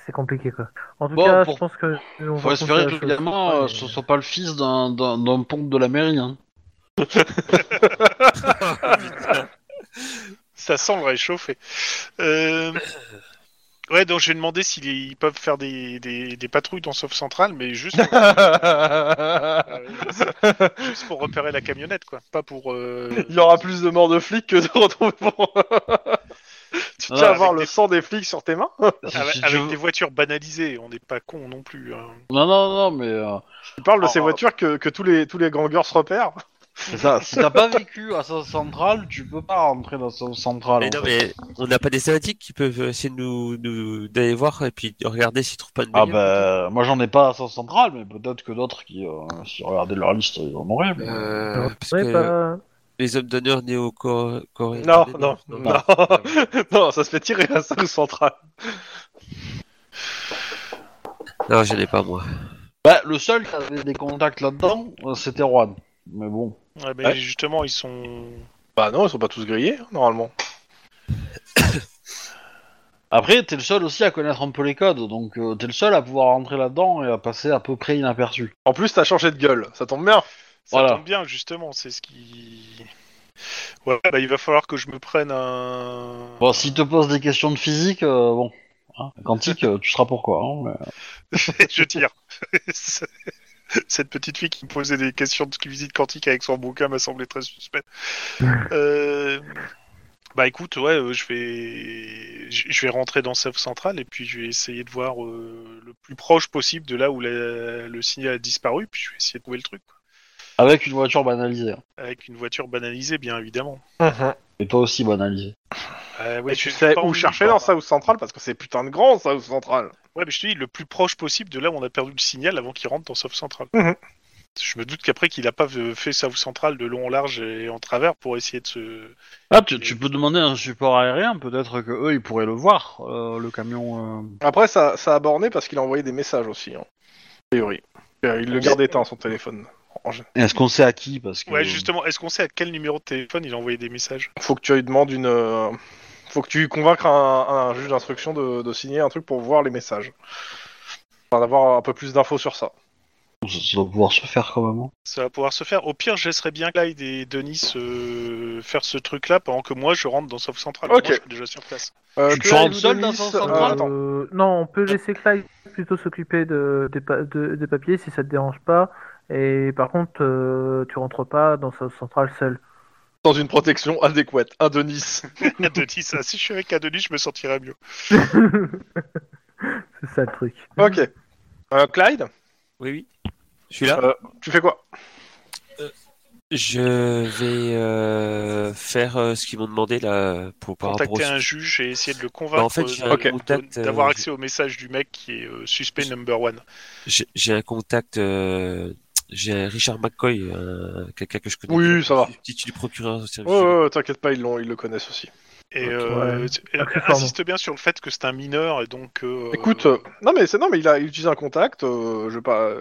C'est compliqué quoi. En tout Bon, cas, pour- je pense que. On faut va espérer penser à que le la chose. gamin, euh, Ouais, ce soit pas le fils d'un, d'un, d'un pompe de la mairie. Hein. Ça sent le réchauffer. Euh, Ouais, donc j'ai demandé s'ils ils peuvent faire des, des- des patrouilles dans Sauf Central, mais juste, euh, juste pour repérer la camionnette, quoi. Pas pour. euh, Il y aura plus de morts de flics que de retrouvailles. tu tiens Ah, à avoir le avec des- sang des flics sur tes mains Si- Avec, si tu Ah avec veux- des voitures banalisées, on n'est pas con non plus. hein. Non, non, non, mais. euh, Tu parles de Oh. ces voitures que, que tous les tous les gangers se repèrent. c'est ça. si t'as pas vécu à South Central, tu peux pas rentrer dans South Central. Mais en non, fait. mais on n'a pas des scientifiques qui peuvent essayer de nous, nous- d'aller voir et puis de regarder s'ils trouvent pas de Ah bagnole, bah, moi j'en ai pas à South Central, mais peut-être que d'autres qui, euh, si regardaient leur liste, ils en bah. auraient. mais- peut-être. Euh, ouais, parce ouais, que- bah, Les hommes d'honneur néo-coréens. Non, non, non, non. ça se fait tirer à South Central. Non, j'en ai pas, moi. Bah, le seul qui avait des contacts là-dedans, euh, c'était Juan. Mais bon. Ouais, mais Ouais. justement, ils sont. Bah non, ils sont pas tous grillés normalement. Après, t'es le seul aussi à connaître un peu les codes, donc euh, t'es le seul à pouvoir rentrer là-dedans et à passer à peu près inaperçu. En plus, t'as changé de gueule, ça tombe bien. Ça Voilà. tombe bien, justement, c'est ce qui. Ouais, bah, il va falloir que je me prenne un. Bon, s'il te pose des questions de physique, euh, bon. Hein, quantique, euh, tu seras pourquoi. Hein, mais- je tire. Cette petite fille qui me posait des questions de visite quantique avec son bouquin m'a semblé très suspecte. Euh, Bah écoute, ouais, euh, je vais, je je vais rentrer dans Safe Central et puis je vais essayer de voir euh, le plus proche possible de là où la- le signal a disparu. Puis je vais essayer de trouver le truc quoi. Avec une voiture banalisée. hein. avec une voiture banalisée, bien évidemment. Et toi aussi banalisée. Euh, ouais, Et Bah, tu je- sais pas où envie, chercher quoi. dans South Central parce que c'est putain de grand South Central. Ouais, mais je te dis, le plus proche possible de là où on a perdu le signal avant qu'il rentre dans South Central. Mhm. Je me doute qu'après qu'il a pas euh, fait South Central de long en large et en travers pour essayer de se. Ah, tu, tu peux demander un support aérien, peut-être que eux ils pourraient le voir, euh, le camion. euh. Après, ça, ça a borné parce qu'il a envoyé des messages aussi, hein. a priori. Euh, il le garde éteint son téléphone. Et Est-ce qu'on sait à qui Parce que. euh, Ouais, justement, est-ce qu'on sait à quel numéro de téléphone il a envoyé des messages Faut que tu lui demandes une. euh, Faut que tu lui convainques un, un juge d'instruction de, de signer un truc pour voir les messages. Enfin, d'avoir un peu plus d'infos sur ça. Ça, ça doit pouvoir se faire quand même. hein. Ça va pouvoir se faire. Au pire, je laisserai bien Clyde et Denis euh, faire ce truc-là pendant que moi je rentre dans South Central. Ok. Moi, je suis déjà sur place. Euh, Tu te Clyde rends ou seul dans Denis, South euh, Central attends. euh, non, on peut laisser Clyde plutôt s'occuper de, des, pa- de- des papiers si ça te dérange pas. Et par contre, euh, tu rentres pas dans South Central seul. Dans une protection adéquate. Un Denis. À Denis, ça, si je suis avec à Denis, je me sentirais mieux. C'est ça le truc. ok. Euh, Clyde, Oui, oui. Je suis là. tu fais quoi Je vais euh, faire euh, ce qu'ils m'ont demandé là pour par rapport Contacter au- un juge et essayer de le Bah, convaincre en fait, j'ai un de- contact. euh, d'avoir accès au message du mec qui est euh, suspect number one. j'ai- J'ai un contact. euh, J'ai un Richard McCoy, euh, quelqu'un que je connais. Oui, ça va. Petit du procureur au service. Ouais, ouais, ouais, t'inquiète pas, ils, l'ont- ils le connaissent aussi. Et Ok. euh, Ouais. tu- euh, Accessoirement. insiste bien sur le fait que c'est un mineur et donc. euh, Écoute, euh, non mais c'est non mais il a utilisé un contact. euh, je vais pas.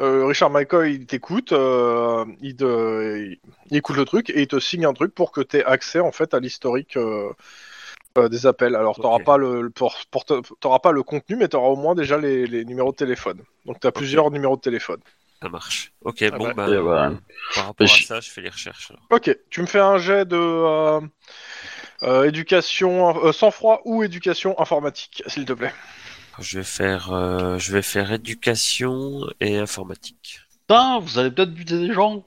euh, Richard McCoy, il t'écoute, euh, il, te- il écoute le truc et il te signe un truc pour que t'aies accès en fait à l'historique euh, euh, des appels. Alors t'auras Ok. pas le le por- porte- t'auras pas le contenu, mais t'auras au moins déjà les, les numéros de téléphone. Donc t'as plusieurs numéros de téléphone. Ça marche. Ok, Ah bon, bah, bah, Et voilà. par rapport à je- ça, je fais les recherches. alors. Ok, tu me fais un jet de euh, euh, éducation, euh, sang-froid ou éducation informatique, s'il te plaît. Je vais faire, euh, je vais faire éducation et informatique. Putain, vous allez peut-être buter des gens.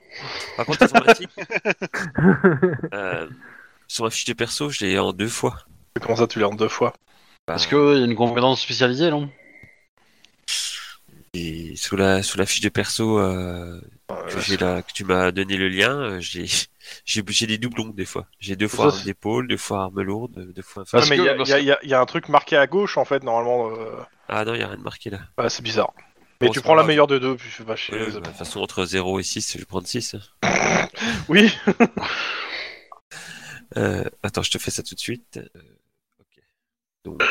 Par contre, informatique, euh, sur ma fiche de perso, je l'ai en deux fois. Comment ça, tu l'as en deux fois Bah, Parce qu'il y a une compétence spécialisée, non et sous la, sous la fiche de perso euh, que, j'ai là, que tu m'as donné le lien, euh, j'ai, j'ai, j'ai des doublons des fois. J'ai deux fois Ça, arme d'épaule, deux fois arme lourde, deux fois. Parce Ouais, mais que- il y a- parce il y, a- que- il y a- il y a un truc marqué à gauche en fait normalement. euh, Ah non, il y a rien de marqué là. bah, c'est bizarre. Mais Bon, tu Oh, c'est prends pas la grave. meilleure des deux, puis je sais pas chez Ouais, bah, De toute façon, entre 0 et 6, je vais prendre hein. 6. Oui. Euh, attends, je te fais ça tout de suite. Euh, ok. Donc,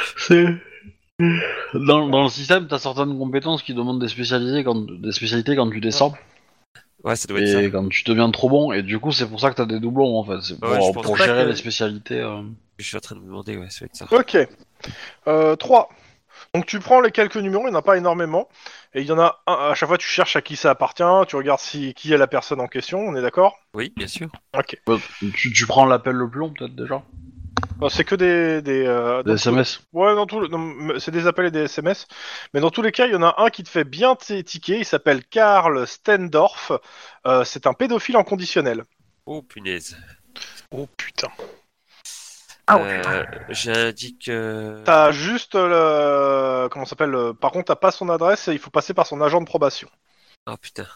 Dans, dans le système, t'as certaines compétences qui demandent des, spécialisés quand, des spécialités quand tu descends ouais, ça Ah, doit être ça. et quand tu deviens trop bon. Et du coup, c'est pour ça que t'as des doublons en fait. C'est pour, Ouais, je pense pour pas gérer que- les spécialités. euh. Je suis en train de me demander, ouais, ça doit être ça. Ok. 3. Donc tu prends les quelques numéros, il n'y en a pas énormément. Et il y en a un, à chaque fois tu cherches à qui ça appartient, tu regardes si, qui est la personne en question, on est d'accord Oui, bien sûr. Ok. Bah, tu, tu prends l'appel le plus long peut-être déjà Non, C'est que des... des, euh, Des dans- SMS Ouais, dans tout le- non, mais c'est des appels et des SMS. Mais dans tous les cas, il y en a un qui te fait bien t- tiquer, il s'appelle Karl Stendorf. Euh, c'est un pédophile en conditionnel. Oh punaise. Oh putain. Ah ouais. Euh, J'indique. euh, Ah. T'as juste le... Comment ça s'appelle euh, Par contre, t'as pas son adresse et il faut passer par son agent de probation. Ah putain.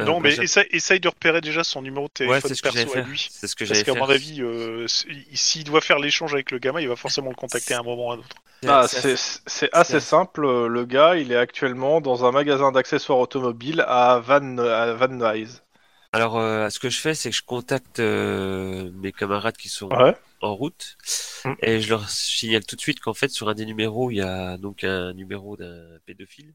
Euh, non, bah, mais j'a- essaye, essaye de repérer déjà son numéro de ouais, téléphone c'est ce que j'allais perso à faire. lui. C'est ce que Parce j'allais qu'à faire. mon avis, euh, s'il s'il doit faire l'échange avec le gamin, il va forcément le contacter à un moment ou à un autre. C'est- Ah, Bah, c'est- c'est c'est assez simple. euh, Le gars, il est actuellement dans un magasin d'accessoires automobiles à Van, à Van Nuys. Alors, euh, ce que je fais, c'est que je contacte euh, mes camarades qui sont Ouais. en route Mm. et je leur signale tout de suite qu'en fait, sur un des numéros, il y a donc un numéro d'un pédophile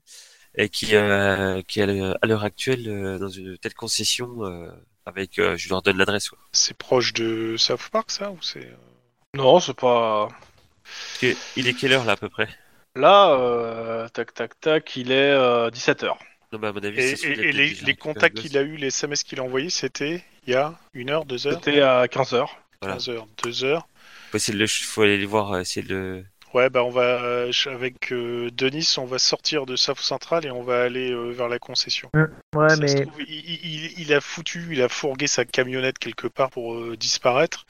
et qui, euh, qui est à l'heure- à l'heure actuelle euh, dans une telle concession euh, avec. euh, je leur donne l'adresse. quoi. C'est proche de South Park, ça ou c'est... Non, c'est pas. Parce que Il est quelle heure là à peu près Là, euh, tac, tac, tac, il est euh, 17h. Non, bah, à mon avis, Et, c'est sur et- la et tête les, des gens les qui contacts perdent qu'il a eu, les SMS qu'il a envoyés, c'était il y a une heure, deux heures, C'était euh, à 15h. Voilà. 15 heures, deux heures. Faut essayer de le- faut aller les voir, euh, essayer de le. Ouais, bah on va euh, ch- avec euh, Denis, on va sortir de South Central et on va aller euh, vers la concession. Ouais, Ça se mais trouve, il, il- il a foutu, il a fourgué sa camionnette quelque part pour euh, disparaître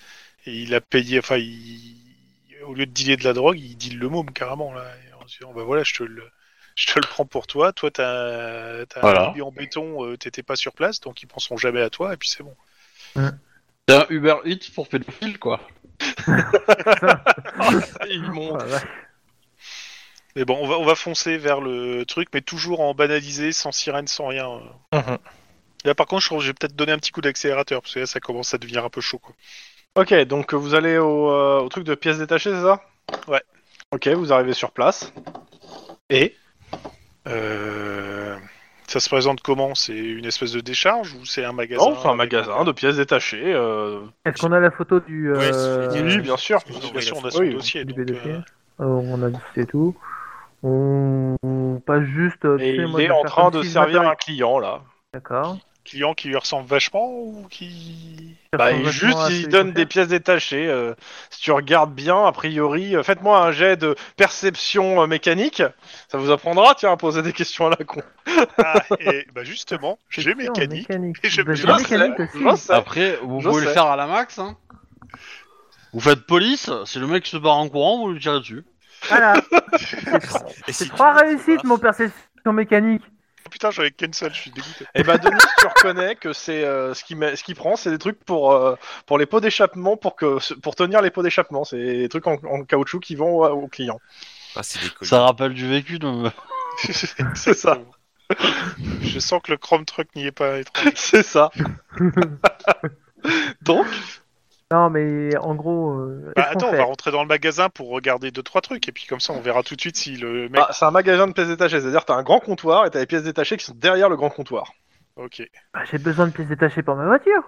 et il a payé. Enfin, il- au lieu de dealer de la drogue, il deal le môme carrément là. Et en se disant, bah voilà, je te le, je te le prends pour toi. Toi, t'as, t'as Voilà. un billet en béton, euh, t'étais pas sur place, donc ils penseront jamais à toi et puis c'est bon. C'est un Uber Eats pour pédophile quoi. Il oh monte. la vache. Mais bon, on va, on va foncer vers le truc, mais toujours en banalisé, sans sirène, sans rien. euh. Mhm. Là, par contre, je, trouve que je vais peut-être donner un petit coup d'accélérateur, parce que là, ça commence à devenir un peu chaud. Quoi. Ok, donc euh, vous allez au, euh, au truc de pièces détachées, c'est ça Ouais. Ok, vous arrivez sur place. Et Euh, Ça se présente comment C'est une espèce de décharge ou c'est Oh, un magasin Non, c'est un avec- magasin de pièces détachées. euh, Est-ce qu'on a la photo du. Ouais, euh, c'est- Oui, bien sûr. De toute façon, on a son Oui, dossier. du donc, pédophile euh, Euh, On a dit c'est tout. On, on passe juste. euh, Et tu sais, il moi, je est vais en faire train comme de si je servir m'attendais- un client là. D'accord. client qui lui ressemble vachement ou qui. Bah, Faire son et juste, vêtement à il celui donne qu'on des cherche. pièces détachées. euh, si tu regardes bien, a priori, euh, faites-moi un jet de perception euh, mécanique. Ça vous apprendra, tiens, à poser des questions à la con. Ah, et bah justement, j'ai Question mécanique. mécanique. et j'ai- Bah, j'ai je mécanique aussi. Je sais. Après, vous Je pouvez sais. le faire à la max. Hein. Vous faites police, si le mec se barre en courant, vous lui tirez dessus. Voilà. Et si Trois tu- réussites, mon perception mécanique. Putain, j'en ai qu'une seule, je suis dégoûté. Et bah Denis, tu reconnais que c'est euh, ce qu'il met- ce qu'il prend, c'est des trucs pour euh, pour les pots d'échappement, pour que pour tenir les pots d'échappement, c'est des trucs en, en caoutchouc qui vont euh, au- aux clients. Ah, c'est des colis. Ça rappelle du vécu de. euh, C'est ça. Je sens que le Chrome Truck n'y est pas étranger. C'est ça. Donc, Non, mais en gros, euh, Bah, qu'est-ce qu'on attends, on fait va rentrer dans le magasin pour regarder deux trois trucs et puis comme ça on verra tout de suite si le mec. bah, c'est un magasin de pièces détachées, c'est-à-dire t'as un grand comptoir et t'as les pièces détachées qui sont derrière le grand comptoir. Ok. Bah, J'ai besoin de pièces détachées pour ma voiture.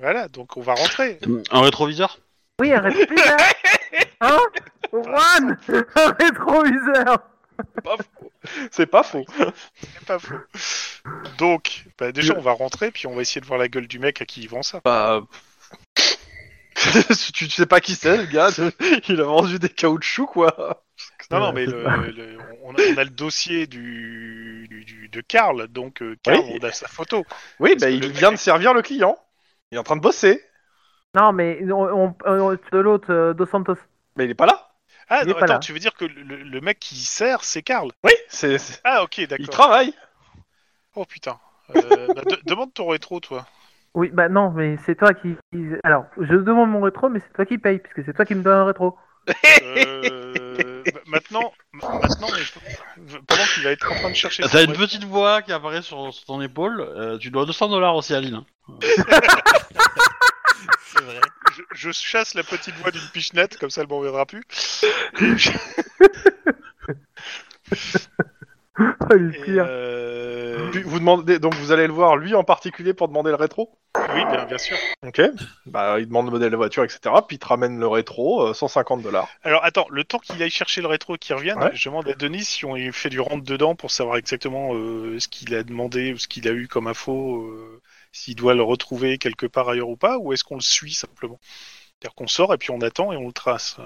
Voilà, donc on va rentrer. Un rétroviseur Oui, un rétroviseur. hein Juan, un rétroviseur. C'est pas faux. C'est pas faux. Donc, bah, déjà on va rentrer puis on va essayer de voir la gueule du mec à qui ils vend ça. Bah, tu, tu sais pas qui c'est, le gars. tu- Il a vendu des caoutchoucs, quoi. Non, Euh, non, mais le- le- on, a, on a le dossier du, du- du- de Karl, donc euh, Karl, Oui. on a sa photo. Oui, Parce bah, que il le mec- vient de servir le client. Il est en train de bosser, Non, mais on, on- on- de l'autre, euh, Dos Santos. mais il est pas là. Ah, Il est non, pas attends, là. tu veux dire que le, le mec qui sert, c'est Karl Oui, c'est, c'est- Ah, ok, il d'accord. travaille. Oh putain. Euh, bah, de- demande ton rétro, toi. Oui, bah non, mais c'est toi qui. qui- Alors, je demande mon rétro, mais c'est toi qui paye, puisque c'est toi qui me donne un rétro. Euh, bah, maintenant, ma- maintenant, mais- pendant qu'il va être en train de chercher. son T'as une web- petite voix qui apparaît sur, sur ton épaule, euh, tu dois 200 dollars aussi hein. à Lille. C'est vrai. je, je chasse la petite voix d'une pichenette, comme ça elle m'en reviendra plus. Oh, le Et, pire. euh, Puis Vous demandez, donc vous allez le voir, lui en particulier, pour demander le rétro. Oui, bien, bien sûr. Ok. Bah, il demande le modèle de la voiture, etc. Puis il te ramène le rétro, euh, 150 dollars. Alors attends, le temps qu'il aille chercher le rétro et qu'il revienne, Ouais. je demande à Denis si on lui fait du rentre dedans pour savoir exactement euh, ce qu'il a demandé ou ce qu'il a eu comme info, euh, s'il doit le retrouver quelque part ailleurs ou pas, ou est-ce qu'on le suit simplement C'est-à-dire qu'on sort et puis on attend et on le trace. euh.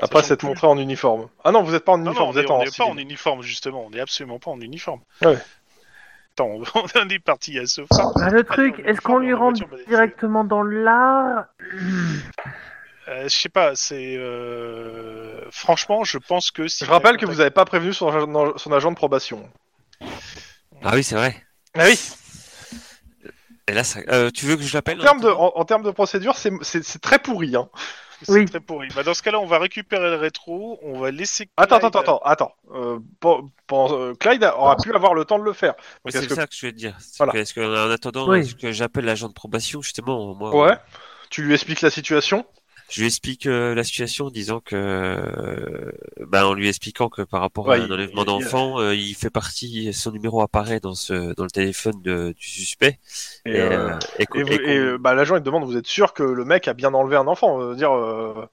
Après, Sachant c'est que- montré en uniforme. Ah non, vous êtes pas en Non, uniforme, non, on vous n'est êtes en, pas en civil. uniforme justement, on n'est absolument pas en uniforme. Ouais. Attends, on, on est parti à ce phare. Bah, le truc, Attends, est-ce qu'on lui on va rentre voiture, bah, directement dans l'art Euh, je sais pas, c'est euh, franchement, je pense que si Je rappelle que vous avez pas prévenu son, agent- son agent de probation. Ah oui, c'est vrai. Ah oui. Et là, ça... euh, tu veux que je l'appelle En termes de, en, en termes de procédure, c'est c'est- c'est très pourri. Hein. C'est Oui. très pourri. Bah, dans ce cas-là, on va récupérer le rétro, on va laisser. Attends, Clyde- attends, attends, attends. Euh, pour- pour- euh, Clyde a- aura pu avoir le temps de le faire. Mais Donc, C'est est-ce que- ça que je voulais te dire. C'est Voilà. que, Est-ce qu'en attendant, Oui. est-ce que j'appelle l'agent de probation, justement, moi, Ouais. Tu lui expliques la situation. Je lui explique euh, la situation en disant que, euh, ben, en lui expliquant que par rapport Ouais, à un il- enlèvement il- d'enfant, euh, il fait partie, son numéro apparaît dans ce, dans le téléphone de- du suspect. Et, Et, euh, euh, et qu'on- et vous- et qu'on- et, euh, bah, l'agent il demande, vous êtes sûr que le mec a bien enlevé un enfant euh, dire, euh,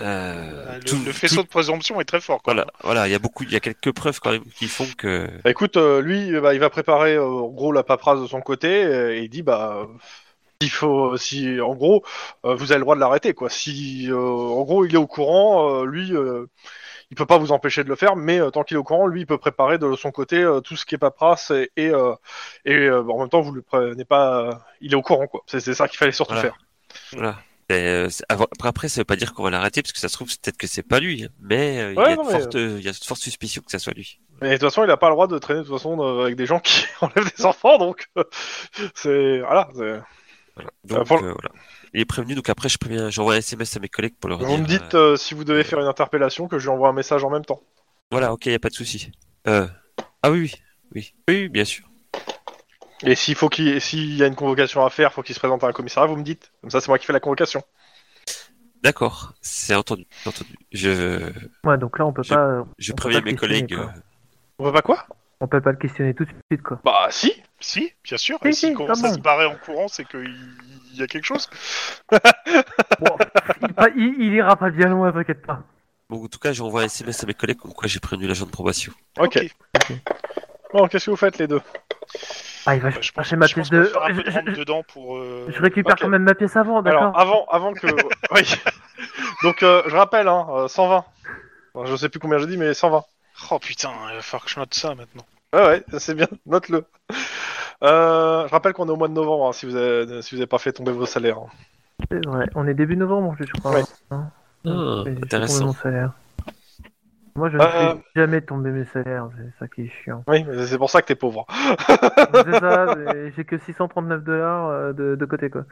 euh, Euh, le, tout- le faisceau tout- de présomption est très fort. Quoi. voilà, voilà, il y a beaucoup, il y a quelques preuves quand même qui font que. Bah, Écoute, euh, lui, euh, bah, il va préparer euh, en gros la paperasse de son côté euh, et il dit, bah, euh, il faut, euh, si, en gros, euh, vous avez le droit de l'arrêter, quoi. Si, euh, en gros, il est au courant, euh, lui, euh, il peut pas vous empêcher de le faire, mais euh, tant qu'il est au courant, lui, il peut préparer de son côté euh, tout ce qui est paperasse et, et, euh, et, euh, en même temps, vous le prenez pas, euh, il est au courant, quoi. C'est c'est ça qu'il fallait surtout Voilà. faire. Et, euh, c'est- avant- après, après, ça veut pas dire qu'on va l'arrêter parce que ça se trouve c'est peut-être que c'est pas lui, hein. mais euh, il y Ouais, a non, de mais, fortes, euh, il y a de fortes suspicions que ça soit lui. Mais de toute façon, il a pas le droit de traîner de toute façon euh, avec des gens qui enlèvent des enfants, donc euh, c'est voilà. c'est- Voilà. Donc Euh, pour le- euh, voilà. Il est prévenu, donc après je préviens, j'envoie un SMS à mes collègues pour leur Vous dire. me dites euh, euh, si vous devez faire une interpellation que je lui envoie un message en même temps. Voilà, ok, il y a pas de souci. Euh... Ah oui, oui, oui, oui, oui, bien sûr. Et s'il faut qu'il et s'il y a une convocation à faire, faut qu'il se présente à un commissariat, vous me dites. Comme ça, c'est moi qui fais la convocation. D'accord, c'est entendu, c'est entendu. Je, Ouais, donc là, on peut Je- pas. euh, je on peut préviens pas mes questionner, collègues. quoi. euh, On veut pas quoi On peut pas le questionner tout de suite, quoi. Bah si. Si, bien sûr. Si, Et si, s'il commence quand à même. se barrer en courant, c'est qu'il il y a quelque chose. Il, pas- il- il ira pas bien loin, t'inquiète pas. Bon, en tout cas, j'envoie un SMS à mes collègues comme quoi j'ai prévenu l'agent de probation. Ok. Ok. Bon, qu'est-ce que vous faites les deux Ah, il va Bah, je pense, chercher ma je pense pièce qu'on va faire un de. peu de Je, rentre je- dedans pour. euh, je récupère Ok. quand même ma pièce avant, Alors ah. d'accord avant, avant que. oui. Donc euh, je rappelle, hein, euh, 120. Bon, Je sais plus combien j'ai dit, mais 120. Oh putain, il va falloir que je note ça maintenant. Ouais, ouais, c'est bien, note-le. Euh, je rappelle qu'on est au mois de novembre, hein, si vous avez, si vous n'avez pas fait tomber vos salaires. hein. C'est vrai, on est début novembre, en plus, je crois. Ouais. hein. Ah, Mais j'ai fait tomber intéressant. mon salaire. Moi, je ne Euh. fais jamais tomber mes salaires, c'est ça qui est chiant. Oui, mais c'est pour ça que t'es pauvre. c'est ça, mais j'ai que 639 dollars euh, de, de côté, quoi.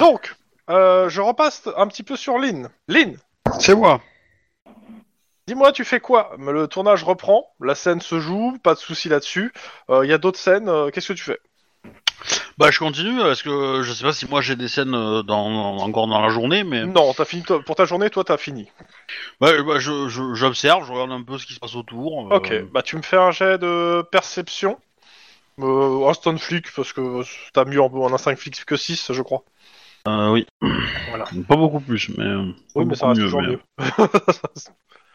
Donc, euh, je repasse un petit peu sur Lynn. Lynn, C'est moi. dis-moi, tu fais quoi Le tournage reprend, la scène se joue, pas de souci là-dessus. Euh, Il y a d'autres scènes, euh, qu'est-ce que tu fais Bah je continue parce que je sais pas si moi j'ai des scènes euh, dans, encore dans la journée, mais Non, t'as fini toi- pour ta journée, toi t'as fini. bah, bah, je- je- j'observe, je, regarde un peu ce qui se passe autour. euh, Ok, bah tu me fais un jet de perception. Euh, instant flic, parce que t'as mieux en, en instinct flic que 6, je crois. euh, oui. Voilà. Pas beaucoup plus, mais. euh, pas Oui, mais ça beaucoup reste toujours mais- mieux.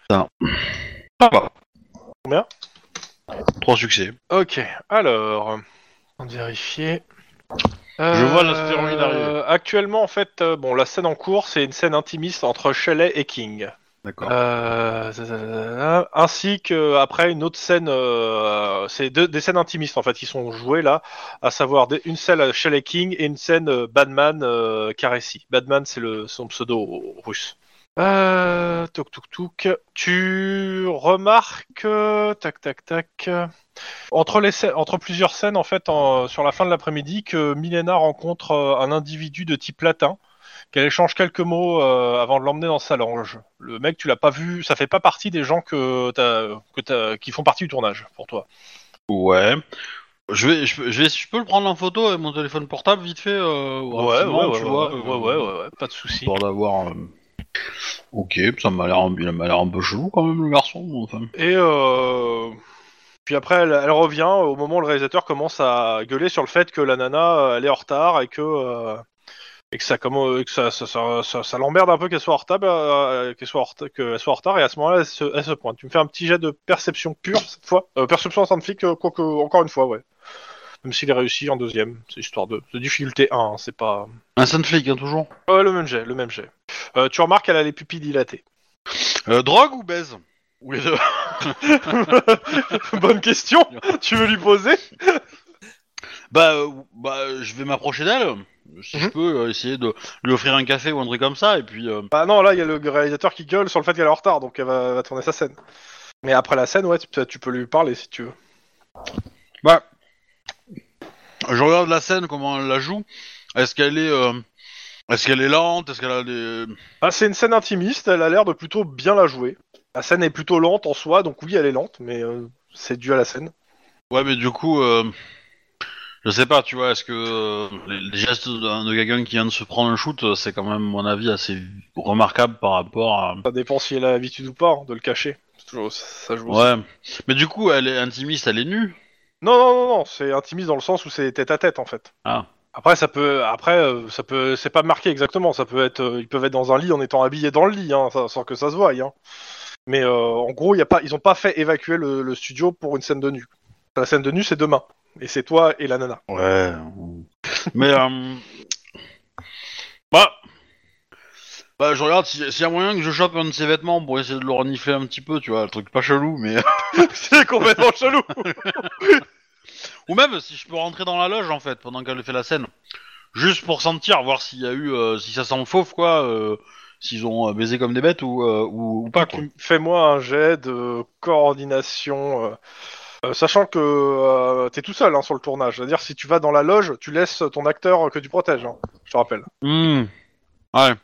Ça va. Combien Trois succès. Ok, alors. On vérifier. Euh, Je vois l'astéroïde arriver. Actuellement, en fait, euh, bon, la scène en cours, c'est une scène intimiste entre Shelley et King. D'accord. Euh, ça, ça, ça, ça, ainsi que après une autre scène, euh, c'est deux, des scènes intimistes en fait qui sont jouées là, à savoir des- une scène à Shelley King et une scène euh, Badman euh, Caressi. Badman c'est le son pseudo russe. Euh, touk touk touk. Tu remarques euh, tac tac tac euh, entre les scè- entre plusieurs scènes en fait en- sur la fin de l'après-midi que Milena rencontre euh, un individu de type latin qu'elle échange quelques mots euh, avant de l'emmener dans sa loge. Le mec, tu l'as pas vu, ça fait pas partie des gens que t'as, que t'as- qui font partie du tournage pour toi. Ouais. Je vais, je, peux- je vais- je peux le prendre en photo avec mon téléphone portable vite fait. euh, rapidement, tu vois, ouais, euh, ouais, ouais, ouais, pas de souci. Histoire d'avoir. euh, Ok, ça m'a l'air, il m'a l'air un peu chelou quand même le garçon. mais Enfin. Et euh, puis après, elle, elle revient au moment où le réalisateur commence à gueuler sur le fait que la nana, euh, elle est en retard et que euh, et que ça comment euh, et que ça ça, ça- ça- ça l'emmerde un peu qu'elle soit en retard, euh, qu'elle soit en retard, qu'elle soit en retard et à ce moment-là, elle se, elle se pointe. Tu me fais un petit jet de perception pure cette fois, Euh, perception scientifique, euh, quoique encore une fois, ouais. Même s'il est réussi en deuxième, c'est histoire de, de difficulté 1, hein, c'est pas. Un scène flic, hein, toujours. Ouais, le même jet, le même jet. Euh, tu remarques qu'elle a les pupilles dilatées. Euh, drogue ou baise Ou les deux. Bonne question. tu veux lui poser Bah, euh, bah, je vais m'approcher d'elle, si Mhm. je peux, euh, essayer de lui offrir un café ou un truc comme ça, et puis. euh, Bah non, là, il y a le réalisateur qui gueule sur le fait qu'elle est en retard, donc elle va, va tourner sa scène. Mais après la scène, ouais, tu, tu peux lui parler si tu veux. bah, je regarde la scène, comment elle la joue. Est-ce qu'elle est, euh, est-ce qu'elle est lente Est-ce qu'elle a des. Ah, c'est une scène intimiste, elle a l'air de plutôt bien la jouer. La scène est plutôt lente en soi, donc oui, elle est lente, mais euh, c'est dû à la scène. Ouais, mais du coup, euh, je sais pas, tu vois, est-ce que euh, les, les gestes d'un- de quelqu'un qui vient de se prendre un shoot, euh, c'est quand même, à mon avis, assez remarquable par rapport à. Ça dépend si elle a l'habitude ou pas hein, de le cacher. C'est toujours- ça joue aussi. Ouais. Mais du coup, elle est intimiste, elle est nue. Non, non, non, non, c'est intimiste dans le sens où c'est tête à tête en fait. Ah. Après, ça peut, après, euh, ça peut, c'est pas marqué exactement. Ça peut être, euh, ils peuvent être dans un lit en étant habillés dans le lit, hein, ça- sans que ça se voie. Hein. Mais euh, en gros, y a pas, ils ont pas fait évacuer le, le studio pour une scène de nu. La scène de nu, c'est demain, et c'est toi et la nana. Ouais. Mais euh... bah, bah, je regarde si- s'il y a moyen que je chope un de ses vêtements pour essayer de le renifler un petit peu, tu vois, le truc pas chelou, mais c'est complètement chelou. ou même si je peux rentrer dans la loge en fait pendant qu'elle fait la scène, juste pour sentir, voir s'il y a eu, euh, si ça sent le fauve quoi, euh, s'ils ont euh, baisé comme des bêtes ou euh, ou, ou pas quoi. Tu me- Fais-moi un jet de coordination. euh, euh, sachant que euh, t'es tout seul hein, sur le tournage, c'est-à-dire si tu vas dans la loge, tu laisses ton acteur que tu protèges, hein, je te rappelle. Hmm. Ouais.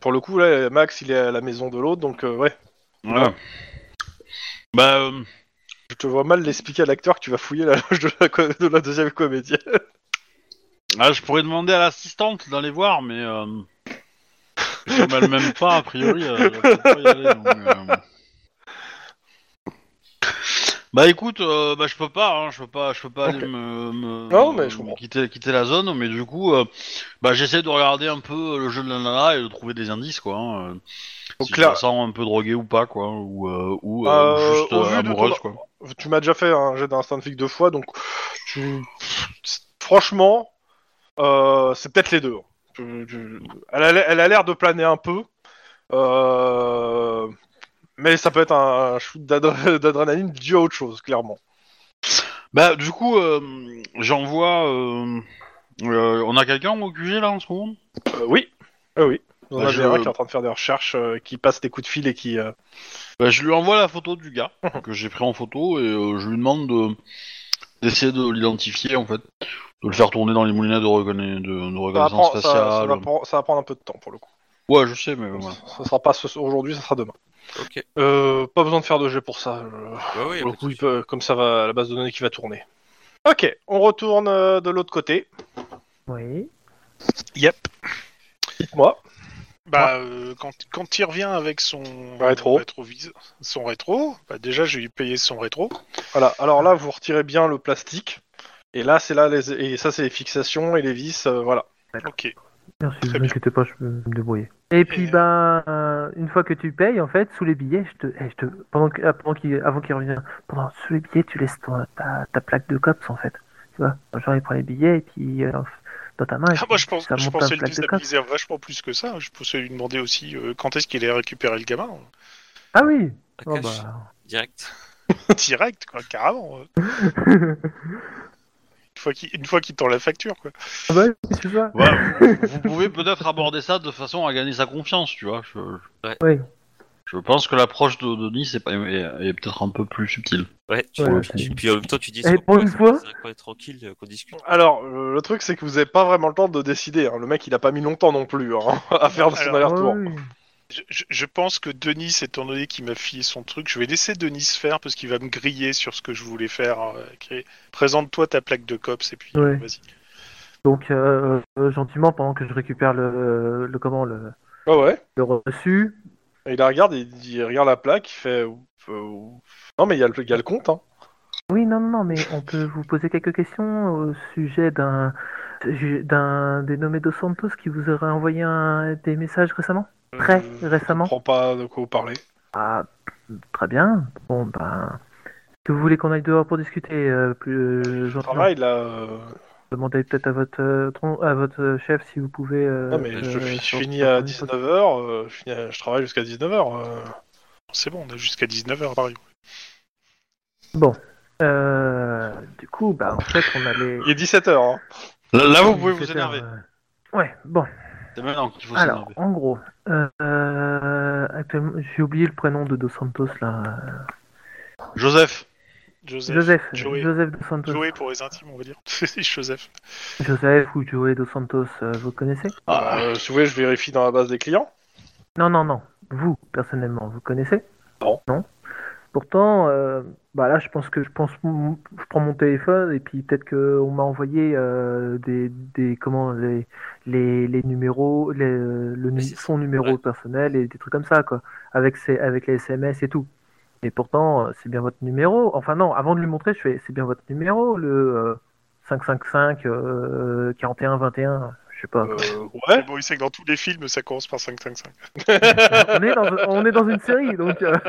Pour le coup, là, Max, il est à la maison de l'autre, donc euh, ouais, Ouais. Bah. euh, je te vois mal l'expliquer à l'acteur que tu vas fouiller la loge de la, co- de la deuxième comédienne. Ah, je pourrais demander à l'assistante d'aller voir, mais euh, comme elle m'aime pas, a priori, euh, elle peut pas y aller. donc, euh. Bah écoute, euh, bah je peux pas, hein, je peux pas, je peux pas aller me, me- Non, mais je comprends. quitter, quitter la zone, mais du coup, euh, bah j'essaie de regarder un peu euh, le jeu de la nana et de trouver des indices quoi. hein, euh, Donc si je là- la sens un peu droguée ou pas quoi, ou euh, ou euh, Euh, juste au euh, vu de ton- amoureuse quoi. Tu m'as déjà fait un jet d'instinct de flic deux fois, donc tu... franchement, euh, c'est peut-être les deux. hein. Tu- tu- Elle a l'air- elle a l'air de planer un peu, euh, mais ça peut être un shoot d'adr- d'adrénaline dû à autre chose, clairement. Bah du coup, euh, j'envoie. euh, euh, on a quelqu'un au QG là en ce moment Euh, oui, Euh, oui. On Bah, a je- Vera qui est en train de faire des recherches, euh, qui passe des coups de fil et qui. euh, Bah, je lui envoie la photo du gars que j'ai pris en photo et euh, je lui demande de d'essayer de l'identifier en fait, de le faire tourner dans les moulinets de, reconna- de- de Ça, va reconnaissance prendre, ça- ça faciale. va prendre- ça va prendre un peu de temps pour le coup. Ouais, je sais, mais Ça voilà. ça sera pas ce- aujourd'hui, ça sera demain. Ok. Euh, pas besoin de faire de jet pour ça. euh, Ouais, ouais, pour le pas de coup, il souci. peut- comme ça va la base de données qui va tourner. Ok, on retourne euh, de l'autre côté. Oui. Yep. Dites-moi. Bah, euh, quand, quand il revient avec son Rétro. rétrovis- son rétro, bah déjà je vais lui payer son rétro. Voilà. Alors là, vous retirez bien le plastique. Et là, c'est là les et ça, c'est les fixations et les vis. euh, voilà. Ok. Merci, Très ne bien. inquiétez pas, je peux me débrouiller. Et puis, euh, ben, euh, une fois que tu payes, en fait, sous les billets, je te, eh, je te- pendant que, ah, pendant qu'il- avant qu'il revienne, pendant sous les billets, tu laisses ton- ta, ta plaque de cops, en fait. Tu vois, genre il prend les billets et puis euh, dans ta main. et Ah, puis, moi je, pense, ça je monte pensais ta le plaque de cops. déstabiliser vachement plus que ça. Je pensais lui demander aussi euh, quand est-ce qu'il allait récupérer le gamin. Ah oui. Un Oh, cache, bah. Direct. Direct, quoi, carrément. euh. Une fois qu'il une fois qu'il tend la facture, quoi. Ah bah, tu vois. Ouais, vous- vous pouvez peut-être aborder ça de façon à gagner sa confiance, tu vois. Je, je- Ouais. Oui. je pense que l'approche de Denis est, pas- est- est peut-être un peu plus subtile. Ouais, tu- Ouais, tu- puis en même temps, tu dis. Et pour une fois- C'est quoi, tranquille, euh, qu'on discute. Alors, euh, le truc, c'est que vous n'avez pas vraiment le temps de décider. hein. Le mec, il a pas mis longtemps non plus hein, à faire son Alors, aller-retour. Ah euh, oui. Je, je- je pense que Denis, étant donné qu'il m'a filé son truc, je vais laisser Denis faire parce qu'il va me griller sur ce que je voulais faire. euh, qui est, Présente-toi ta plaque de cops et puis euh, Ouais. vas-y. Donc euh, euh, gentiment, pendant que je récupère le, le comment le, Ouais, Ah ouais. le reçu, Et il la regarde, il, il regarde la plaque, il fait. euh, euh, non, mais il y, a le- il y a le compte. Hein. Oui, non, non, non, mais on peut vous poser quelques questions au sujet d'un ju- d'un dénommé Dos Santos qui vous aurait envoyé un- des messages récemment Très Euh, Je récemment comprends pas de quoi vous parlez. Ah, très bien. Bon, ben. Que vous voulez qu'on aille dehors pour discuter euh, plus euh, Le gentiment travail, là. euh, Demandez peut-être à votre euh, tron- à votre chef si vous pouvez. euh, Non, mais je, euh, fi- je sur- finis sur- à sur- 19h, euh, je, finis à- je travaille jusqu'à euh. 19h. C'est bon, on a jusqu'à 19h à Paris. Euh, du coup, bah en fait, on allait. Il est 17h. Hein. Là, là, vous pouvez vous 17, énerver. euh, Ouais, bon. C'est maintenant qu'il faut Alors, s'énerver. en gros, euh, euh, actuellement, j'ai oublié le prénom de Dos Santos là. Joseph, Joseph. Joseph, Joey. Joseph Dos Santos. Joey pour les intimes, on va dire. C'est Joseph. Joseph ou Joey Dos Santos, euh, vous connaissez Ah, Euh, si vous voulez, je vérifie dans la base des clients. Non, non, non. Vous, personnellement, vous connaissez Non. Non. Pourtant, euh, bah là, je pense que je pense, je prends mon téléphone et puis peut-être qu'on m'a envoyé euh, des, des, comment, les, les, les numéros, les, euh, le, nu- c'est ça, son numéro ouais. personnel et des trucs comme ça, quoi, avec ses, avec les SMS et tout. Et pourtant, euh, c'est bien votre numéro. Enfin non, avant de lui montrer, je fais, c'est bien votre numéro, le euh, 555 euh, 41 21. Je sais pas. quoi. Euh, C'est ouais. Bon, il sait que dans tous les films, ça commence par 555. on, est dans, on est dans une série, donc. euh,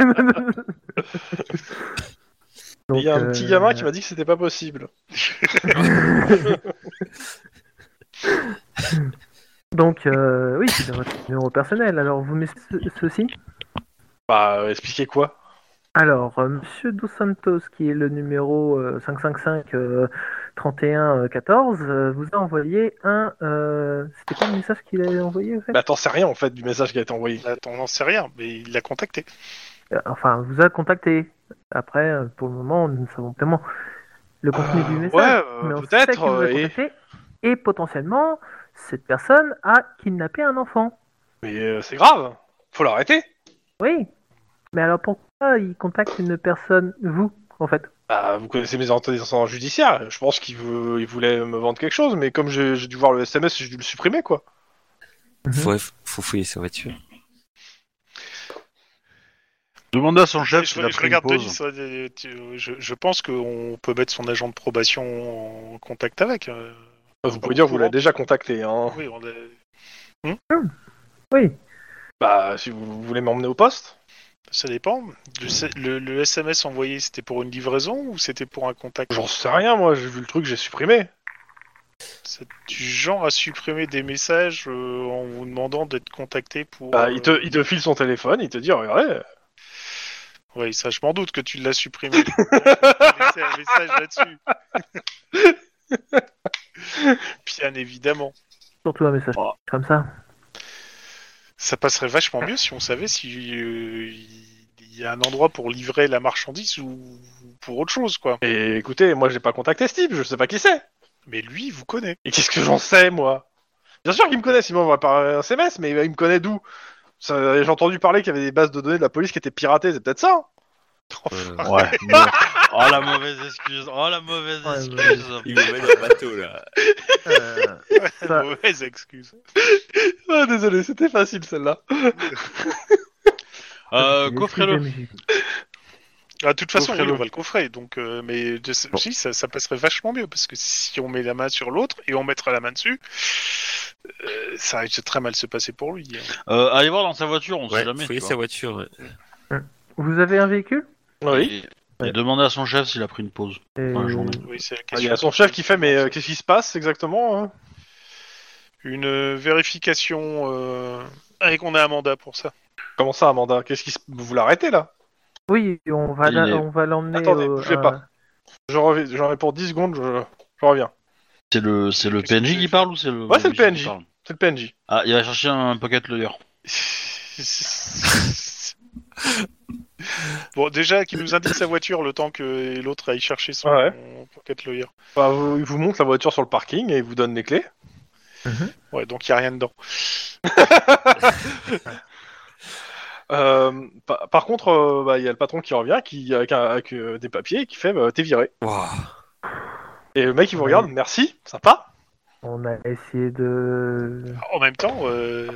Il y a un Donc, petit euh, gamin qui m'a dit que c'était pas possible. Donc, euh, oui, c'est votre numéro personnel. Alors, vous mettez ce- ceci Bah, euh, expliquez quoi Alors, euh, Monsieur Dos Santos, qui est le numéro euh, 555-31-14, euh, vous a envoyé un. euh, C'était quoi le message qu'il avait envoyé, en fait Bah, t'en sais rien en fait du message qui a été envoyé. Attends, on n'en sait rien, mais il l'a contacté. Bah. Euh, Enfin, vous a contacté. Après, euh, pour le moment, nous ne savons tellement le contenu Euh, du message. ouais, euh, mais on sait peut-être, qu'il vous a euh, et- contacté, et potentiellement, cette personne a kidnappé un enfant. Mais euh, c'est grave, faut l'arrêter. Oui. Mais alors pourquoi il contacte une personne, vous, en fait Bah, vous connaissez mes antécédents judiciaires. Je pense qu'il veut- il voulait me vendre quelque chose, mais comme j'ai j'ai dû voir le SMS, j'ai dû le supprimer quoi. Faut, faut fouiller sa voiture. demandez à son Je, chef s'il a je pris une regarde pause. Denis, euh, tu- je, je pense qu'on peut mettre son agent de probation en contact avec. euh. Bah, vous pouvez dire que vous l'avez déjà contacté. Hein. Oui, on l'a- Oui. Bah, si vous voulez m'emmener au poste. Ça dépend. Le, S- le- le SMS envoyé, c'était pour une livraison ou c'était pour un contact J'en sais rien moi, j'ai vu le truc, j'ai supprimé. C'est du genre à supprimer des messages euh, en vous demandant d'être contacté pour. Bah, euh, il, te, il te file son téléphone, il te dit regardez. Oui, ça, je m'en doute que tu l'as supprimé. Je vais laisser un message là-dessus. Bien évidemment. Surtout un message Oh. comme ça. Ça passerait vachement mieux si on savait si euh, il y a un endroit pour livrer la marchandise ou pour autre chose, quoi. Et écoutez, moi j'ai pas contacté ce type, je sais pas qui c'est. Mais lui, il vous connaît. Et qu'est-ce que j'en sais, moi Bien sûr qu'il me connaît, sinon on va parler un SMS, mais il me connaît d'où Ça, J'ai entendu parler qu'il y avait des bases de données de la police qui étaient piratées, c'est peut-être ça hein Ouais. mais- Oh la mauvaise excuse. Oh la mauvaise Ouais, excuse. Il me met dans le bateau, là. Euh, Ça- Mauvaise excuse. Ah, Désolé, c'était facile celle-là. Euh, j'ai coffrez-le. excusé, mais j'ai- Ah, De toute façon, oui, Coffrez-le. on va le coffrer. Donc, euh, mais je sais- si, ça, ça passerait vachement mieux parce que si on met la main sur l'autre et on mettra la main dessus, euh, ça risque de très mal se passer pour lui. hein. Euh, allez voir dans sa voiture, on Ouais, sait jamais. fouiller tu sa voiture. ouais. Vous avez un véhicule vois. Oui. Et, et demandez à son chef s'il a pris une pause. Et- Dans la journée. Oui, c'est la Ah, Il y question. a son chef qui fait, mais euh, qu'est-ce qui se passe exactement hein Une euh, vérification. Euh... Et qu'on a un mandat pour ça. Comment ça, Amanda Qu'est-ce qui se... Vous l'arrêtez là Oui, on va Il la- est- on va l'emmener. Attendez, au- bougez à- pas. Je reviens- J'en ai pour 10 secondes, je, je reviens. C'est le, c'est le Qu'est-ce que PNJ tu qui fais parle ou c'est le. Ouais, c'est le qui PNJ. parle C'est le PNJ. Ah, il va chercher un pocket lawyer. bon, déjà, qu'il nous indique sa voiture le temps que l'autre aille chercher son Ouais. pocket lawyer. Bah, vous- il vous montre la voiture sur le parking et il vous donne les clés. Ouais, donc il n'y a rien dedans. Euh, pa- par contre, euh, bah, il y a le patron qui revient qui, avec, un- avec, euh, des papiers et qui fait bah, T'es viré. Wouah. Et le mec il vous Ouais. regarde Merci, sympa. On a essayé de. En même temps, euh,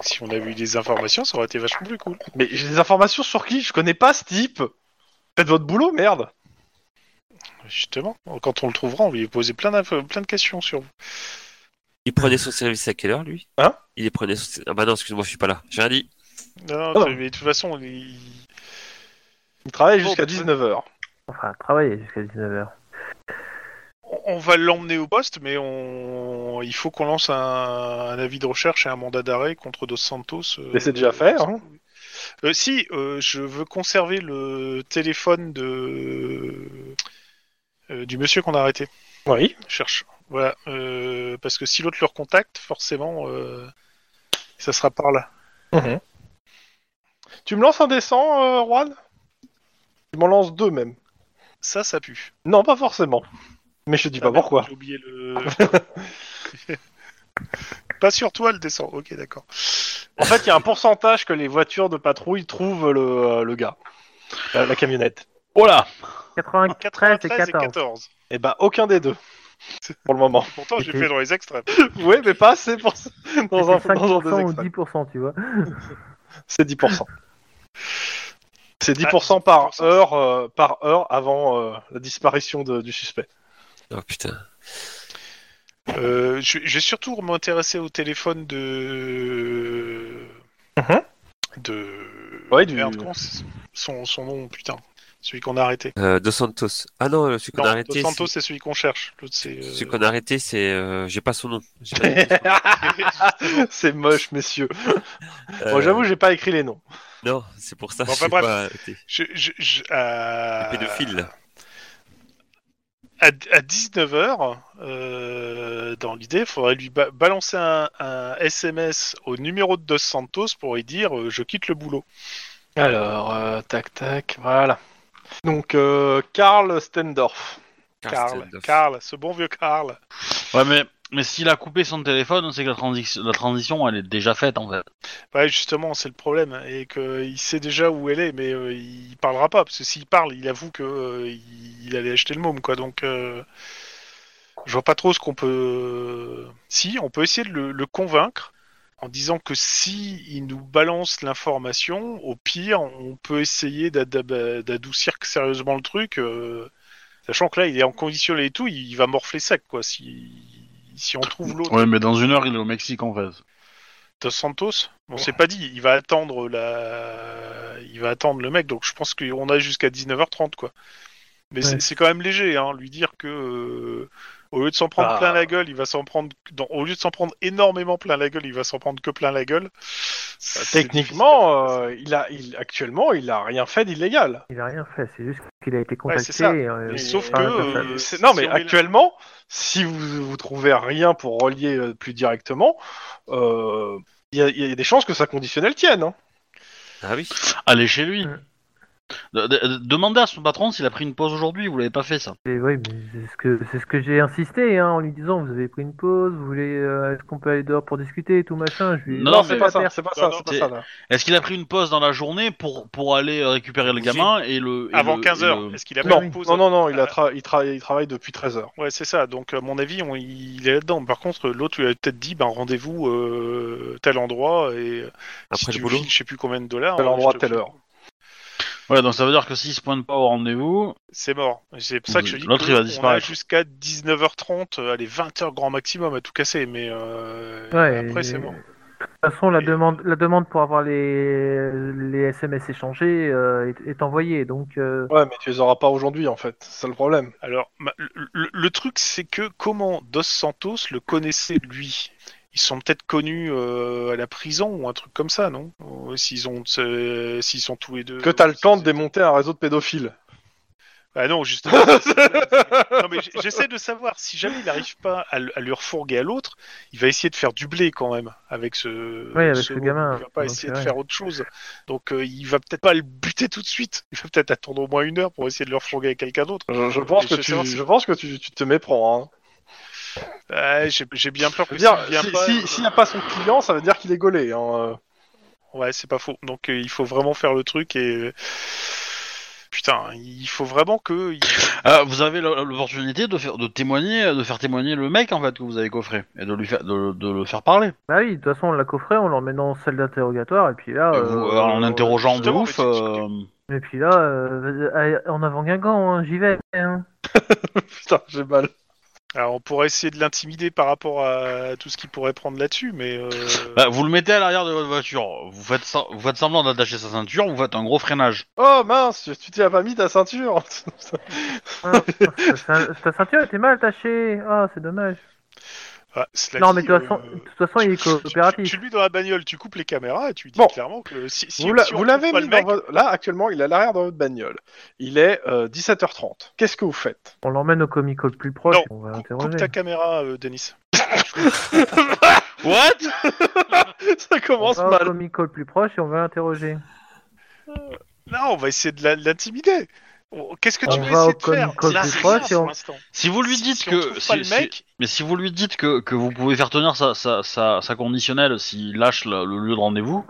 si on avait eu des informations, ça aurait été vachement plus cool. Mais j'ai des informations sur qui Je connais pas ce type. Faites votre boulot, merde. Justement, quand on le trouvera, on va lui poser plein, d'inf- plein de questions sur vous. Il prenait son service à quelle heure, lui Hein Il les prenait son... Ah bah non, excuse-moi, je suis pas là. J'ai rien dit. Non, Oh. non, mais de toute façon, il... Il travaille Bon, jusqu'à bah, 19h. Enfin, travailler jusqu'à 19h. on- on va l'emmener au poste, mais on... il faut qu'on lance un... un avis de recherche et un mandat d'arrêt contre Dos Santos. euh, Mais c'est déjà fait, hein. Euh, si, euh, je veux conserver le téléphone de euh, du monsieur qu'on a arrêté. Oui. Je cherche. Voilà, euh, parce que si l'autre le recontacte, forcément, euh, ça sera par là. Tu me lances un dessin, euh, Juan Tu m'en lances deux même. Ça, ça pue. Non, pas forcément. Mais je te dis Ah pas merde, pourquoi. J'ai oublié le. Pas sur toi, le descend. Ok, d'accord. En fait, il y a un pourcentage que les voitures de patrouille trouvent le, euh, le gars, la, la camionnette. Oh là 93 et 14. Et bah, aucun des deux. Pour le moment. Pourtant, j'ai C'était- fait dans les extrêmes. Oui, mais pas assez pour ça. Dans un, C'était dans un 5% des ou extrêmes. 10%, tu vois. C'est 10%. C'est 10% par 10%. heure, euh, par heure avant euh, la disparition de- du suspect. Oh putain. Euh, je, je vais surtout m'intéresser au téléphone de. Mhm. De. Ouais, du- Merde, comment c'est- son, son nom, putain. Celui qu'on a arrêté. Euh, Dos Santos. Ah non, celui qu'on Non, a Dos arrêté. Santos, c'est celui qu'on cherche. L'autre, c'est. c'est- euh, Celui qu'on a arrêté, c'est. euh, J'ai pas son nom. J'ai pas noté son C'est moche, messieurs. nom. Bon, j'avoue, Euh, j'ai pas écrit les noms. Non, c'est pour ça. Bon, je bah, sais bref. Euh, pas arrêté. Je, je, je- à... Le pédophile, là. À, à 19h, dans l'idée, il faudrait lui ba- balancer un, un SMS au numéro de Dos Santos pour lui dire euh, Je quitte le boulot. Alors, euh, tac, tac, voilà. Donc, euh, Karl Stendorf. Ah, Karl, Stendorf. Karl, ce bon vieux Karl. Ouais, mais, mais s'il a coupé son téléphone, c'est que la, transi- la transition elle est déjà faite en fait. Ouais, Bah, justement, c'est le problème. Et qu'il sait déjà où elle est, mais euh, il parlera pas. Parce que s'il parle, il avoue que euh, il, il allait acheter le môme, quoi. Donc, euh, je vois pas trop ce qu'on peut. Si, on peut essayer de le, le convaincre en disant que si il nous balance l'information, au pire, on peut essayer d'ad- d'ab- d'adoucir sérieusement le truc. euh, sachant que là, il est en conditionnel et tout, il, va morfler sec, quoi. Si, si on trouve l'autre. Ouais, mais dans une heure il est au Mexique en fait. Dos Santos On s'est pas dit, il va attendre la... il va attendre le mec, donc je pense qu'on a jusqu'à 19h30 quoi. Mais Ouais. c'est- c'est quand même léger, hein, lui dire que euh, au lieu de s'en prendre Ah. plein la gueule, il va s'en prendre, dans- au lieu de s'en prendre énormément plein la gueule, il va s'en prendre que plein la gueule. C'est Techniquement, euh, il a, il, actuellement, il a rien fait d'illégal. Il a rien fait, c'est juste qu'il a été c'est contacté. ça. et, euh, Mais Et- sauf par que, la personne. euh, C'est- non, si mais on met la- actuellement, si vous, vous trouvez rien pour relier euh, plus directement, euh, il y, a- il y a des chances que sa conditionnelle tienne. hein. Ah oui. Allez chez lui. Mm. De- de- demandez à son patron s'il a pris une pause aujourd'hui, vous l'avez pas fait ça. Et oui, mais c'est ce que c'est ce que j'ai insisté hein, en lui disant vous avez pris une pause, vous voulez euh, est-ce qu'on peut aller dehors pour discuter et tout machin. Je lui ai- Non, non, c'est mais- pas ça, c'est pas ça, Non, c'est pas c'est- ça. là. Est-ce qu'il a pris une pause dans la journée pour, pour aller euh, récupérer le Oui. gamin et le. et Avant le- 15 et le- heures. Est-ce qu'il a Non, pas une pause non, non, non, il, a Ah. tra- il, tra- il travaille depuis 13 heures. Ouais, c'est ça. Donc, à mon avis, on- il est là-dedans. Par contre, l'autre lui a peut-être dit, ben, rendez-vous euh, tel endroit et euh, Après si le tu boulot. files, je sais plus combien de dollars. Tel euh, endroit, je te telle file. heure. Ouais, donc ça veut dire que s'il se pointe pas au rendez-vous. C'est mort. C'est pour ça que je dis L'autre, que il va on disparaître. a jusqu'à 19h30, euh, allez 20h grand maximum à tout casser, mais euh, Ouais, après et- c'est mort. De toute façon, la Et- demande, la demande pour avoir les, les SMS échangés euh, est, est envoyée. Donc, euh, Ouais, mais tu les auras pas aujourd'hui en fait, c'est ça le problème. Alors, ma- le, le- le truc, c'est que comment Dos Santos le connaissait lui Ils sont peut-être connus euh, à la prison ou un truc comme ça, non Euh, S'ils ont, euh, s'ils sont tous les deux. Que t'as le temps de des démonter un réseau de pédophiles. Ah non, justement. non, mais j- j'essaie de savoir si jamais il n'arrive pas à, le- à lui refourguer à l'autre, il va essayer de faire du blé quand même avec ce. Ouais, avec le gamin. Il va pas Donc, essayer de ouais. faire autre chose. Donc euh, il va peut-être pas le buter tout de suite. Il va peut-être attendre au moins une heure pour essayer de le refourguer à quelqu'un d'autre. Je, je pense Et que je tu, sais pas si- je pense que tu, tu te méprends. Hein. Ah, J'ai j'ai bien peur Je que veux dire, s'il vient si- pas- euh, si- s'il n'y a pas son client, ça veut dire qu'il est gaulé. Hein. Ouais, c'est pas faux. Donc euh, il faut vraiment faire le truc et. Putain, il faut vraiment que. il- Ah, vous avez l'o- l'opportunité de faire, de témoigner, de faire témoigner le mec en fait que vous avez coffré et de lui faire, de, de le faire parler. bah oui, de toute façon, on l'a coffré, on l'emmène en salle d'interrogatoire, et puis là, Euh, euh, vous- euh, en interrogeant de justement, ouf. euh, mais tu- tu- et puis là, euh, allez, en avant Guingamp, hein, j'y vais. hein. Putain, j'ai mal. Alors on pourrait essayer de l'intimider par rapport à tout ce qu'il pourrait prendre là-dessus, mais. euh, bah, vous le mettez à l'arrière de votre voiture. Vous faites, sem- vous faites semblant d'attacher sa ceinture. Vous faites un gros freinage. Oh mince, tu- tu t'y as pas mis ta ceinture. Ah, ta cein- ta ceinture était mal attachée. Ah, c'est dommage. ah, cela Non, dit, mais de toute façon, euh, de toute façon, il est Tu, tu coopératif. le mets dans la bagnole, tu coupes les caméras et tu lui dis Bon. clairement que si, si vous la- si on vous l'avez trouve pas mis le mec, dans votre... Là, actuellement, il est à l'arrière dans votre bagnole. Il est euh, 17h30. Qu'est-ce que vous faites On l'emmène au comico le plus proche, Non, et on va coupe l'interroger. ta caméra, euh, Denis. What Ça On commence va au mal. comico le plus proche et on va l'interroger. Non, on va essayer de la- de l'intimider. On- Qu'est-ce que On tu veux va essayer au de faire Comic-Con Là, plus c'est proche ça, et on- pour l'instant. Si vous lui Si- dites si on que trouve pas si- le si- mec, mais si vous lui dites que, que vous pouvez faire tenir sa, sa, sa, sa conditionnelle s'il lâche le, le lieu de rendez-vous,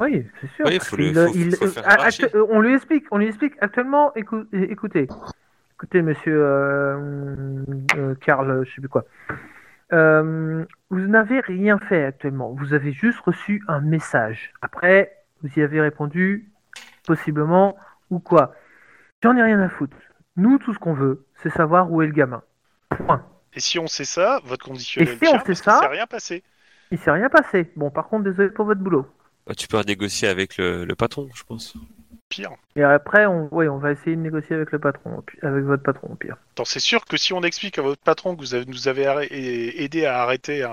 Oui, c'est sûr. Oui, faut le- Il- faut- il- faut faire euh, marcher. actu- euh, on lui explique, on lui explique. Actuellement, écou- euh, écoutez, écoutez, monsieur euh, euh, Karl, euh, je sais plus quoi. Euh, vous n'avez rien fait actuellement. Vous avez juste reçu un message. Après, vous y avez répondu possiblement ou quoi. J'en ai rien à foutre. Nous, tout ce qu'on veut, c'est savoir où est le gamin. Point. et si on sait ça, votre conditionnel. Et si on tient, sait parce que ça- s'est rien passé. Il s'est rien passé. Bon, par contre, désolé pour votre boulot. Bah, tu peux négocier avec le, le patron, je pense. Pire. Et après, on, ouais, on va essayer de négocier avec le patron, au pi- avec votre patron, au pire. Attends, c'est sûr que si on explique à votre patron que vous avez- nous avez arrê- et- aidé à arrêter un,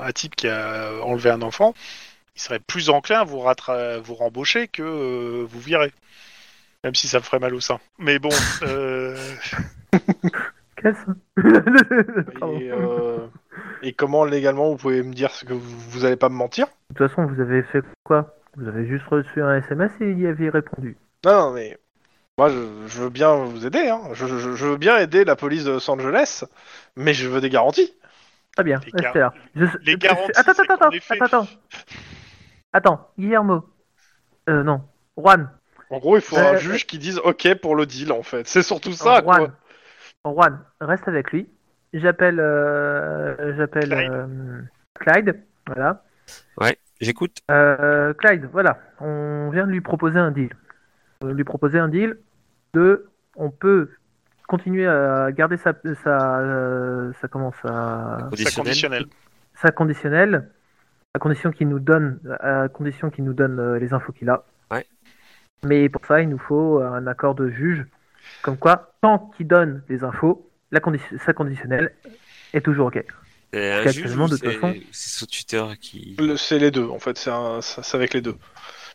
un type qui a enlevé un enfant, il serait plus enclin à vous, rattra- vous rembaucher que euh, vous virer. Même si ça me ferait mal au sein. Mais bon, euh, Quel ça Pardon. Et, euh, et comment légalement vous pouvez me dire ce que vous, vous allez pas me mentir De toute façon, vous avez fait quoi Vous avez juste reçu un SMS et il y avait répondu. Non, non, mais moi, je, je veux bien vous aider. Hein. Je, je- je veux bien aider la police de Los Angeles, mais je veux des garanties. Très bien, Les gar- restez là. Je- les je- garanties, Attends, c'est attends, qu'en attends, effet- attends, attends. Attends, Guillermo. Euh, non. Juan. En gros, il faut Euh, un euh, juge qui dise OK pour le deal, en fait. C'est surtout ça, Juan. quoi. Juan, reste avec lui. J'appelle. euh, J'appelle. Clyde. euh, Clyde. Voilà. Ouais, j'écoute. Euh, Clyde, voilà. On vient de lui proposer un deal. On vient de lui proposer un deal de. On peut continuer à garder sa. sa, euh, sa comment ça. ça conditionnel. sa conditionnelle, à condition qu'il nous donne, à condition qu'il nous donne euh, les infos qu'il a. Ouais. Mais pour ça, il nous faut un accord de juge, comme quoi, tant qu'il donne les infos, la condi- sa conditionnelle est toujours ok. C'est Parce un juge qu'actuellement, Euh, ou de toute c'est- façon- ou c'est son tuteur qui... Le- C'est les deux, en fait. C'est un- c'est c'est avec les deux.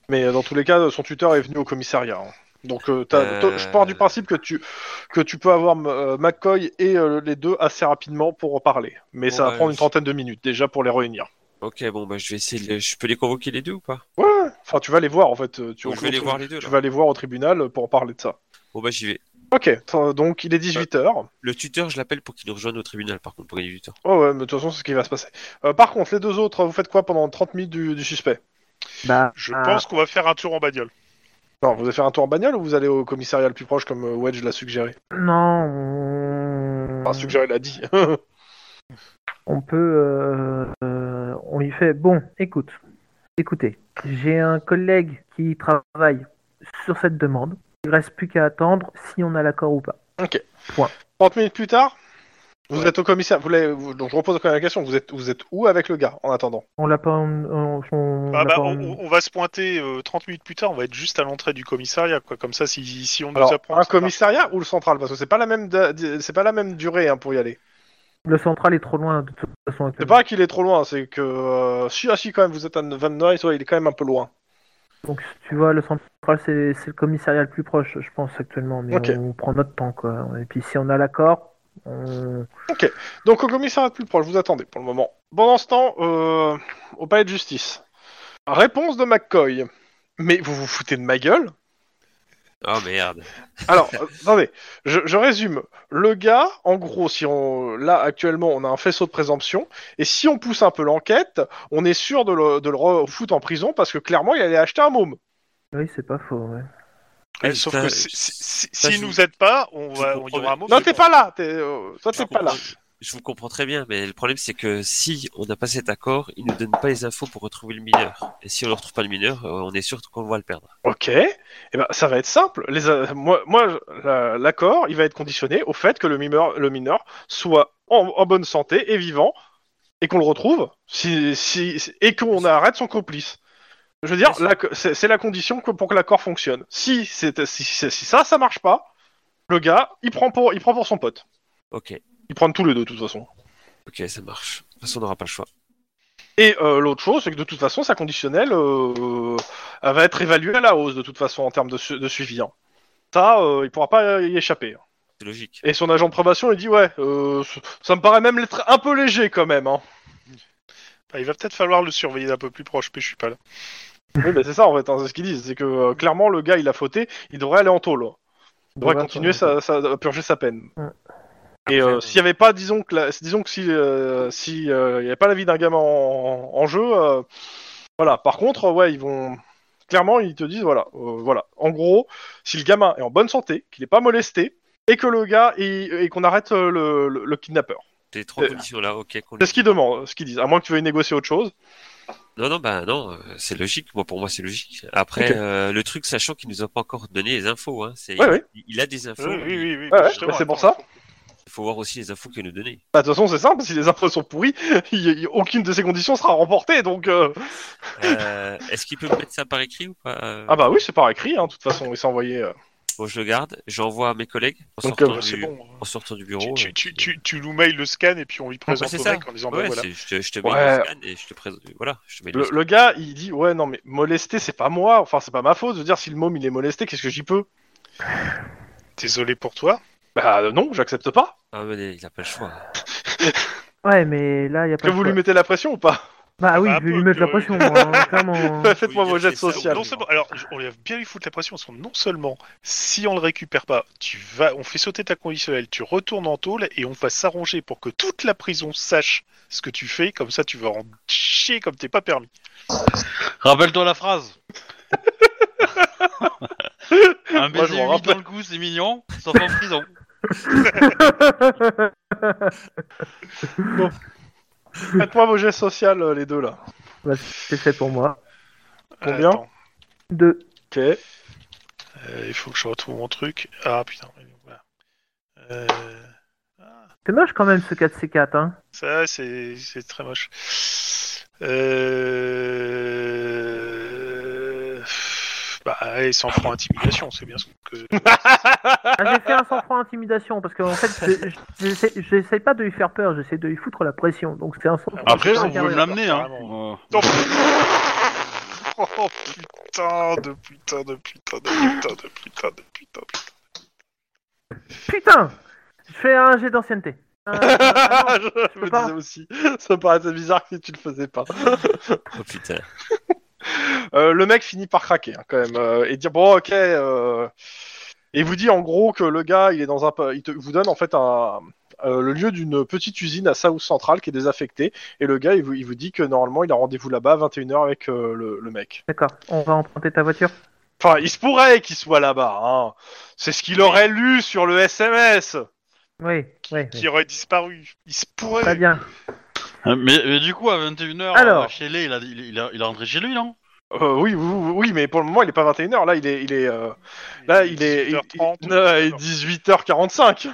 Mais euh, dans tous les cas, son tuteur est venu au commissariat. hein. Donc, euh, t'as- Euh. toi, je pars du principe que tu, que tu peux avoir euh, McCoy et euh, les deux assez rapidement pour en parler. Mais Bon, ça va bah, prendre je- une trentaine de minutes déjà pour les réunir. Ok, bon, bah, je vais essayer. de les- Je peux les convoquer les deux ou pas Ouais, enfin tu vas les voir en fait. euh, Tu, Ou Je vais les tu- voir les deux. tu Là. vas les voir au tribunal pour parler de ça. Bon, bah, j'y vais. Ok, t- donc il est 18h. Le tuteur, je l'appelle pour qu'il nous rejoigne au tribunal, par contre, pour gagner du temps. Oh ouais, mais de toute façon c'est ce qui va se passer. Euh, par contre, les deux autres, vous faites quoi pendant 30 minutes du, du suspect Bah, Je Ah. pense qu'on va faire un tour en bagnole. Non, vous allez faire un tour en bagnole ou vous allez au commissariat le plus proche comme euh, Wedge l'a suggéré non. on- Enfin, suggéré l'a dit. on peut, euh, euh, on lui fait, bon, écoute, écoutez, j'ai un collègue qui travaille sur cette demande. Il reste plus qu'à attendre si on a l'accord ou pas. 30 minutes plus tard, vous êtes au commissariat. Vous l'avez- vous- donc je repose quand même la question. Vous êtes, vous êtes où avec le gars en attendant On l'a pas, on, on- on Ah l'a bah, pas- on, on va se pointer euh, 30 minutes plus tard, on va être juste à l'entrée du commissariat, quoi. Comme ça, si, si on nous Alors, apprend. un que Euh, ça marche. commissariat ou le central Parce que c'est pas la même, da- di- c'est pas la même durée hein, pour y aller. Le central est trop loin de toute façon. C'est actuellement. pas qu'il est trop loin, c'est que euh, si, ah, si quand même vous êtes à Van Nuys, ouais, il est quand même un peu loin. Donc tu vois, le central c'est c'est le commissariat le plus proche, je pense actuellement. Mais Ok. on, prend notre temps quoi. Et puis si on a l'accord, on... Donc au commissariat le plus proche, vous attendez pour le moment. Pendant ce temps, euh, au palais de justice. Réponse de McCoy. Mais vous vous foutez de ma gueule Oh merde. Alors, euh, attendez, je, je résume. Le gars, en gros, si on là actuellement, on a un faisceau de présomption, et si on pousse un peu l'enquête, on est sûr de le, de le refoutre en prison parce que clairement, il allait acheter un môme. oui c'est pas faux. ouais. Ouais, Ah, Eh, sauf putain, que je- si- si- si- ça, s'ils je- nous aident pas, on je va, comprends on y aura un moment. Non, t'es pas là. T'es, euh, toi, t'es je pas là. comprends- Je vous comprends très bien, mais le problème c'est que si on n'a pas cet accord, il nous donne pas les infos pour retrouver le mineur. Et si on ne retrouve pas le mineur, euh, on est sûr qu'on va le perdre. Ok. Eh ben, ça va être simple. Les, euh, moi, moi, je- la- l'accord, il va être conditionné au fait que le mineur, le mineur soit en, en bonne santé et vivant, et qu'on le retrouve, si, si, si- et qu'on arrête son complice. Je veux dire, Bien sûr. l'acc- c'est c'est la condition que- pour que l'accord fonctionne. Si, c'est- si, si- si ça, ça marche pas, le gars, il prend pour, il prend pour son pote. Ok, Ils prennent tous les deux, de toute façon. ok, ça marche. De toute façon, on n'aura pas le choix. Et euh, l'autre chose, c'est que de toute façon, sa conditionnelle euh, elle va être évaluée à la hausse, de toute façon, en termes de, su- de suivi. hein. Ça, euh, il pourra pas y échapper. hein. C'est logique. Et son agent de probation, il dit ouais, euh, c- ça me paraît même l'être un peu léger quand même. Hein. Ah, Il va peut-être falloir le surveiller d'un peu plus proche, mais je suis pas là. oui, bah, c'est ça en fait, hein, c'est ce qu'ils disent, c'est que euh, clairement le gars il a fauté, il devrait aller en tôle. Il devrait Ouais, continuer ouais. sa, sa- à purger sa peine. Ouais. Et euh, Après, s'il n'y avait pas, disons que, la- disons que si, euh, si euh, il n'y avait pas la vie d'un gamin en, en jeu, euh, voilà. Par contre, euh, ouais, ils vont clairement, ils te disent voilà, euh, voilà. En gros, si le gamin est en bonne santé, qu'il n'est pas molesté, et que le gars il- et qu'on arrête euh, le- le- le kidnappeur. T'es trois Euh, conditions là, ok. qu'on- C'est ce qu'ils demandent, ce qu'ils disent. À moins que tu veuilles négocier autre chose. Non, non, bah non, euh, c'est logique. Moi, pour moi, c'est logique. Après, Ok. euh, le truc, sachant qu'il nous a pas encore donné les infos, hein, c'est Ouais, ouais. Il, il a des infos. Il oui, oui. Ouais, ouais, justement, bah, c'est pour attends, ça. faut voir aussi les infos qu'il nous donnait. Bah, de toute façon, c'est simple. Si les infos sont pourries, il- il- aucune de ces conditions sera remportée. Donc, euh, Euh, Est-ce qu'il peut me mettre ça par écrit ou pas Euh, ah bah oui, c'est par écrit. hein, de toute façon, il s'est envoyé. euh. Bon, je le garde. J'envoie à mes collègues en Donc, sortant, euh, Bah, C'est du, bon. en sortant du Tu, bureau. euh, tu, tu, tu, tu nous mail le scan et puis on lui présente c'est au ça. mec en disant Ah, bah, Ouais, voilà. c'est- je, te- je te mets Ouais. le scan et je te présente. Voilà, je te mets le, Le, scan. le gars, il dit ouais, non mais molester, c'est pas moi. Enfin, c'est pas ma faute. Je veux dire, si le môme il est molesté, qu'est-ce que j'y peux Désolé pour toi. Bah euh, non, j'accepte pas. Ah, mais il a pas le choix. Ouais mais là il y a Que pas. de vous choix. lui mettez la pression ou pas Bah oui, Bah, je vais peu, lui mettre la que- pression, moi, hein, clairement. Faites-moi Oui, vos c'est jets ça, sociaux. Non seulement, alors, je- on lui hein. a bien lui foutre la pression, parce que non seulement, si on le récupère pas, tu vas, on fait sauter ta conditionnelle, tu retournes en tôle et on va s'arranger pour que toute la prison sache ce que tu fais, comme ça tu vas en chier comme t'es pas permis. Rappelle-toi la phrase. Un Moi, je baiser m'en humide rappelle. dans le cou, c'est mignon, sauf en prison. hein. Faites-moi vos jets sociaux, euh, les deux là. Bah, c'est fait pour moi. Combien Attends, Deux. Ok. euh, il faut que je retrouve mon truc. Ah putain. voilà. Euh, C'est moche quand même ce 4C4, hein. ça, c'est c'est très moche. Euh... Bah, allez, sans prend intimidation, c'est bien ce que. Ah, j'ai fait un sans franc intimidation parce qu'en fait, j'ai- j'essaie j'essaie pas de lui faire peur, j'essaie de lui foutre la pression. Donc c'est un sans franc. Après, c'est on pas peut grave, l'amener, hein. carrément. Euh, Non. Oh putain de putain de putain de putain de putain de putain. Ah. Putain Je fais un jet d'ancienneté. Euh, ah non, je me pas. disais aussi. Ça me paraissait bizarre que tu le faisais pas. Oh putain. Euh, le mec finit par craquer hein, quand même euh, et dire bon ok euh, et vous dit en gros que le gars il est dans un pa- il te- vous donne en fait un euh, le lieu d'une petite usine à South Central qui est désaffectée et le gars il vous, il vous dit que normalement il a rendez-vous là-bas à 21h avec euh, le, le mec. D'accord, on va emprunter ta voiture. Enfin il se pourrait qu'il soit là-bas hein. C'est ce qu'il aurait lu sur le SMS. Oui, oui, oui. qui aurait disparu. Il se pourrait. Très bien. Euh, Mais, mais du coup, à 21h, Alors. chez Lé, euh, il, a, il, il a- il est rentré chez lui, non Euh, oui, oui, oui, oui, mais pour le moment, il est pas 21h. Là, il est, il est, euh, là, il est, il- 18h30, il- non, il est 18h45.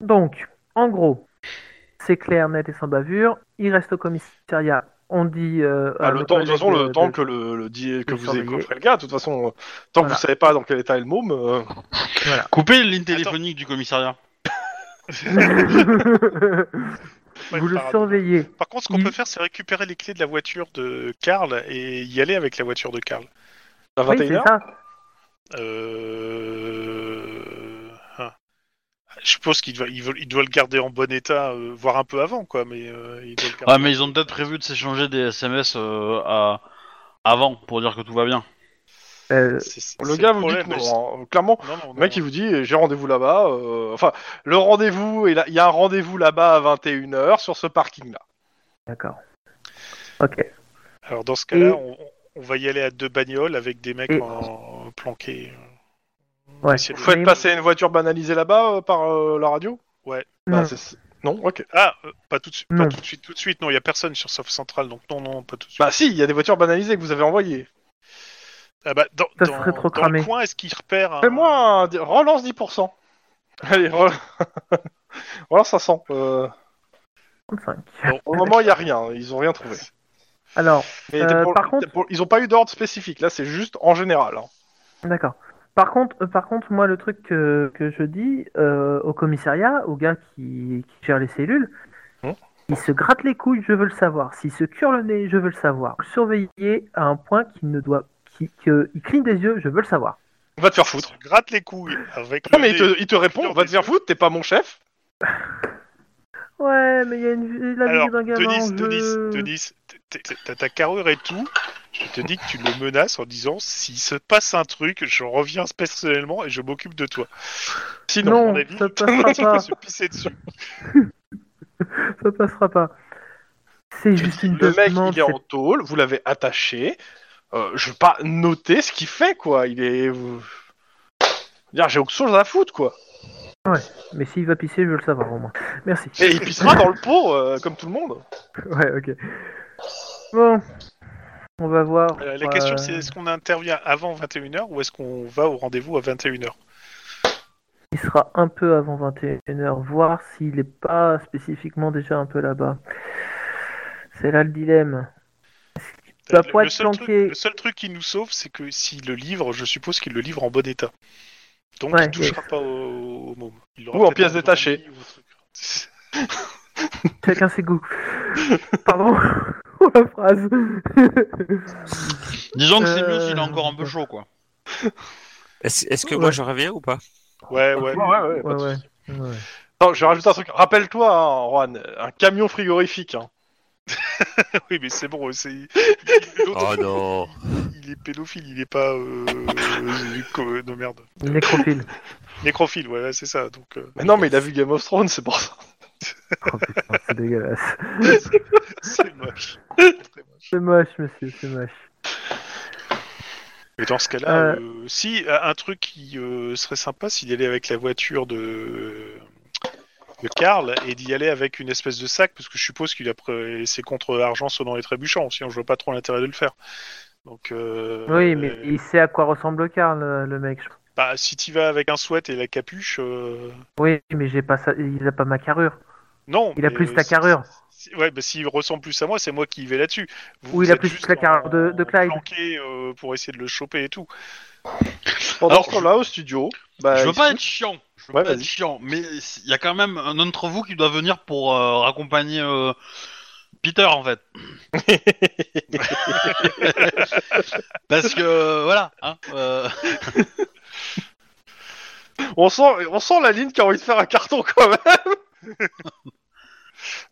Donc, en gros, c'est clair, net et sans bavure. Il reste au commissariat. On dit. euh, Ah, à le nos temps, de toute collègues façon, le de- temps de- que, le, le di- que de vous surveiller. écouterez le gars, de toute façon, euh, tant que Voilà. vous savez pas dans quel état est le môme, euh, Coupez les lignes téléphoniques du commissariat. Ouais, Vous le par- surveillez. Par contre, ce qu'on Il- peut Hmm. faire, c'est récupérer les clés de la voiture de Karl et y aller avec la voiture de Karl. à Oui, c'est 21h. ça. Euh... ah. Je suppose qu'il doit, il veut- il doit le garder en bon état, euh, voire un peu avant, quoi. Mais euh, il doit le garder. Ah, mais ils ont peut-être prévu de s'échanger des SMS euh, à... avant pour dire que tout va bien. Euh, C'est- c'est- le c'est gars vous dit problème, que non, hein. clairement. mais- Non, non, Le mec, non. il vous dit, euh, j'ai rendez-vous là-bas. euh, Enfin, le rendez-vous, est là- il y a un rendez-vous là-bas à 21h sur ce parking-là. D'accord. Ok. Alors dans ce Et- cas-là, on, on va y aller à deux bagnoles avec des mecs Et- en... planqués. Ouais. Essayer de- Vous faites Mais- passer une voiture banalisée là-bas euh, par euh, la radio Non. Ah, c'est- Non, ok. Ah, euh, pas tout de suite, pas Non. tout de suite, tout de suite. Non, il y a personne sur South Central, donc non, non, pas tout de suite. Bah si, il y a des voitures banalisées que vous avez envoyées. ah bah, dans, Ça dans- serait trop dans cramé. le coin, est-ce qu'il repère un... Fais-moi un... di- Relance 10%. Allez, re- relance 500. Euh, 35. au moment, il n'y a rien. Ils ont rien trouvé. Alors, Mais Euh, t'es pour- par contre- t'es pour- ils ont pas eu d'ordre spécifique, là c'est juste en général. hein. D'accord. Par contre, euh, par contre, moi, le truc que, que je dis euh, au commissariat, au gars qui, qui gère les cellules, Hein il se gratte les couilles, je veux le savoir. S'il se cure le nez, je veux le savoir. Surveiller à un point qu'il ne doit, qui, que, il cligne des yeux, je veux le savoir. Va te faire Il se foutre. gratte les couilles avec. Non le mais il nez. te, il te répond, va te faire foutre, t'es pas mon chef. Ouais, mais il y a une, la Alors, vie d'un gamin. Denis, en jeu. Denis, Denis, t'es- t'es- t'as ta carrure et tout. Je te dis que tu le menaces en disant s'il se passe un truc, je reviens personnellement et je m'occupe de toi. Sinon, Non, à mon avis, ça passera tu vas pas. se pisser dessus. Ça passera pas. C'est juste une Le mec demande. il est en tôle, vous l'avez attaché. Euh, je veux pas noter ce qu'il fait quoi. Il est. vous- Dire j'ai autre chose à foutre quoi. c'est- Mais s'il va pisser, je veux le savoir au moins. Merci. Et il pissera dans le pot euh, comme tout le monde. Ouais, ok. Bon, on va voir. Euh, la question, euh, c'est est-ce qu'on intervient avant 21h ou est-ce qu'on va au rendez-vous à 21h Il sera un peu avant 21h, voir s'il n'est pas spécifiquement déjà un peu là-bas. C'est là le dilemme. Tu vas pas le, être seul truc, planqué. le seul truc qui nous sauve, c'est que s'il le livre, je suppose qu'il le livre en bon état. Donc Ouais, il touchera pas au, au môme. Il l'aura Ou en peut-être pièces détachées. endormi ou un truc. Chacun ses goûts. Pardon pour la phrase. Disons que c'est Euh, mieux s'il est encore un peu chaud, quoi. Est-ce est-ce que moi Ouais. je reviens ou pas Ouais, ouais, ouais. ouais, ouais. ouais. Attends, je rajoute un truc. Rappelle-toi, hein, Juan, un camion frigorifique. hein. Oui, mais c'est bon, c'est. Oh l'autre, non Il est pédophile, il est pas. Euh... euh, co- euh, non, merde. Nécrophile. Nécrophile, ouais, ouais, c'est ça. Donc, euh, Mais non, mais il a vu Game of Thrones, c'est pour ça. Oh putain, c'est dégueulasse. c'est moche. C'est moche, monsieur, c'est moche. Mais dans ce cas-là, Euh. euh, si, euh, un truc qui euh, serait sympa, c'est d'y aller avec la voiture de. euh, de Karl et d'y aller avec une espèce de sac, parce que je suppose qu'il a pré- c'est contre l'argent sonnant et trébuchant, sinon je vois pas trop l'intérêt de le faire. Donc, euh, Oui, mais euh, il sait à quoi ressemble Karl, le, le mec. je crois. bah, si t'y vas avec un sweat et la capuche. euh, Oui, mais j'ai pas ça... il a pas ma carrure. Non. Il a mais, plus ta euh, carrure. Si- Ouais, bah, s'il ressemble plus à moi, c'est moi qui y vais là-dessus. Vous- Ou il vous a êtes plus juste la carrure de- en- de Clyde. planqué, euh, pour essayer de le choper et tout. Pendant Alors, ce temps-là, au studio. Bah, je veux il pas se- être chiant, je veux Ouais, pas être vas-y. chiant, mais il y a quand même un d'entre vous qui doit venir pour euh, accompagner euh, Peter en fait. euh. Parce que voilà, hein, euh, On on sent, on sent la ligne qui a envie de faire un carton quand même.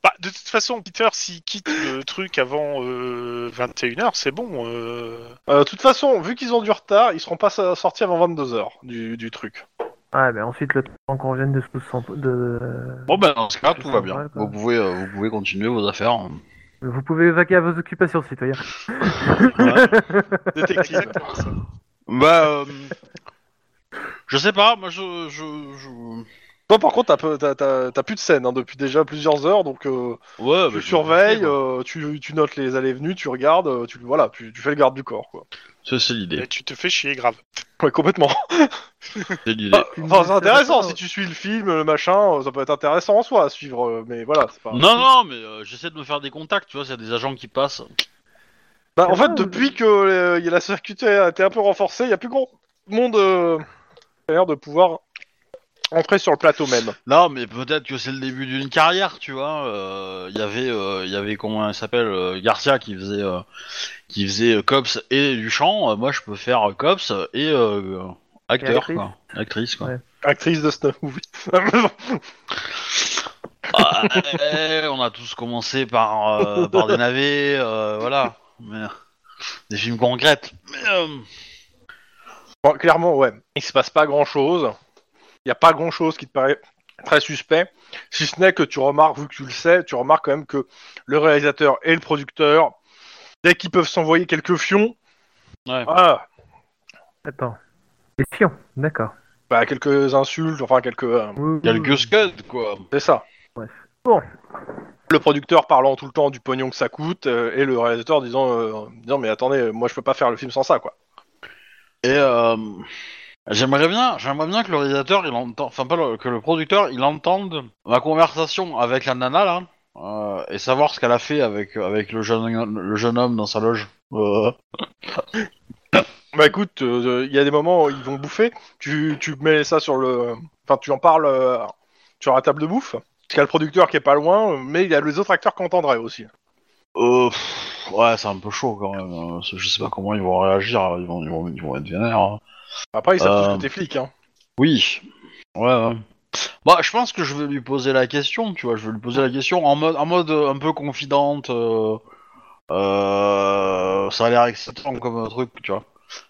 Bah, de toute façon, Peter, s'il quitte le truc avant euh, 21h, c'est bon. euh. Euh, De toute façon, vu qu'ils ont du retard, ils seront pas sa- sortis avant 22h du, du truc. Ouais, mais ensuite, le temps qu'on revienne de ce centre- de... Bon, ben, dans ce cas, tout va Ouais, bien. quoi. Vous pouvez, euh, vous pouvez continuer vos affaires. hein. Vous pouvez vaquer à vos occupations, citoyens. Détective. Exactement ça. Bah, euh, je sais pas, moi je. je, je- Toi, par contre, t'as peu- t'as t'as- t'as plus de scène hein, depuis déjà plusieurs heures, donc euh, Ouais, bah, tu je- surveilles, euh, tu, tu notes les allées et venues, tu regardes, euh, tu, voilà, tu, tu fais le garde du corps. Quoi. Ça, c'est l'idée. Et tu te fais chier grave. Ouais, complètement. C'est l'idée. Enfin, c'est intéressant, si tu suis le film, le machin, euh, ça peut être intéressant en soi à suivre, euh, mais voilà, c'est pas. Non, non, mais euh, j'essaie de me faire des contacts, tu vois, s'il y a des agents qui passent. Bah, en Ouais, fait, ouais. depuis que euh, y a la circuité a été un peu renforcée, il y a plus grand monde euh, qui a l'air de pouvoir entrer sur le plateau même. Non, mais peut-être que c'est le début d'une carrière, tu vois. euh, Il y avait, euh, il y avait comment il s'appelle euh, Garcia qui faisait, euh, qui faisait euh, cops et du chant. Euh, moi, je peux faire euh, cops et euh, acteur, Et actrice. quoi. Actrice, quoi. Ouais. Actrice de Snuff Movie. Ah, eh, on a tous commencé par, euh, par des navets, euh, voilà. Mais, des films qu'on regrette. Mais, euh, Bon, clairement, ouais. Il se passe pas grand chose. Il n'y a pas grand chose qui te paraît très suspect. Si ce n'est que tu remarques, vu que tu le sais, tu remarques quand même que le réalisateur et le producteur, dès qu'ils peuvent s'envoyer quelques fions, Ouais. ah, Attends. Les pions, d'accord. bah, quelques insultes, enfin quelques. euh, Oui, oui, Quelques scuds, quoi. c'est ça. Bref. Bon. Le producteur parlant tout le temps du pognon que ça coûte euh, et le réalisateur disant, euh, disant mais attendez moi je peux pas faire le film sans ça quoi. Et euh, j'aimerais bien, j'aimerais bien que le réalisateur, il entend, enfin pas le- que le producteur, il entende ma conversation avec la nana là, euh, et savoir ce qu'elle a fait avec avec le jeune le jeune homme dans sa loge. Euh, Bah écoute, il y a des moments où ils vont bouffer, tu, tu mets ça sur le... Enfin, tu en parles euh, sur la table de bouffe, parce qu'il y a le producteur qui est pas loin, euh, mais il y a les autres acteurs qu'on entendrait aussi. euh, pff, ouais, c'est un peu chaud quand même. euh, parce que je sais pas comment ils vont réagir. Ils vont ils vont, ils vont être vénères. hein. Après, ils savent Euh. tous que t'es flic, hein. Oui. Ouais. ouais. Bah, je pense que je vais lui poser la question, tu vois. Je vais lui poser la question en mode, en mode euh, un peu confidente. euh, euh, ça a l'air excitant comme euh, truc, tu vois.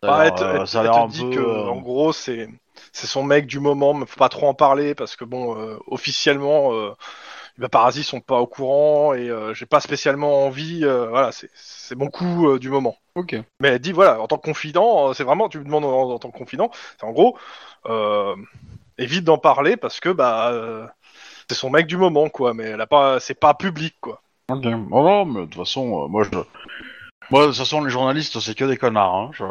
Ça a Bah, elle l'air, te- euh, elle- ça a elle l'air te un dit peu. que, euh, en gros, c'est c'est son mec du moment, mais faut pas trop en parler, parce que bon, euh, officiellement, euh, les paparazzis sont pas au courant, et euh, j'ai pas spécialement envie, euh, voilà, c'est- c'est mon coup euh, du moment. Ok. Mais elle dit, voilà, en tant que confident, euh, c'est vraiment, tu me demandes en, en tant que confident, c'est en gros, euh, évite d'en parler parce que bah, euh, c'est son mec du moment, quoi, mais elle a pas, c'est pas public, quoi. Ok. Oh non, mais de toute façon, euh, moi je. Moi, de toute façon, les journalistes, c'est que des connards. hein. Je-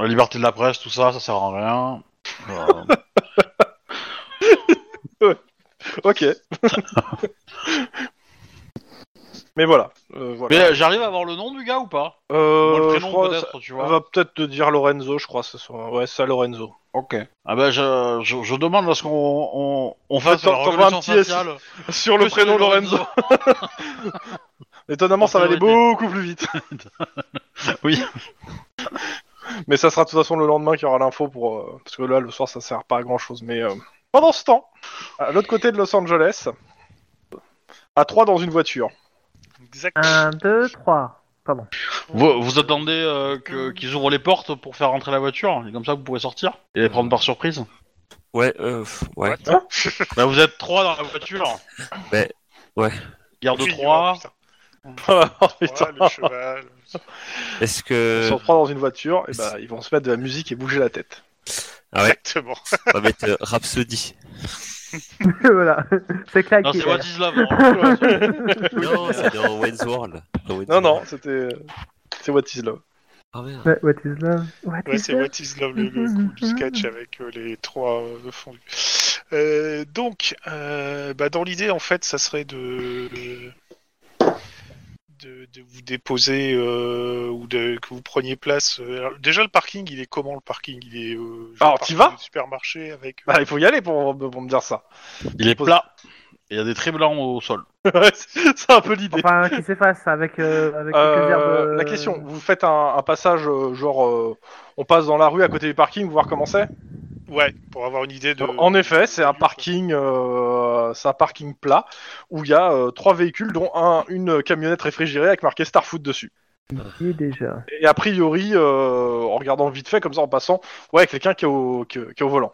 La liberté de la presse, tout ça, ça sert à rien. Euh, Ok. mais voilà. euh, voilà. Mais euh, j'arrive à avoir le nom du gars ou pas Euh, Ou le je prénom crois, peut-être, tu ça- vois. on va peut-être te dire Lorenzo, je crois, ce soir. Ouais, c'est ça, Lorenzo. Ok. Ah ben, je, je, je demande à ce qu'on on, on fasse la T'en- t'envoies un reconnaissance petit S. faciale. Sur le Que prénom sur Lorenzo. Étonnamment, ça va aller Priorité. beaucoup plus vite. Oui. Mais ça sera de toute façon le lendemain qu'il y aura l'info pour. euh, parce que là, le soir, ça sert pas à grand chose. Mais euh, pendant ce temps, à l'autre côté de Los Angeles, à trois dans une voiture. Exact. 1, 2, 3. Pardon. Vous, vous attendez euh, que- qu'ils ouvrent les portes pour faire rentrer la voiture, et comme ça vous pourrez sortir et les prendre par surprise. Ouais, euh, pff, ouais. Bah, vous êtes trois dans la voiture. Ben, Ouais. Ouais. Garde Oui, trois. oh, putain. Oh, Putain. Voilà, le cheval. Est-ce Euh, Ils que sont trois dans une voiture, et bah ils vont se mettre de la musique et bouger la tête. Exactement. on va mettre euh, Rhapsody voilà. C'est claqué. Non, c'est voilà. Watislav. hein. Non, c'est dans Wayne's World. Dans Wayne's Non, non, World. c'était. C'est What is Love. Ah merde. Ouais, What is love What Ouais, is c'est love What is Love, le, le coup du sketch avec euh, les trois euh, fondus. Euh, donc, euh, bah, dans l'idée, en fait, ça serait de, de, de vous déposer euh, ou de, que vous preniez place. Euh, alors, déjà, le parking, il est comment le parking Il est. Euh, genre Alors, parking t'y vas du supermarché avec. euh, Bah, il faut y aller pour, pour me dire ça. Il est plat. Et il y a des traits blancs au sol. c'est un peu l'idée. Enfin, qui s'efface avec, euh, avec quelques Euh, herbes, euh, La question, vous faites un, un passage euh, genre. euh, on passe dans la rue à côté du parking, voir comment c'est Ouais, pour avoir une idée de. En effet, c'est un parking, euh, c'est un parking plat où il y a euh, trois véhicules, dont un, une camionnette réfrigérée avec marqué Starfood dessus. Il y est déjà. Et a priori, euh, en regardant vite fait comme ça en passant, ouais, quelqu'un qui est au, qui, qui est au volant.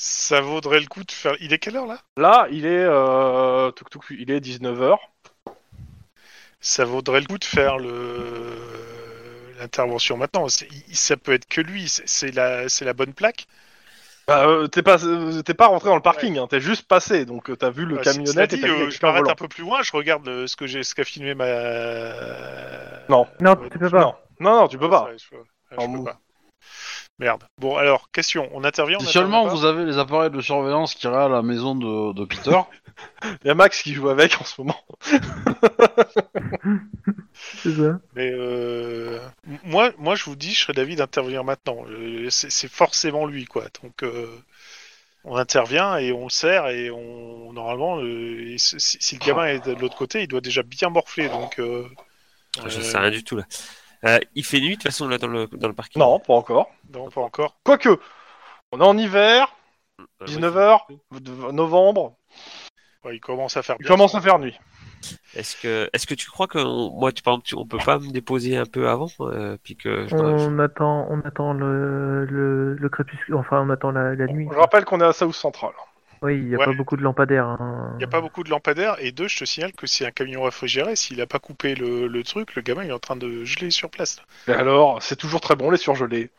Ça vaudrait le coup de faire. Il est quelle heure là Là, il est, euh, touc, touc, il est 19h. Ça vaudrait le coup de faire le l'intervention maintenant. C'est- il- Ça peut être que lui. C'est- C'est la, c'est la bonne plaque. Bah, euh, t'es pas, euh, t'es pas rentré dans le parking, hein, t'es juste passé, donc euh, t'as vu le Bah, cela camionnette dit, et t'as vu euh, quelqu'un je au m'arrête volant. un peu plus loin. Je regarde le- ce que j'ai, ce qu'a filmé ma. Non. Non, Ouais, tu peux pas. Non, non, non, tu peux pas. Ouais, Ah, je peux- ouais, je Alors, peux bon. pas. Merde. Bon, alors, question. On intervient on Si intervient seulement pas vous avez les appareils de surveillance qui iraient à la maison de, de Peter, Y a Max qui joue avec en ce moment. C'est ça. Mais euh, m- moi, moi, je vous dis, je serais d'avis d'intervenir maintenant. Euh, C'est c'est forcément lui, quoi. Donc, euh, on intervient et on le serre et on normalement, euh, et si, si- si le gamin est de l'autre côté, il doit déjà bien morfler. Donc, euh, Ah, Je euh, sais rien du tout là. Euh, il fait nuit de toute façon là dans le dans le parking. Non, pas encore. non, pas encore. Quoique, on est en hiver, Ah, ouais, 19h, novembre, Ouais, il commence à faire. il bien. commence à faire nuit. Est-ce que est-ce que tu crois que on- moi tu, par exemple, tu- on peut pas me déposer un peu avant euh, puis que je- On attend, on attend le, le, le crépuscule, enfin on attend la, la nuit. Je rappelle qu'on est à South Central. Oui, il n'y a Ouais. pas beaucoup de lampadaires. hein. Il n'y a pas beaucoup de lampadaires et deux, je te signale que c'est un camion réfrigéré. S'il a pas coupé le, le truc, le gamin il est en train de geler sur place. Et alors, c'est toujours très bon les surgelés.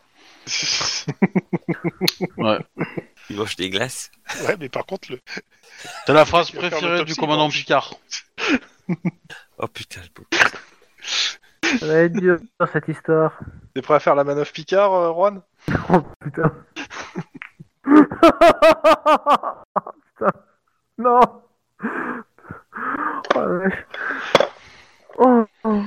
il mange des glaces ouais, mais par contre, le... c'est la phrase Tu vas faire préférée du l'autopsie, commandant bon. Picard. Oh putain le pauvre. Ça va être dur cette histoire. T'es prêt à faire la manœuvre Picard, euh, Juan Oh putain. putain. Non. Oh, la vache. Oh, oh.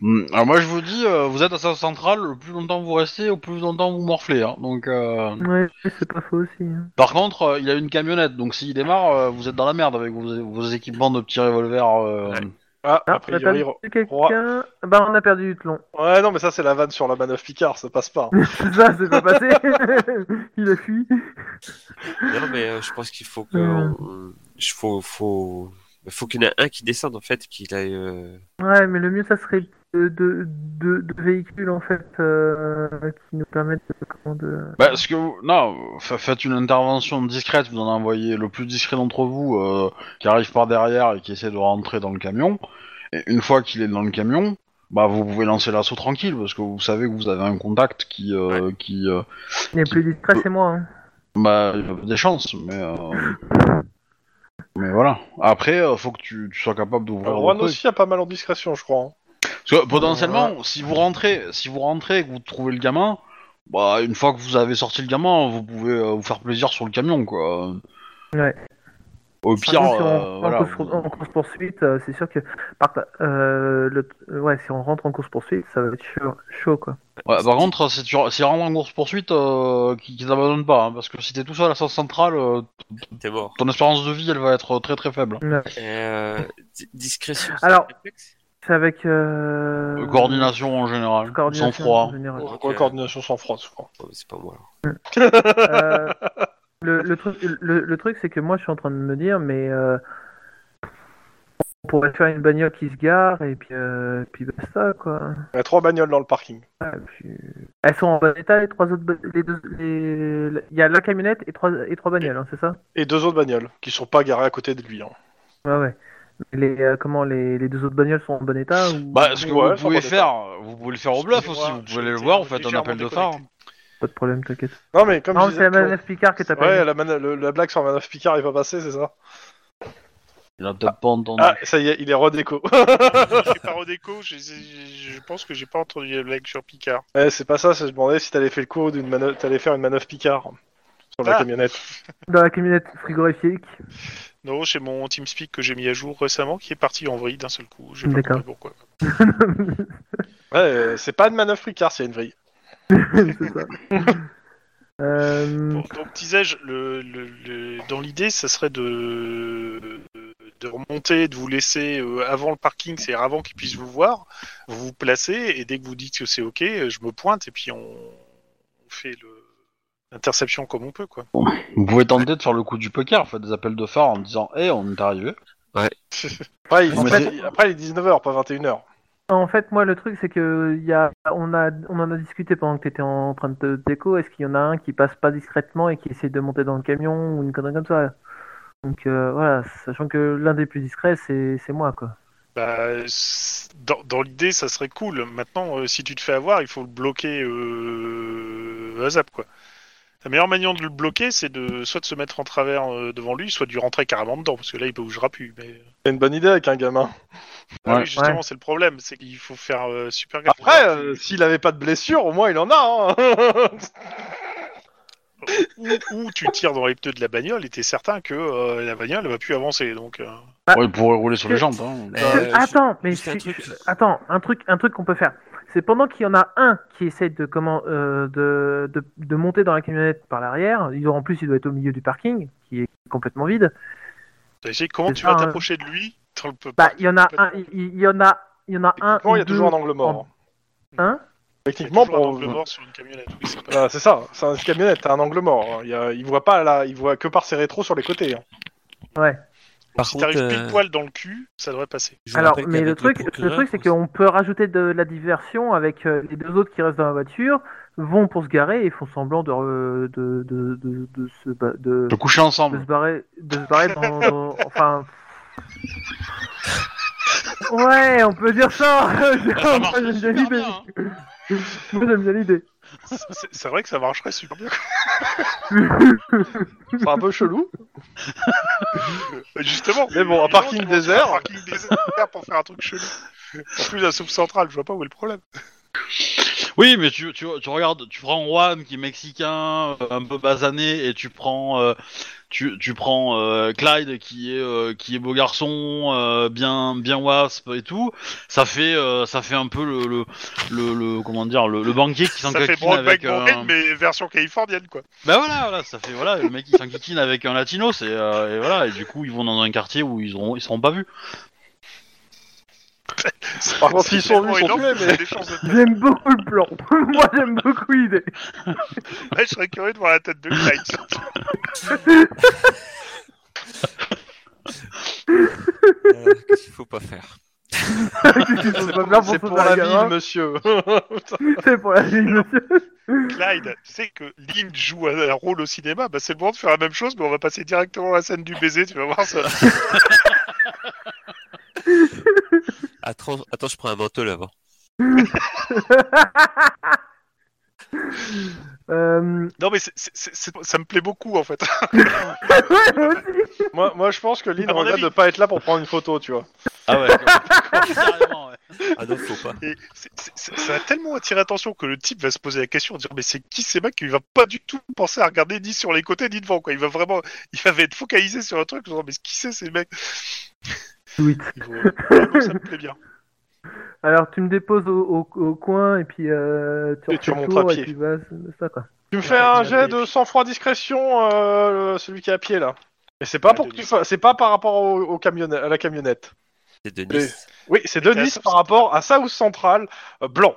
Hmm, Alors moi je vous dis, euh, vous êtes à sa centrale, le plus longtemps vous restez, au plus longtemps vous morflez. hein. Donc, euh, Ouais, c'est pas faux aussi. hein. Par contre, euh, il a une camionnette, donc s'il démarre, euh, vous êtes dans la merde avec vos, vos équipements de petits revolvers. euh, Ouais. Ah, a Ah, on a priori... perdu quelqu'un. Bah, on a perdu Utlon. Ouais, non, mais ça c'est la vanne sur la manœuvre Picard, ça passe pas. Ça, c'est pas passé. Il a fui. Non, mais euh, je pense qu'il faut que Hmm. on- je- faut faut bah, faut qu'il y en ait un qui descende en fait, qu'il aille. euh, Ouais, mais le mieux, ça serait de, de, de, de véhicules en fait euh, qui nous permettent de. comment, de- Bah, ce que vous... Non, fa- faites une intervention discrète, vous en envoyez le plus discret d'entre vous euh, qui arrive par derrière et qui essaie de rentrer dans le camion. Et une fois qu'il est dans le camion, bah vous pouvez lancer l'assaut tranquille parce que vous savez que vous avez un contact qui euh, qui euh, Il est plus distrait, c'est moi. hein. bah il y a des chances mais euh, mais voilà. Après euh, faut que tu, tu sois capable d'ouvrir Alors, le Euh, Juan truc. aussi a pas mal en discrétion, je crois. hein. Parce que potentiellement, si vous rentrez, si vous rentrez et que vous trouvez le gamin, bah une fois que vous avez sorti le gamin, vous pouvez euh, vous faire plaisir sur le camion, quoi. Ouais. Au pire, Par contre, si on euh, rentre en, voilà. course, en course poursuite, euh, c'est sûr que par, euh, le, euh, ouais, si on rentre en course poursuite, ça va être chaud, chaud quoi. Ouais, par contre, si tu si vraiment en course poursuite, euh, qu'ils qu'ils abandonnent pas, hein, parce que si t'es tout seul à la sens centrale, euh, T'es mort. ton espérance de vie, elle va être très très faible. Ouais. Et, euh, di- discrétion. c'est Alors- un réflexe C'est avec euh, Euh, coordination en général, coordination sans froid. en général. Ok. Quoi, coordination sans froid, je crois. Oh, mais c'est pas moi. alors. Euh, le, le truc, le, le truc c'est que moi, je suis en train de me dire, mais euh, on pourrait faire une bagnole qui se gare et puis, euh, puis basta quoi. Il y a trois bagnoles dans le parking. Ah, puis- Elles sont en bon état les trois autres, ba- les deux, les- il y a la camionnette et trois et trois bagnoles, hein, c'est ça Et deux autres bagnoles qui sont pas garées à côté de lui. hein. Ouais, ouais. Les, euh, comment les, les deux autres bagnoles sont en bon état ou... Bah, ce que Ouais, vous sans pouvez bon faire, vous pouvez le faire au bluff aussi, Excusez-moi, vous pouvez aller j'ai le voir, vous été faites un légèrement appel de phare. déconnecté. Pas de problème, t'inquiète. Non, mais comme Non, je c'est la disais, manœuvre Picard que t'as pas Ouais, mis. la, manœuvre- le- la blague sur la manœuvre Picard est pas passée, c'est ça Il a peut-être pas entendu. Ah, ça y est, il est redéco. J'ai pas redéco, j'ai- j'ai- je pense que j'ai pas entendu la blague sur Picard. ouais, Eh, c'est pas ça, c'est- je demandais si t'allais faire le coup d'une manœuvre, t'allais faire une manœuvre Picard sur la Ah. camionnette. Dans la camionnette frigorifique. Non, c'est mon TeamSpeak que j'ai mis à jour récemment qui est parti en vrille d'un seul coup. J'ai pas D'accord. compris pourquoi. Ouais, euh, c'est pas une manœuvre Picard, c'est une vrille. c'est ça. Euh, Bon, donc disais-je, le, le- le- dans l'idée, ça serait de, de remonter, de vous laisser euh, avant le parking, c'est-à-dire avant qu'ils puissent vous voir, vous vous placez, et dès que vous dites que c'est OK, euh, je me pointe, et puis on, on fait le... l'interception comme on peut, quoi. Vous pouvez tenter de faire le coup du poker, faire des appels de phare en disant Hé, on est arrivé. Après, il- Vous en fait, mettez- après, il est 19h, pas 21h. En fait, moi, le truc, c'est que il y a, on, a, on en a discuté pendant que tu étais en train de te déco. Est-ce qu'il y en a un qui passe pas discrètement et qui essaie de monter dans le camion ou une connerie comme ça Donc euh, voilà, sachant que l'un des plus discrets, c'est c'est moi, quoi. Bah, c'est- dans, dans l'idée, ça serait cool. Maintenant, euh, si tu te fais avoir, il faut le bloquer euh, à zap, quoi. La meilleure manière de le bloquer, c'est de soit de se mettre en travers euh, devant lui, soit de lui rentrer carrément dedans, parce que là, il ne bougera plus. Mais... euh, C'est une bonne idée avec un gamin. Ah Ouais. oui, justement, Ouais. c'est le problème, c'est qu'il faut faire euh, super gaffe. Après, euh, s'il avait pas de blessure, au moins il en a. hein. ou, ou tu tires dans les pneus de la bagnole, et t'es certain que euh, la bagnole ne va plus avancer. Donc, euh, Ouais, il pourrait rouler sur les jambes. hein. Euh, attends, mais juste un je suis- truc. je- attends, un truc, un truc qu'on peut faire. C'est pendant qu'il y en a un qui essaie de comment euh, de, de, de monter dans la camionnette par l'arrière. il- En plus, il doit être au milieu du parking qui est complètement vide. t'as essayé- comment C'est tu ça, vas hein. t'approcher de lui dans le- Bah, il y en a un, il- il y en a, il y en a un Techniquement, il y ou a toujours deux, un angle mort. hein Techniquement, toujours un pour... angle mort sur une camionnette. oui, c'est pas- Voilà, c'est ça, c'est un camionnette, t'as un angle mort. hein. Il, y a- il voit pas là, il voit que par ses rétros sur les côtés. hein. Ouais. Par si contre, t'arrives euh, pile poil dans le cul, ça devrait passer. je vous Alors, rappelle mais le qu'avec truc, le procureur, truc, c'est qu'on peut rajouter de la diversion avec euh, les deux autres qui restent dans la voiture, vont pour se garer et font semblant de, re- de, de, de, de se, ba- de, De coucher de se ensemble. barrer, de se barrer dans, dans- enfin. Ouais, on peut dire ça. Ah, Moi, j'aime bien l'idée. hein. Moi, j'aime bien l'idée. C'est- C'est vrai que ça marcherait super bien. C'est un peu chelou. Justement. Mais bon, un parking Ils vont désert. faire Un parking désert pour faire un truc chelou. En plus, la soupe centrale, je vois pas où est le problème. Oui, mais tu, tu, tu regardes, tu prends Juan qui est mexicain, euh, un peu basané, et tu prends, euh, tu, tu prends euh, Clyde qui est euh, qui est beau garçon, euh, bien bien wasp et tout. Ça fait euh, ça fait un peu le le, le, le- comment dire le, le banquier qui Ça fait s'enquiquine avec. Brokeback euh, Mountain, mais version californienne, quoi. Bah voilà, voilà, ça fait voilà le mec qui s'enquiquine avec un latino, c'est euh, et voilà et du coup ils vont dans un quartier où ils auront ils seront pas vus. Par contre, s'ils sont vus, ils sont Énorme, tués, mais- des chances de- J'aime beaucoup le plan. Moi, j'aime beaucoup l'idée. Ouais, je serais curieux de voir la tête de Clyde. euh, qu'est-ce qu'il faut pas faire C'est pas bien C'est pour pour la gamin. ville, monsieur. C'est pour la vie, monsieur. Clyde, tu sais que Lynn joue un rôle au cinéma, bah c'est le moment de faire la même chose, mais on va passer directement à la scène du baiser, tu vas voir ça. Attends, attends, je prends un menthol avant. Euh... Non, mais c'est- c'est- c'est- ça me plaît beaucoup, en fait. Ouais, moi aussi. moi, moi, je pense que Lynn À mon regrette avis. de pas être là pour prendre une photo, tu vois. Ah ouais. Carrément, ouais. Ah non, faut pas. Et c'est- c'est- c'est- ça a tellement attiré l'attention que le type va se poser la question, dire mais c'est qui ces mecs qui va pas du tout penser à regarder ni sur les côtés ni devant quoi. Il va vraiment, il va être focalisé sur un truc, genre mais qui c'est ces mecs. Oui. Ils vont- Vraiment, ça me plaît bien. Alors tu me déposes au, au- au coin et puis euh, tu Et refais tu le remontes tour à et pied. puis vas- c'est ça quoi. Tu me fais un jet de sang-froid discrétion, euh, le- celui qui est à pied là. Et c'est pas Ouais, pour que tu Denis. fasses- c'est pas par rapport au, au camionne- à la camionnette. C'est de Nice. Oui, c'est Mais t'es à Denis South par Central. rapport à South Central euh, blanc.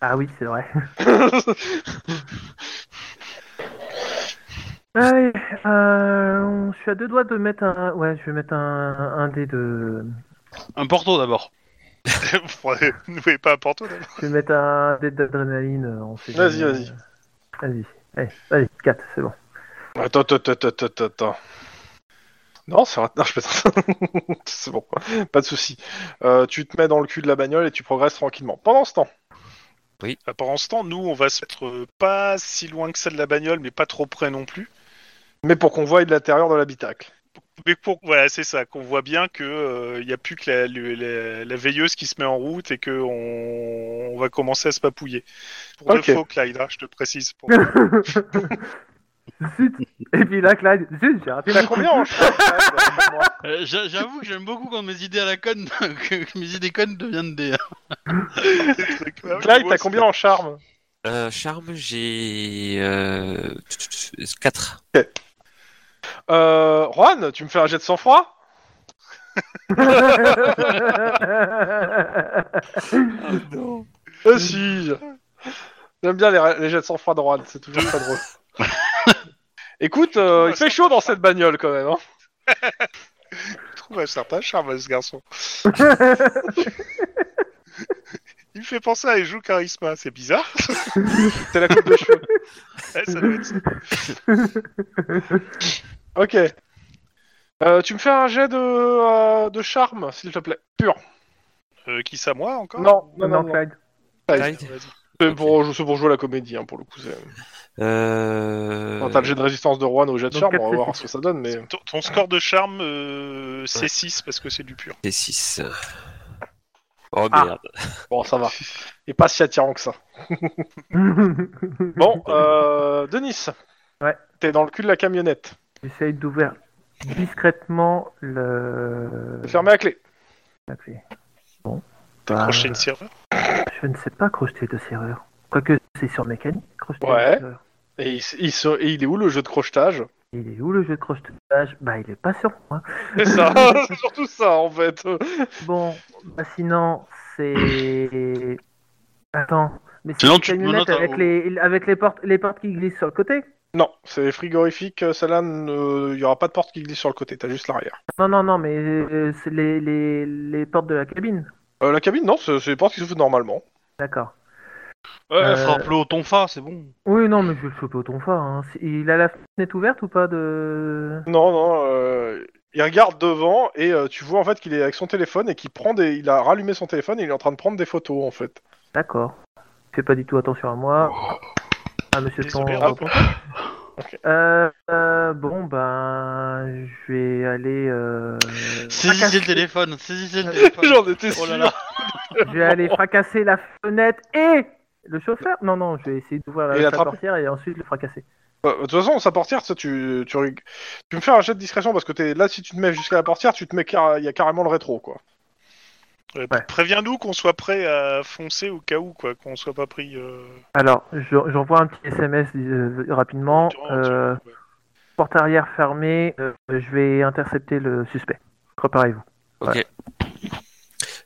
Ah oui c'est vrai. Allez, euh, on- je suis à deux doigts de mettre un, ouais je vais mettre un, un dé de, Un porto d'abord. Vous voyez pas à Porto d'abord. je vais mettre un dé d'adrénaline. euh, on sait Vas-y, jamais. vas-y. Vas-y, allez, vas-y 4, c'est bon. Attends, attends, attends, attends, attends, attends. Non, c'est non, je peux C'est bon, pas de souci. Euh, tu te mets dans le cul de la bagnole et tu progresses tranquillement. Pendant ce temps, Bah, Pendant ce temps, nous on va se mettre euh, pas si loin que ça de la bagnole, mais pas trop près non plus. mais pour qu'on voie de l'intérieur de l'habitacle. Mais pour voilà, c'est ça qu'on voit bien que euh, il y a plus que la, le- la- la veilleuse qui se met en route et que on, on va commencer à se papouiller. Pour Ok. le faux Clyde, hein, je te précise. Pour... Zut. Et puis là Clyde, zut j'ai raté T'as la combien en chemin, Fred Dis-moi. Euh, j'a- J'avoue que j'aime beaucoup quand mes idées à la conne, que que mes idées connes deviennent des. hein, Clyde, t'as combien en charme Euh, charme, j'ai euh, 4. Euh, Juan, tu me fais un jet de sang-froid course. Euh, si. Euh, J'aime bien les, les jets de sang-froid de Juan, c'est toujours très drôle. Écoute, euh, il fait chaud dans cette bagnole quand même. Hein. Je trouve un certain charme à ce garçon. Il me fait penser à Ejo Charisma, c'est bizarre. C'est la coupe de cheveux. Ouais, ça doit être ça. Ok. Euh, tu me fais un jet de, euh, de charme, s'il te plaît. Pur. Euh, qui ça, moi encore Non, non, non. Non, non. Clyde. Vas-y. C'est pour, c'est pour jouer la comédie, hein, pour le coup. c'est- Euh... T'as le jet de résistance de Juan au jet de Donc, charme, on va quatre, voir ce que ça donne, mais... Ton, ton score de charme, euh, c'est 6 parce que c'est du pur. C'est 6. Oh Ah. merde. Bon, ça va. Et pas si attirant que ça. Bon, euh, Denis. Ouais. T'es dans le cul de la camionnette. J'essaye d'ouvrir discrètement le. Euh. T'es fermé à clé. la clé. Décrocher une serrure. Je ne sais pas crocheter de serrure. Quoique c'est sur mécanique, crocheter Ouais. de serrure. Et il, s- il se- et il est où le jeu de crochetage Il est où le jeu de crochetage Bah, il est pas sur moi. C'est ça, c'est surtout ça en fait. Bon, bah sinon, c'est. Attends. Mais c'est Sinon, une tu te camionnette menottes à- avec, les, avec les, portes, les portes qui glissent sur le côté Non, c'est frigorifique, euh, celle-là, ne- il n'y aura pas de porte qui glisse sur le côté, t'as juste l'arrière. Non, non, non, mais euh, c'est les, les, les portes de la cabine. Euh, la cabine, non, c'est c'est les portes qui s'ouvrent normalement. D'accord. Ouais, Euh, frappe-le au tonfa, c'est bon. Oui, non, mais je vais le choper au tonfa. hein. Il a la fenêtre ouverte ou pas de. Non, non, euh, il regarde devant et euh, tu vois en fait qu'il est avec son téléphone et qu'il prend des... Il a rallumé son téléphone et il est en train de prendre des photos en fait. D'accord. Fais pas du tout attention à moi. Ah, monsieur Désolé, Ton- Raoul. Euh, euh, bon, ben. Je vais aller. euh, Saisissez le fracasser- téléphone, saisissez le téléphone. J'en étais sûr. Oh là là. Je vais aller fracasser la fenêtre et le chauffeur. Non, non, je vais essayer d'ouvrir la, Et la l'attraper. portière et ensuite le fracasser. Euh, de toute façon, sa portière, ça, tu, tu, rig- tu me fais un jet de discrétion parce que t'es là, si tu te mets jusqu'à la portière, tu te mets car- il y a carrément le rétro quoi. Euh, Ouais. Préviens-nous qu'on soit prêt à foncer au cas où, quoi, qu'on soit pas pris. euh, Alors, je- j'envoie un petit SMS euh, rapidement. durant- Euh, ouais. porte arrière fermée. euh, je vais intercepter le suspect. Préparez-vous.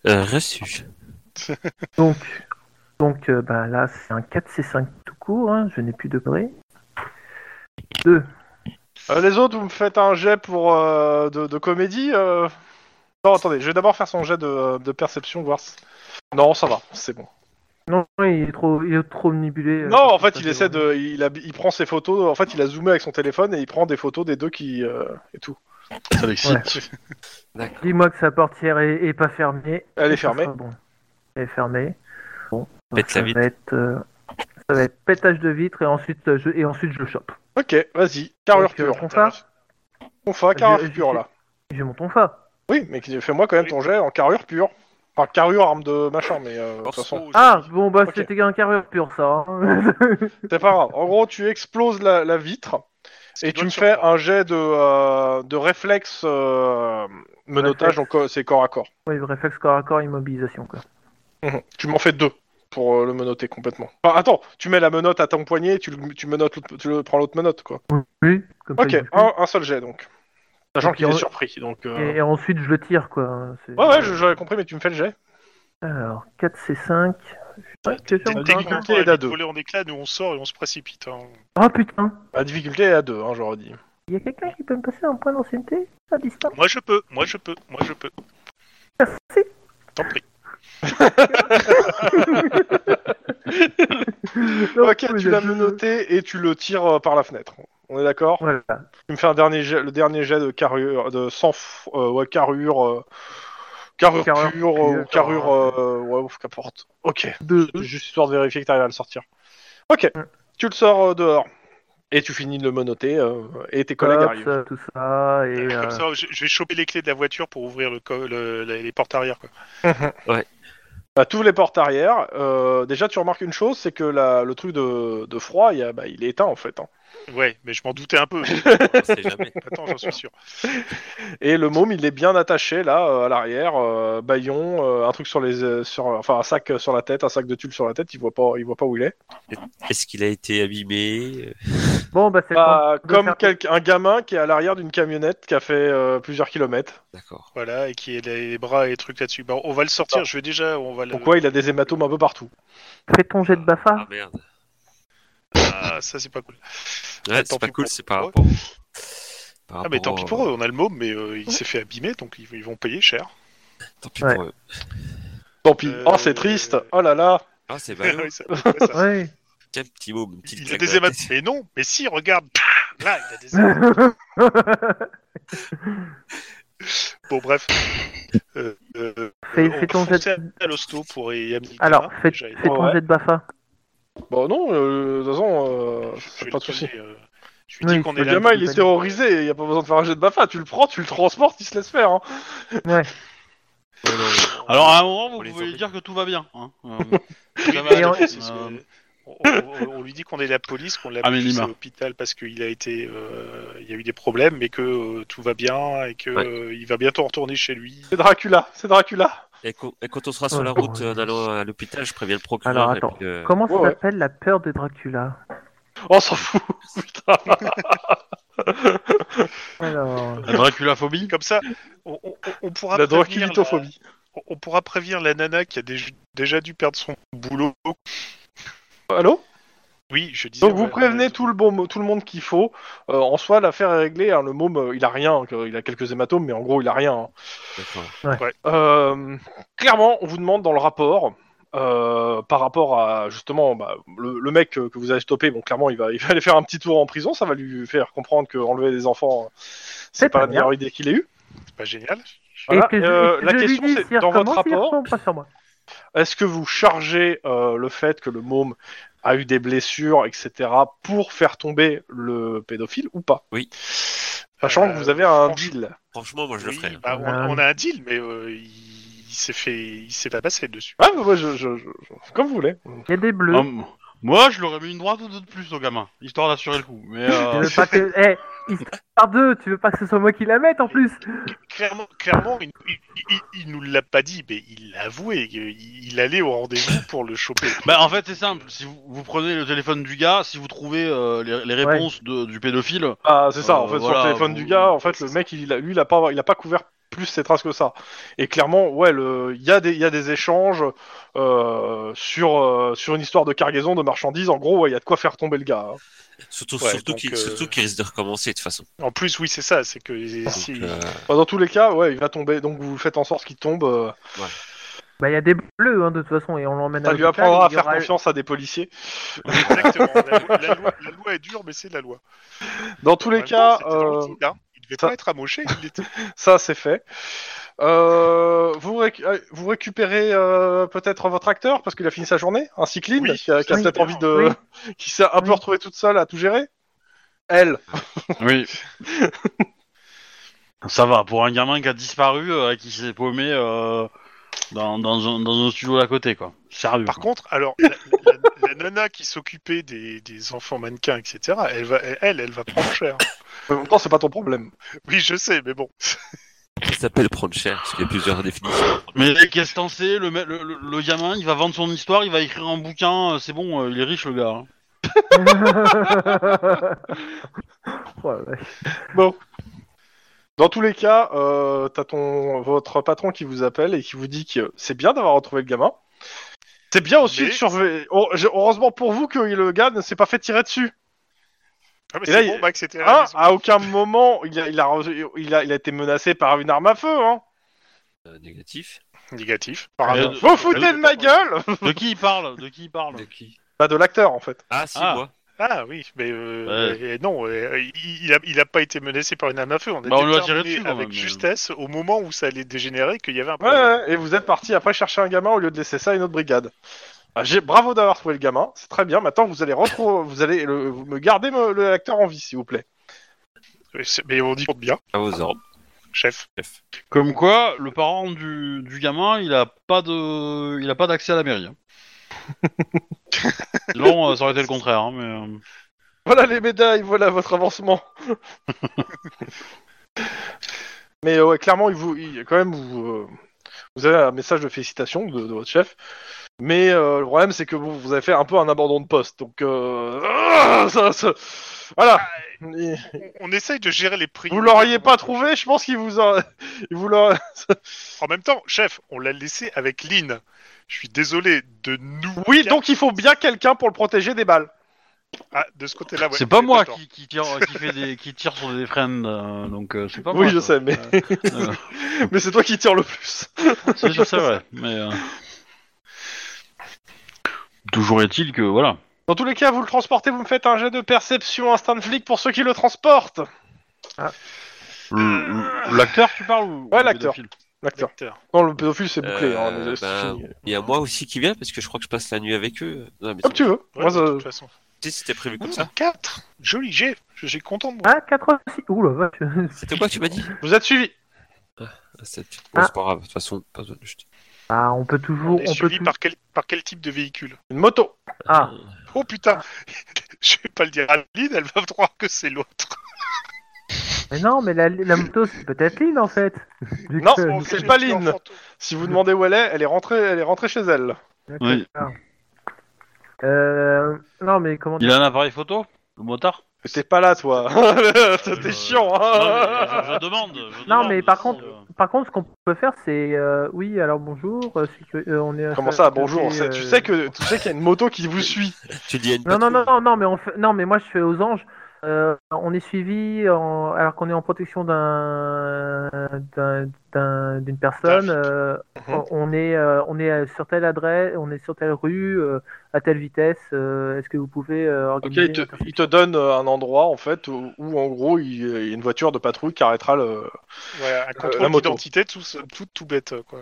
Euh, reçu. Donc, donc euh, ben là, c'est un 4C5 tout court. hein, je n'ai plus de près. Euh, les autres, vous me faites un jet pour euh, de, de comédie. euh. Non, attendez, je vais d'abord faire son jet de, euh, de perception, voir. si- Non, ça va, c'est bon. Non, il est trop, il est trop omnibulé. euh, non, par en tout fait, ça, il c'est essaie vraiment- de, il, a- il prend ses photos. En fait, il a zoomé avec son téléphone et il prend des photos des deux qui euh, et tout. Ça l'excite. D'accord. Dis-moi que sa portière est, est pas fermée. Elle est Ça sera fermée. bon. Elle est fermée. Bon, Pète ça la vitre. va être, euh, ça va être pétage de vitre et ensuite euh, je, et ensuite je le chope. Ok, vas-y, carrure Donc, euh, pure. tonfa On fait je- carrure je- pure là. J'ai mon tonfa. Oui, mais qui- fais-moi quand même ton jet en carrure pure. Enfin, carrure arme de machin, mais euh, de toute façon. Ah bon bah Ok. c'était un carrure pur ça. hein. C'est pas grave. En gros, tu exploses la, la vitre Ce qui et doit tu me te fais surprendre. un jet de, euh, de réflexe euh, Réflexe. menottage, donc euh, c'est corps à corps. oui, le réflexe corps à corps immobilisation quoi. Mhm. Tu m'en fais deux pour euh, le menotter complètement. Enfin, attends, tu mets la menotte à ton poignet et tu, le- tu, menottes l'autre- tu le prends l'autre menotte, quoi. Oui. Comme ça, Ok, Ah. il bouge plus. un, un seul jet donc. Sachant Ok, qu'il est on- surpris, donc. euh, Et, et ensuite je le tire quoi. C'est- Ouais, ouais, je- j'avais compris, mais tu me fais le jet. Alors 4 c 5. un Techniquement, compliqué, elle il a est deux. volée en éclats, nous on sort et on se précipite. hein. hein. Oh putain. La difficulté est à deux, hein, je redis. Il y a quelqu'un qui peut me passer un point d'ancienneté à distance. Moi je peux, moi je peux, moi je peux. Merci. Tant pis. ok, tu l'as menotté et tu le tires euh, par la fenêtre. On est d'accord Voilà. Tu me fais un dernier jet, le dernier jet de carrure, de sans f- euh, ouais, carrure, euh, carrure, pure, Carrure pure, Mm. euh, ou carrure, carrure. euh, ouais, ouf, qu'importe. Ok. Deux. Juste histoire de vérifier que t'arrives à le sortir. Ok. Mm. Tu le sors euh, dehors et tu finis de le menoter euh, et tes collègues Cops, arrivent. euh, tout ça et euh, Comme ça, je, je vais choper les clés de la voiture pour ouvrir le co- le- les, les portes arrière. Quoi. Bah, t'ouvres les portes arrière. euh, déjà, tu remarques une chose, c'est que la- le truc de, de froid, il, y a- bah, il est éteint en fait. hein. Ouais, mais je m'en doutais un peu. On sait jamais. Attends, j'en suis sûr. Et le môme, il est bien attaché là euh, à l'arrière, euh, baillon, euh, un truc sur les, euh, sur, enfin un sac euh, sur la tête, un sac de tulle sur la tête. Il voit pas, il voit pas où il est. Est-ce qu'il a été abîmé euh, bon bah c'est Bah, le temps de comme faire- quelqu'un- un gamin qui est à l'arrière d'une camionnette qui a fait euh, plusieurs kilomètres. D'accord. Voilà, et qui ait les, les bras et les trucs là-dessus. Bon, on va le sortir, je vais déjà. On va le... Pourquoi il a des hématomes un peu partout Fais ton jet de Ah Bafa. merde. Ah, ça c'est pas cool. Ouais, Ah, c'est tant pas pis cool, pour- c'est par ouais. rapport. par Ah, mais tant rapport, pis euh, pour eux, on a le môme, mais euh, il s'est fait abîmer, donc ils, ils vont payer cher. Tant pis Ouais. pour eux. Tant pis. Euh, Oh, c'est triste. Oh là là. Ah, c'est Ouais, ballot. ouais, ça- ouais, bah, ça- Ouais. Tiens, petit mot, une petite Il a claque des dans la hématomes. tête. Mais non, mais si, regarde. Là, il a des hématomes. Bon, bref. Euh, euh, Fais- on fais ton va foncer jet- à l'hosto pour Yamil. Alors, fais, déjà, fais ton Ouais. jet de Bafa. Bon, non, euh, de toute façon, euh, je vais pas le de soucis. calmer, euh, Je lui dis Oui, qu'on Le est là. gamin, il est compagnie. terrorisé, il n'y a pas besoin de faire un jet de bafa. Tu le prends, tu le transportes, il se laisse faire. Hein. Ouais, non, ouais. Alors à un moment, vous On les pouvez lui embête. dire que tout va bien. hein. Euh, Oui, ça va mais aller. en- c'est ce Euh, que- on, on- on lui dit qu'on est la police, qu'on l'a Ah, mais poussé Lima. à l'hôpital parce qu'il a été, euh, il y a eu des problèmes, mais que euh, tout va bien et que Ouais. euh, il va bientôt retourner chez lui. C'est Dracula, c'est Dracula. Et, quand- et quand on sera sur la Ouais. route euh, en allant à l'hôpital, je préviens le procureur. Alors, et attends. puis, euh, Comment ça ouais, ouais. s'appelle la peur de Dracula On s'en fout, putain. Alors, La Draculaphobie. Comme ça, on, on- on pourra La prévenir draculitophobie. la- on- on pourra prévenir la nana qui a déj- déjà dû perdre son boulot. Allô Oui, je disais. Donc vous ouais, prévenez ouais, tout le, bon, tout le monde qu'il faut. Euh, en soi, l'affaire est réglée. hein. Le môme, euh, il a rien. hein, que- Il a quelques hématomes, mais en gros, il a rien. hein. d'accord. Euh, clairement, on vous demande dans le rapport, euh, par rapport à justement bah, le, le mec euh, que vous avez stoppé, bon, clairement, il va, il va aller faire un petit tour en prison. Ça va lui faire comprendre que enlever des enfants, euh, C'est c'est pas la bien. meilleure idée qu'il ait eue. C'est pas génial. Voilà, est-ce que je, euh, est-ce que la je lui question, dis c'est s'il dans votre recommence, il rapport, retombe pas sur moi Est-ce que vous chargez euh, le fait que le môme a eu des blessures, etc., pour faire tomber le pédophile ou pas Oui. Sachant Euh, que vous avez un franchement- deal. Franchement, moi je Oui, le ferai. hein. bah, Ah. on, on a un deal, mais euh, il, il s'est fait, il s'est pas passé dessus. Ah, bah, moi, je, je- je- je- comme vous voulez. Il y a des bleus. Hum, moi, je l'aurais mis une droite ou deux de plus au gamin, histoire d'assurer le coup. Mais Tu Ah, euh, veux pas que. Eh, il se passe par deux, tu veux pas que ce soit moi qui la mette en plus Clairement, clairement, il, il, il- il nous l'a pas dit, mais il l'a avoué. Il, il allait au rendez-vous pour le choper. Bah en fait c'est simple, si vous, vous prenez le téléphone du gars, si vous trouvez euh, les, les réponses de- du pédophile, Ah, c'est ça. Euh, en fait, sur voilà, le téléphone vous- du gars, en fait, le mec, il, a- lui, il a pas, il a pas couvert plus ses traces que ça. Et clairement, ouais, le- il y, a des- il y a des échanges euh, sur, euh, sur une histoire de cargaison de marchandises. En gros, ouais, il y a de quoi faire tomber le gars. hein. Surtout, Ouais, surtout donc, qu'il euh, surtout qu'il risque de recommencer de toute façon. En plus, oui, c'est ça, c'est que Donc, si, euh, Enfin, dans tous les cas, ouais, il va tomber. Donc, vous faites en sorte qu'il tombe. euh, Bah, il y a des bleus, hein, de toute façon, et on l'emmène à ça lui l'hôpital, apprendra à il y faire aura- confiance à des policiers. Exactement. La, loi- la loi, la loi est dure, mais c'est la loi. Dans tous En les même temps, cas, c'était dans le euh, deal, hein. il devait ça- pas être amoché. Il était... ça c'est fait. Euh, vous, réc- euh, vous récupérez euh, peut-être votre acteur parce qu'il a fini sa journée, un cycline Oui, qui a, qui a oui. peut-être envie de, qui s'est un peu Oui. retrouvée toute seule à tout gérer. Elle. oui. ça va, pour un gamin qui a disparu, euh, qui s'est paumé euh, dans, dans, un, dans un studio d'à côté quoi. Sérieux. Par quoi. contre, alors la, la- la nana qui s'occupait des, des enfants mannequins, etc., elle va, elle, elle va prendre cher. En même temps, c'est pas ton problème. Oui, je sais, mais bon. ça s'appelle prendre cher, parce qu'il y a plusieurs définitions. Mais qu'est-ce que t'en sais le, me- le, le- le gamin, il va vendre son histoire, il va écrire un bouquin, euh, c'est bon, euh, il est riche le gars. hein. Oh la vache. Dans tous les cas, euh, t'as ton votre patron qui vous appelle et qui vous dit que c'est bien d'avoir retrouvé le gamin. C'est bien aussi Mais- de surveiller. Oh, je- heureusement pour vous que le gars ne s'est pas fait tirer dessus. Ah, mais Et là, c'est il- bon, Max était à la Hein maison. à aucun moment il a, il, a, il, a, il a été menacé par une arme à feu. Hein. Euh, négatif. Négatif. Ah, Pardon. euh, Vous foutez de ma gueule De qui il parle De qui il parle De qui Bah de l'acteur en fait. Ah, si, Ah. moi. Ah oui, mais euh, et non, euh, il, il a, il a pas été menacé par une arme à feu. On, Bah, on lui a tiré déterminé dessus, quand avec même, mais- justesse au moment où ça allait dégénérer qu'il y avait un Ouais, problème. ouais, et vous êtes parti après chercher un gamin au lieu de laisser ça à une autre brigade. Ah, j'ai bravo d'avoir trouvé le gamin, c'est très bien. Maintenant vous allez retrouver, vous allez le- vous me garder me- le acteur en vie s'il vous plaît. Mais c'est- Mais on dit bien, À vos ordres. chef. Comme quoi, le parent du, du gamin, il a pas de, il a pas d'accès à la mairie. hein. Sinon, euh, ça aurait été le contraire. hein, mais, euh, Voilà les médailles, voilà votre avancement. Mais euh, ouais, clairement il vous, il- quand même vous, euh, vous avez un message de félicitations de, de votre chef. Mais euh, le problème c'est que vous, vous avez fait un peu un abandon de poste, donc euh, ah, ça- ça- voilà. Il- On, on essaye de gérer les prix. Vous l'auriez pas trouvé, je pense qu'il vous a... il vous l'a- En même temps, chef, on l'a laissé avec Lynn. Je suis désolé de nous. Oui, donc il faut bien quelqu'un pour le protéger des balles. Ah, de ce côté-là, ouais. c'est pas j'ai moi tort. qui, qui tire, qui fait des, qui tire sur des friends, euh, donc euh, c'est pas moi. Oui, je quoi. sais, mais, Euh, mais c'est toi qui tires le plus. c'est je sais, ouais, mais. euh, Toujours est-il que voilà. Dans tous les cas, vous le transportez, vous me faites un jet de perception instinct de flic pour ceux qui le transportent. Le- le- L'acteur, tu parles ou ou Ouais, le l'acteur. pédophile L'acteur. L'acteur. Non, le pédophile, c'est bouclé. hein, Euh, mais c'est ben, fini. Il y a moi aussi qui vient parce que je crois que je passe la nuit avec eux. Non, mais Comme Ah, tu veux. Ouais, Moi, euh, de ça- toute façon. si c'était prévu comme ça. 4 Joli jet Je suis content de moi. Ah, 86. Ouh la vache. C'était quoi tu m'as dit Vous êtes suivi. Ah, sept. Bon, Ah. c'est pas grave. De toute façon, pas besoin de le jeter. Ah, on peut On toujours. est On peut suivi tou- par quel, par quel type de véhicule Une moto. Ah, Oh putain Je vais pas le dire à Lynn, elle va croire que c'est l'autre. mais non, mais la, la moto, c'est peut-être l'île en fait. Vu Non, que- on- vu c'est Oh, que- pas Lynn. En fantôme. Si vous demandez où elle est, elle est rentrée, elle est rentrée chez elle. d'accord. Oui. Euh, non, mais comment Il dire a un appareil photo, le motard. Euh, T'es pas là, toi. Ah, Euh, T'es chiant. hein. Non, mais je, je demande. je Non, demande mais par si, contre- euh, Par contre, ce qu'on peut faire, c'est. euh, Oui, alors bonjour. euh, sécu- euh, on est Comment ça, bonjour c'est- c'est- Tu euh, sais que tu sais qu'il y a une moto qui vous suit. Tu dis à une Non, non, patrouille. non, non, non, mais, on fait- non mais moi je fais aux anges. Euh, on est suivi en- alors qu'on est en protection d'un d'un- d'un- d'une personne. D'un flic. euh, on- on est euh, on est euh, sur telle adresse, on est sur telle rue, euh, à telle vitesse. euh, Est-ce que vous pouvez euh, Ok, organiser il te, il te donne euh, un endroit en fait où, où, en gros il il y a une voiture de patrouille qui arrêtera le. Ouais, un Euh, la contrôle moto. d'identité tout, tout, tout bête. euh, Quoi.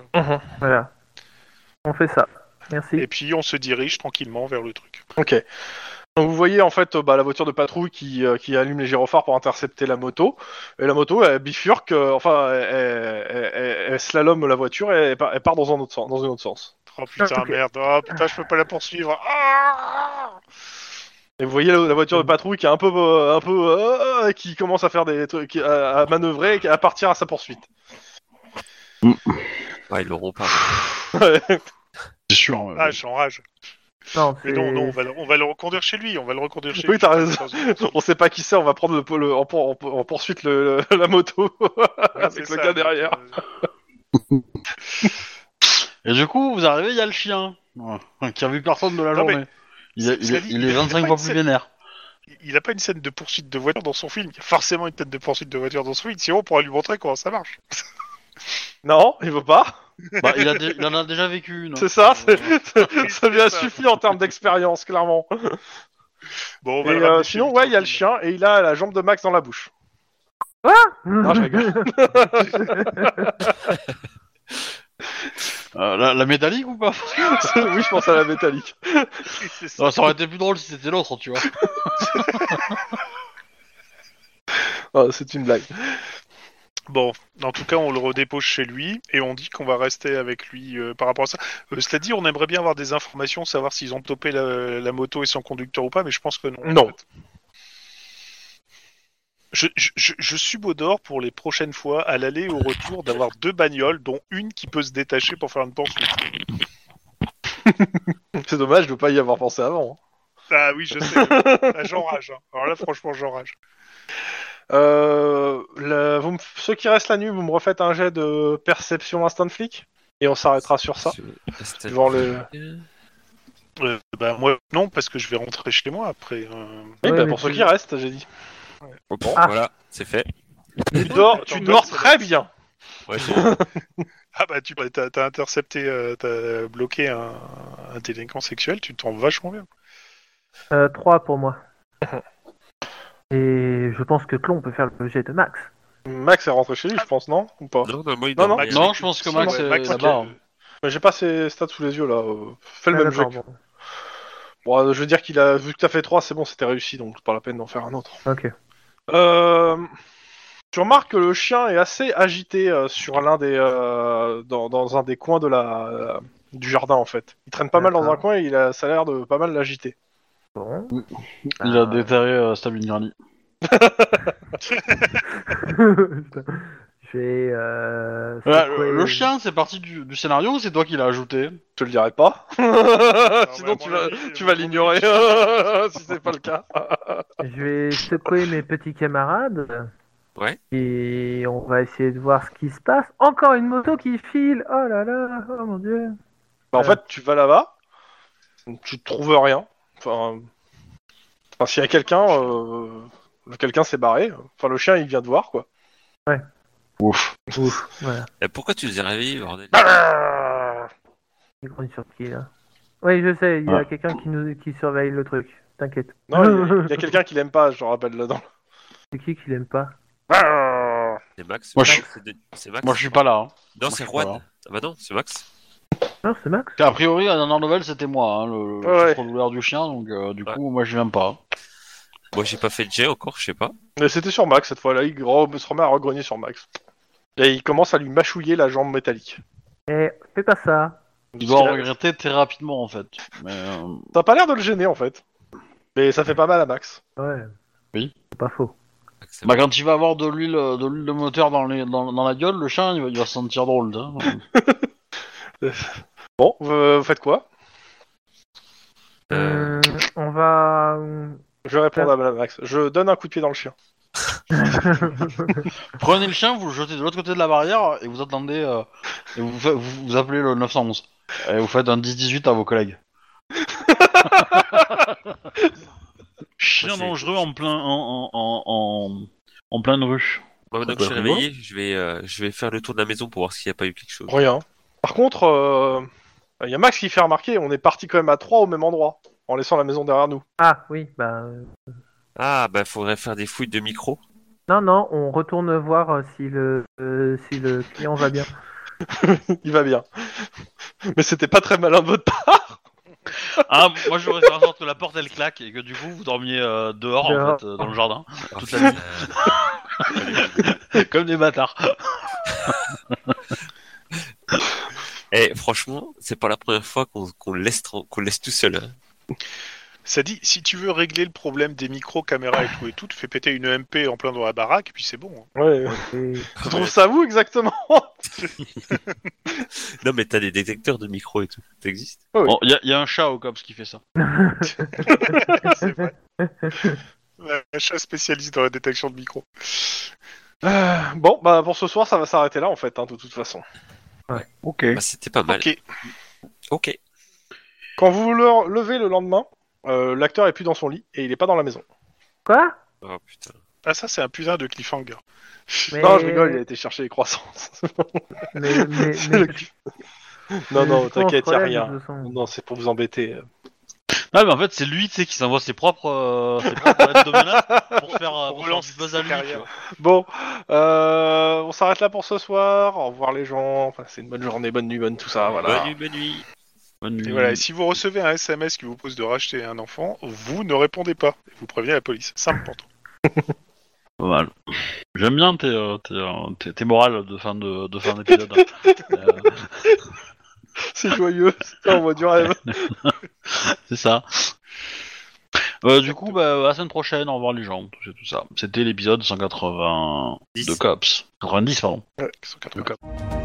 Voilà, on fait ça. Merci. Et puis on se dirige tranquillement vers le truc. Ok. Donc vous voyez en fait euh, bah, la voiture de patrouille qui, euh, qui allume les gyrophares pour intercepter la moto. Et la moto elle bifurque, euh, enfin elle, elle- elle- elle slalome la voiture et elle part, elle part dans un autre sens. Dans un autre sens. Oh putain, Ok. merde, oh putain, je peux pas la poursuivre. Ah Et vous voyez la, la voiture de patrouille qui est un peu, euh, un peu, euh, euh, qui commence à faire des trucs, qui- à, à manœuvrer, et à partir à sa poursuite. Ouais, Ah, ils l'auront pas. C'est sûr. ouais. ah, j'enrage. Non, Mais non, c'est- non, on va, le- on va le reconduire chez lui, on va le reconduire chez Oui, lui. t'as raison. on sait pas qui c'est, on va prendre le, le- en, pour- en poursuite le- le- la moto. Ouais, Avec c'est le ça, gars donc, derrière. euh, Et du coup, vous arrivez, il y a le chien ouais, qui a vu personne de la Non, mais- journée. Il, est- il est- Cela dit, il est 25 pas fois une plus scène- vénère. Il a pas une scène de poursuite de voiture dans son film. Il y a forcément une scène de poursuite de voiture dans son film. Sinon, on pourra lui montrer comment ça marche. Non, il veut pas. Bah, il, a dé- il en a déjà vécu une. C'est ça, c'est- Euh, ça lui a suffi en termes d'expérience, clairement. Bon, on Et va le euh, ramener chez sinon, lui ouais, il y a le tranquille. chien et il a la jambe de Max dans la bouche. Non, je rigole. euh, la, la métallique ou pas oui, je pense à la métallique. C'est ça. Non, Ça aurait été plus drôle si c'était l'autre, tu vois. Ah, c'est une blague. Bon, en tout cas, on le redépose chez lui et on dit qu'on va rester avec lui euh, par rapport à ça. Euh, cela dit, on aimerait bien avoir des informations, savoir s'ils ont topé la, la moto et son conducteur ou pas, mais je pense que non. Non. en fait. Je, je, je, je subodore pour les prochaines fois, à l'aller et au retour, d'avoir deux bagnoles, dont une qui peut se détacher pour faire une poursuite. C'est dommage de pas y avoir pensé avant. Ah oui, je sais. mais- ah, j'enrage. hein. Alors là, franchement, j'enrage. Euh, la- vous me- Ceux qui restent la nuit, vous me refaites un jet de perception instant flic et on s'arrêtera sur ça. C'était- Devant le. Euh, bah, moi, non, parce que je vais rentrer chez moi après. euh. Oui, Ouais, bah, mais pour ceux tu- qui restent, j'ai dit. Bon, Ah. voilà, c'est fait. Tu dors, tu dors très bien. Ouais, Ah bah, tu t'as t'as intercepté, euh, t'as bloqué un, un délinquant sexuel, tu t'en vachement bien. Euh, 3 pour moi. Et je pense que Clon peut faire le jet de Max. Max est rentré chez lui, je pense, non Ou pas non, non, moi, il Non, dort non. bien. Non, je pense que Max Ouais, est Max, là-bas. ok. hein. Mais J'ai pas ses stats sous les yeux là. euh, Fais le Ah, même jeu. d'accord, que- Bon, je veux dire qu'il a vu que t'as fait 3, c'est bon, c'était réussi, donc c'est pas la peine d'en faire un autre. bon, Ok. Euh, tu remarques que le chien est assez agité euh, sur l'un des euh, dans, dans un des coins de la euh, du jardin en fait. Il traîne pas mal dans un D'accord. coin et il a ça a l'air de pas mal l'agiter. Bon. Il a déterré euh, Stabine Garni. Putain. je vais. euh, Voilà, secouer- le, le chien, c'est parti du, du scénario ou c'est toi qui l'as ajouté Je te le dirai pas. Ah, Sinon mais à tu mon vas avis, tu euh, vas mon l'ignorer si c'est pas le cas. Je vais secouer mes petits camarades. Ouais. Et on va essayer de voir ce qui se passe. Encore une moto qui file. Oh là là. Oh mon dieu. Bah, en fait, tu vas là-bas, tu trouves rien. Enfin, Enfin, s'il y a quelqu'un, euh, le quelqu'un s'est barré. Enfin, le chien, il vient de voir, quoi. Ouf. Ouf, voilà. Euh, Pourquoi tu les as réveillés, bordel Ah. Bah, Il grognes sur qui, là hein. Oui, je sais, il y a Ouais. quelqu'un qui, nous... qui surveille le truc. T'inquiète. Non, il y a- il y a, quelqu'un qui l'aime pas, je rappelle là-dedans. C'est qui qui l'aime pas Bah, C'est Max Moi, je suis- C'est- C'est Max Moi, je suis pas là. hein. Non, moi, je c'est suis Juan. pas là. Ah bah non, c'est Max. Non, c'est Max. A priori, la dernière nouvelle, c'était moi, hein, le, le Ouais. souffre douleur du chien, donc euh, du Ouais. coup, moi, je viens pas. Moi, j'ai pas fait de jet encore, je sais pas. Mais c'était sur Max cette fois-là, il gro- se remet à regogner sur Max. Et il commence à lui mâchouiller la jambe métallique. Eh, fais pas ça. Il doit en regretter très rapidement, en fait. Mais, euh, T'as pas l'air de le gêner en fait. Mais ça fait pas mal à Max. Ouais. Oui. C'est pas faux. Max, c'est bah, bon. quand il va avoir de l'huile euh, de, l'huile de moteur dans, les, dans, dans la gueule, le chien, il va, il va se sentir drôle. hein. Bon, vous, vous faites quoi Euh, Euh, on va. Je vais répondre à Max. Je donne un coup de pied dans le chien. Prenez le chien, vous le jetez de l'autre côté de la barrière, et vous attendez, euh, et vous, fa- vous, vous appelez le 911. Et vous faites un 10-18 à vos collègues. Ouais, chien c'est- dangereux en plein, en, en, en, en, en pleine rue. moi, maintenant que bah, je suis rigolo. réveillé, je vais, euh, je vais faire le tour de la maison pour voir s'il n'y a pas eu quelque chose. Rien. Par contre, euh, il y a Max qui fait remarquer, on est parti quand même à trois au même endroit, en laissant la maison derrière nous. Ah, oui, bah. euh, Ah, bah, faudrait faire des fouilles de micro. Non, non, on retourne voir euh, si le, euh, si le client va bien. Il va bien. Mais c'était pas très malin de votre part. Ah, moi j'aurais fait en sorte que la porte elle claque et que du coup vous dormiez euh, dehors, en Dehors. fait, euh, dans le jardin, Ah, Toute la putain, euh, comme des bâtards. Eh, franchement, c'est pas la première fois qu'on qu'on le laisse, tran- qu'on le laisse tout seul. hein. Ça dit, si tu veux régler le problème des micros, caméras et tout et tout, tu fais péter une EMP en plein dans la baraque et puis c'est bon. Ouais. Et- Ah, Tu trouves ça vous exactement Non, mais t'as des détecteurs de micro et tout. Ça existe Il y, a- y a un chat au cops qui fait ça. c'est vrai. hein. Ouais, Un chat spécialiste dans la détection de micros. Euh, Bon, bah pour ce soir, ça va s'arrêter là en fait, hein, de toute façon. Ok. bah, C'était pas mal. Ok. Ok. Quand vous vous le- levez le lendemain, euh, l'acteur est plus dans son lit et il est pas dans la maison. Quoi Oh putain. Ah ça c'est un putain de cliffhanger. mais... Non, je rigole, il a été chercher les croissants. Mais, mais, mais- C'est le cul. non, mais non, je pense t'inquiète, qu'on y a l'a, rien. de toute façon. Non, c'est pour vous embêter. Ah, mais en fait, c'est lui tu sais, qui s'envoie ses propres, euh, ses propres lettres de menace pour faire, euh, Pour pour relancer faire du buzz à lui. sa carrière. tu vois. Bon, euh, on s'arrête là pour ce soir. Au revoir les gens. Enfin, c'est une bonne journée, bonne nuit, bonne tout ça. Voilà. Bonne nuit, bonne nuit. Et Mm. voilà, et si vous recevez un SMS qui vous pose de racheter un enfant, vous ne répondez pas. Vous prévenez la police. Simple pour toi. Pas mal. J'aime bien tes, euh, tes, euh, tes- tes morales de fin de, de fin d'épisode. Euh, C'est joyeux. Putain, on voit du rêve. c'est ça. Euh, du coup, bah, à la semaine prochaine, au revoir les gens, tout ça, tout ça. C'était l'épisode 180 de Dix. Cops. 90, pardon. Ouais, 180. D'accord.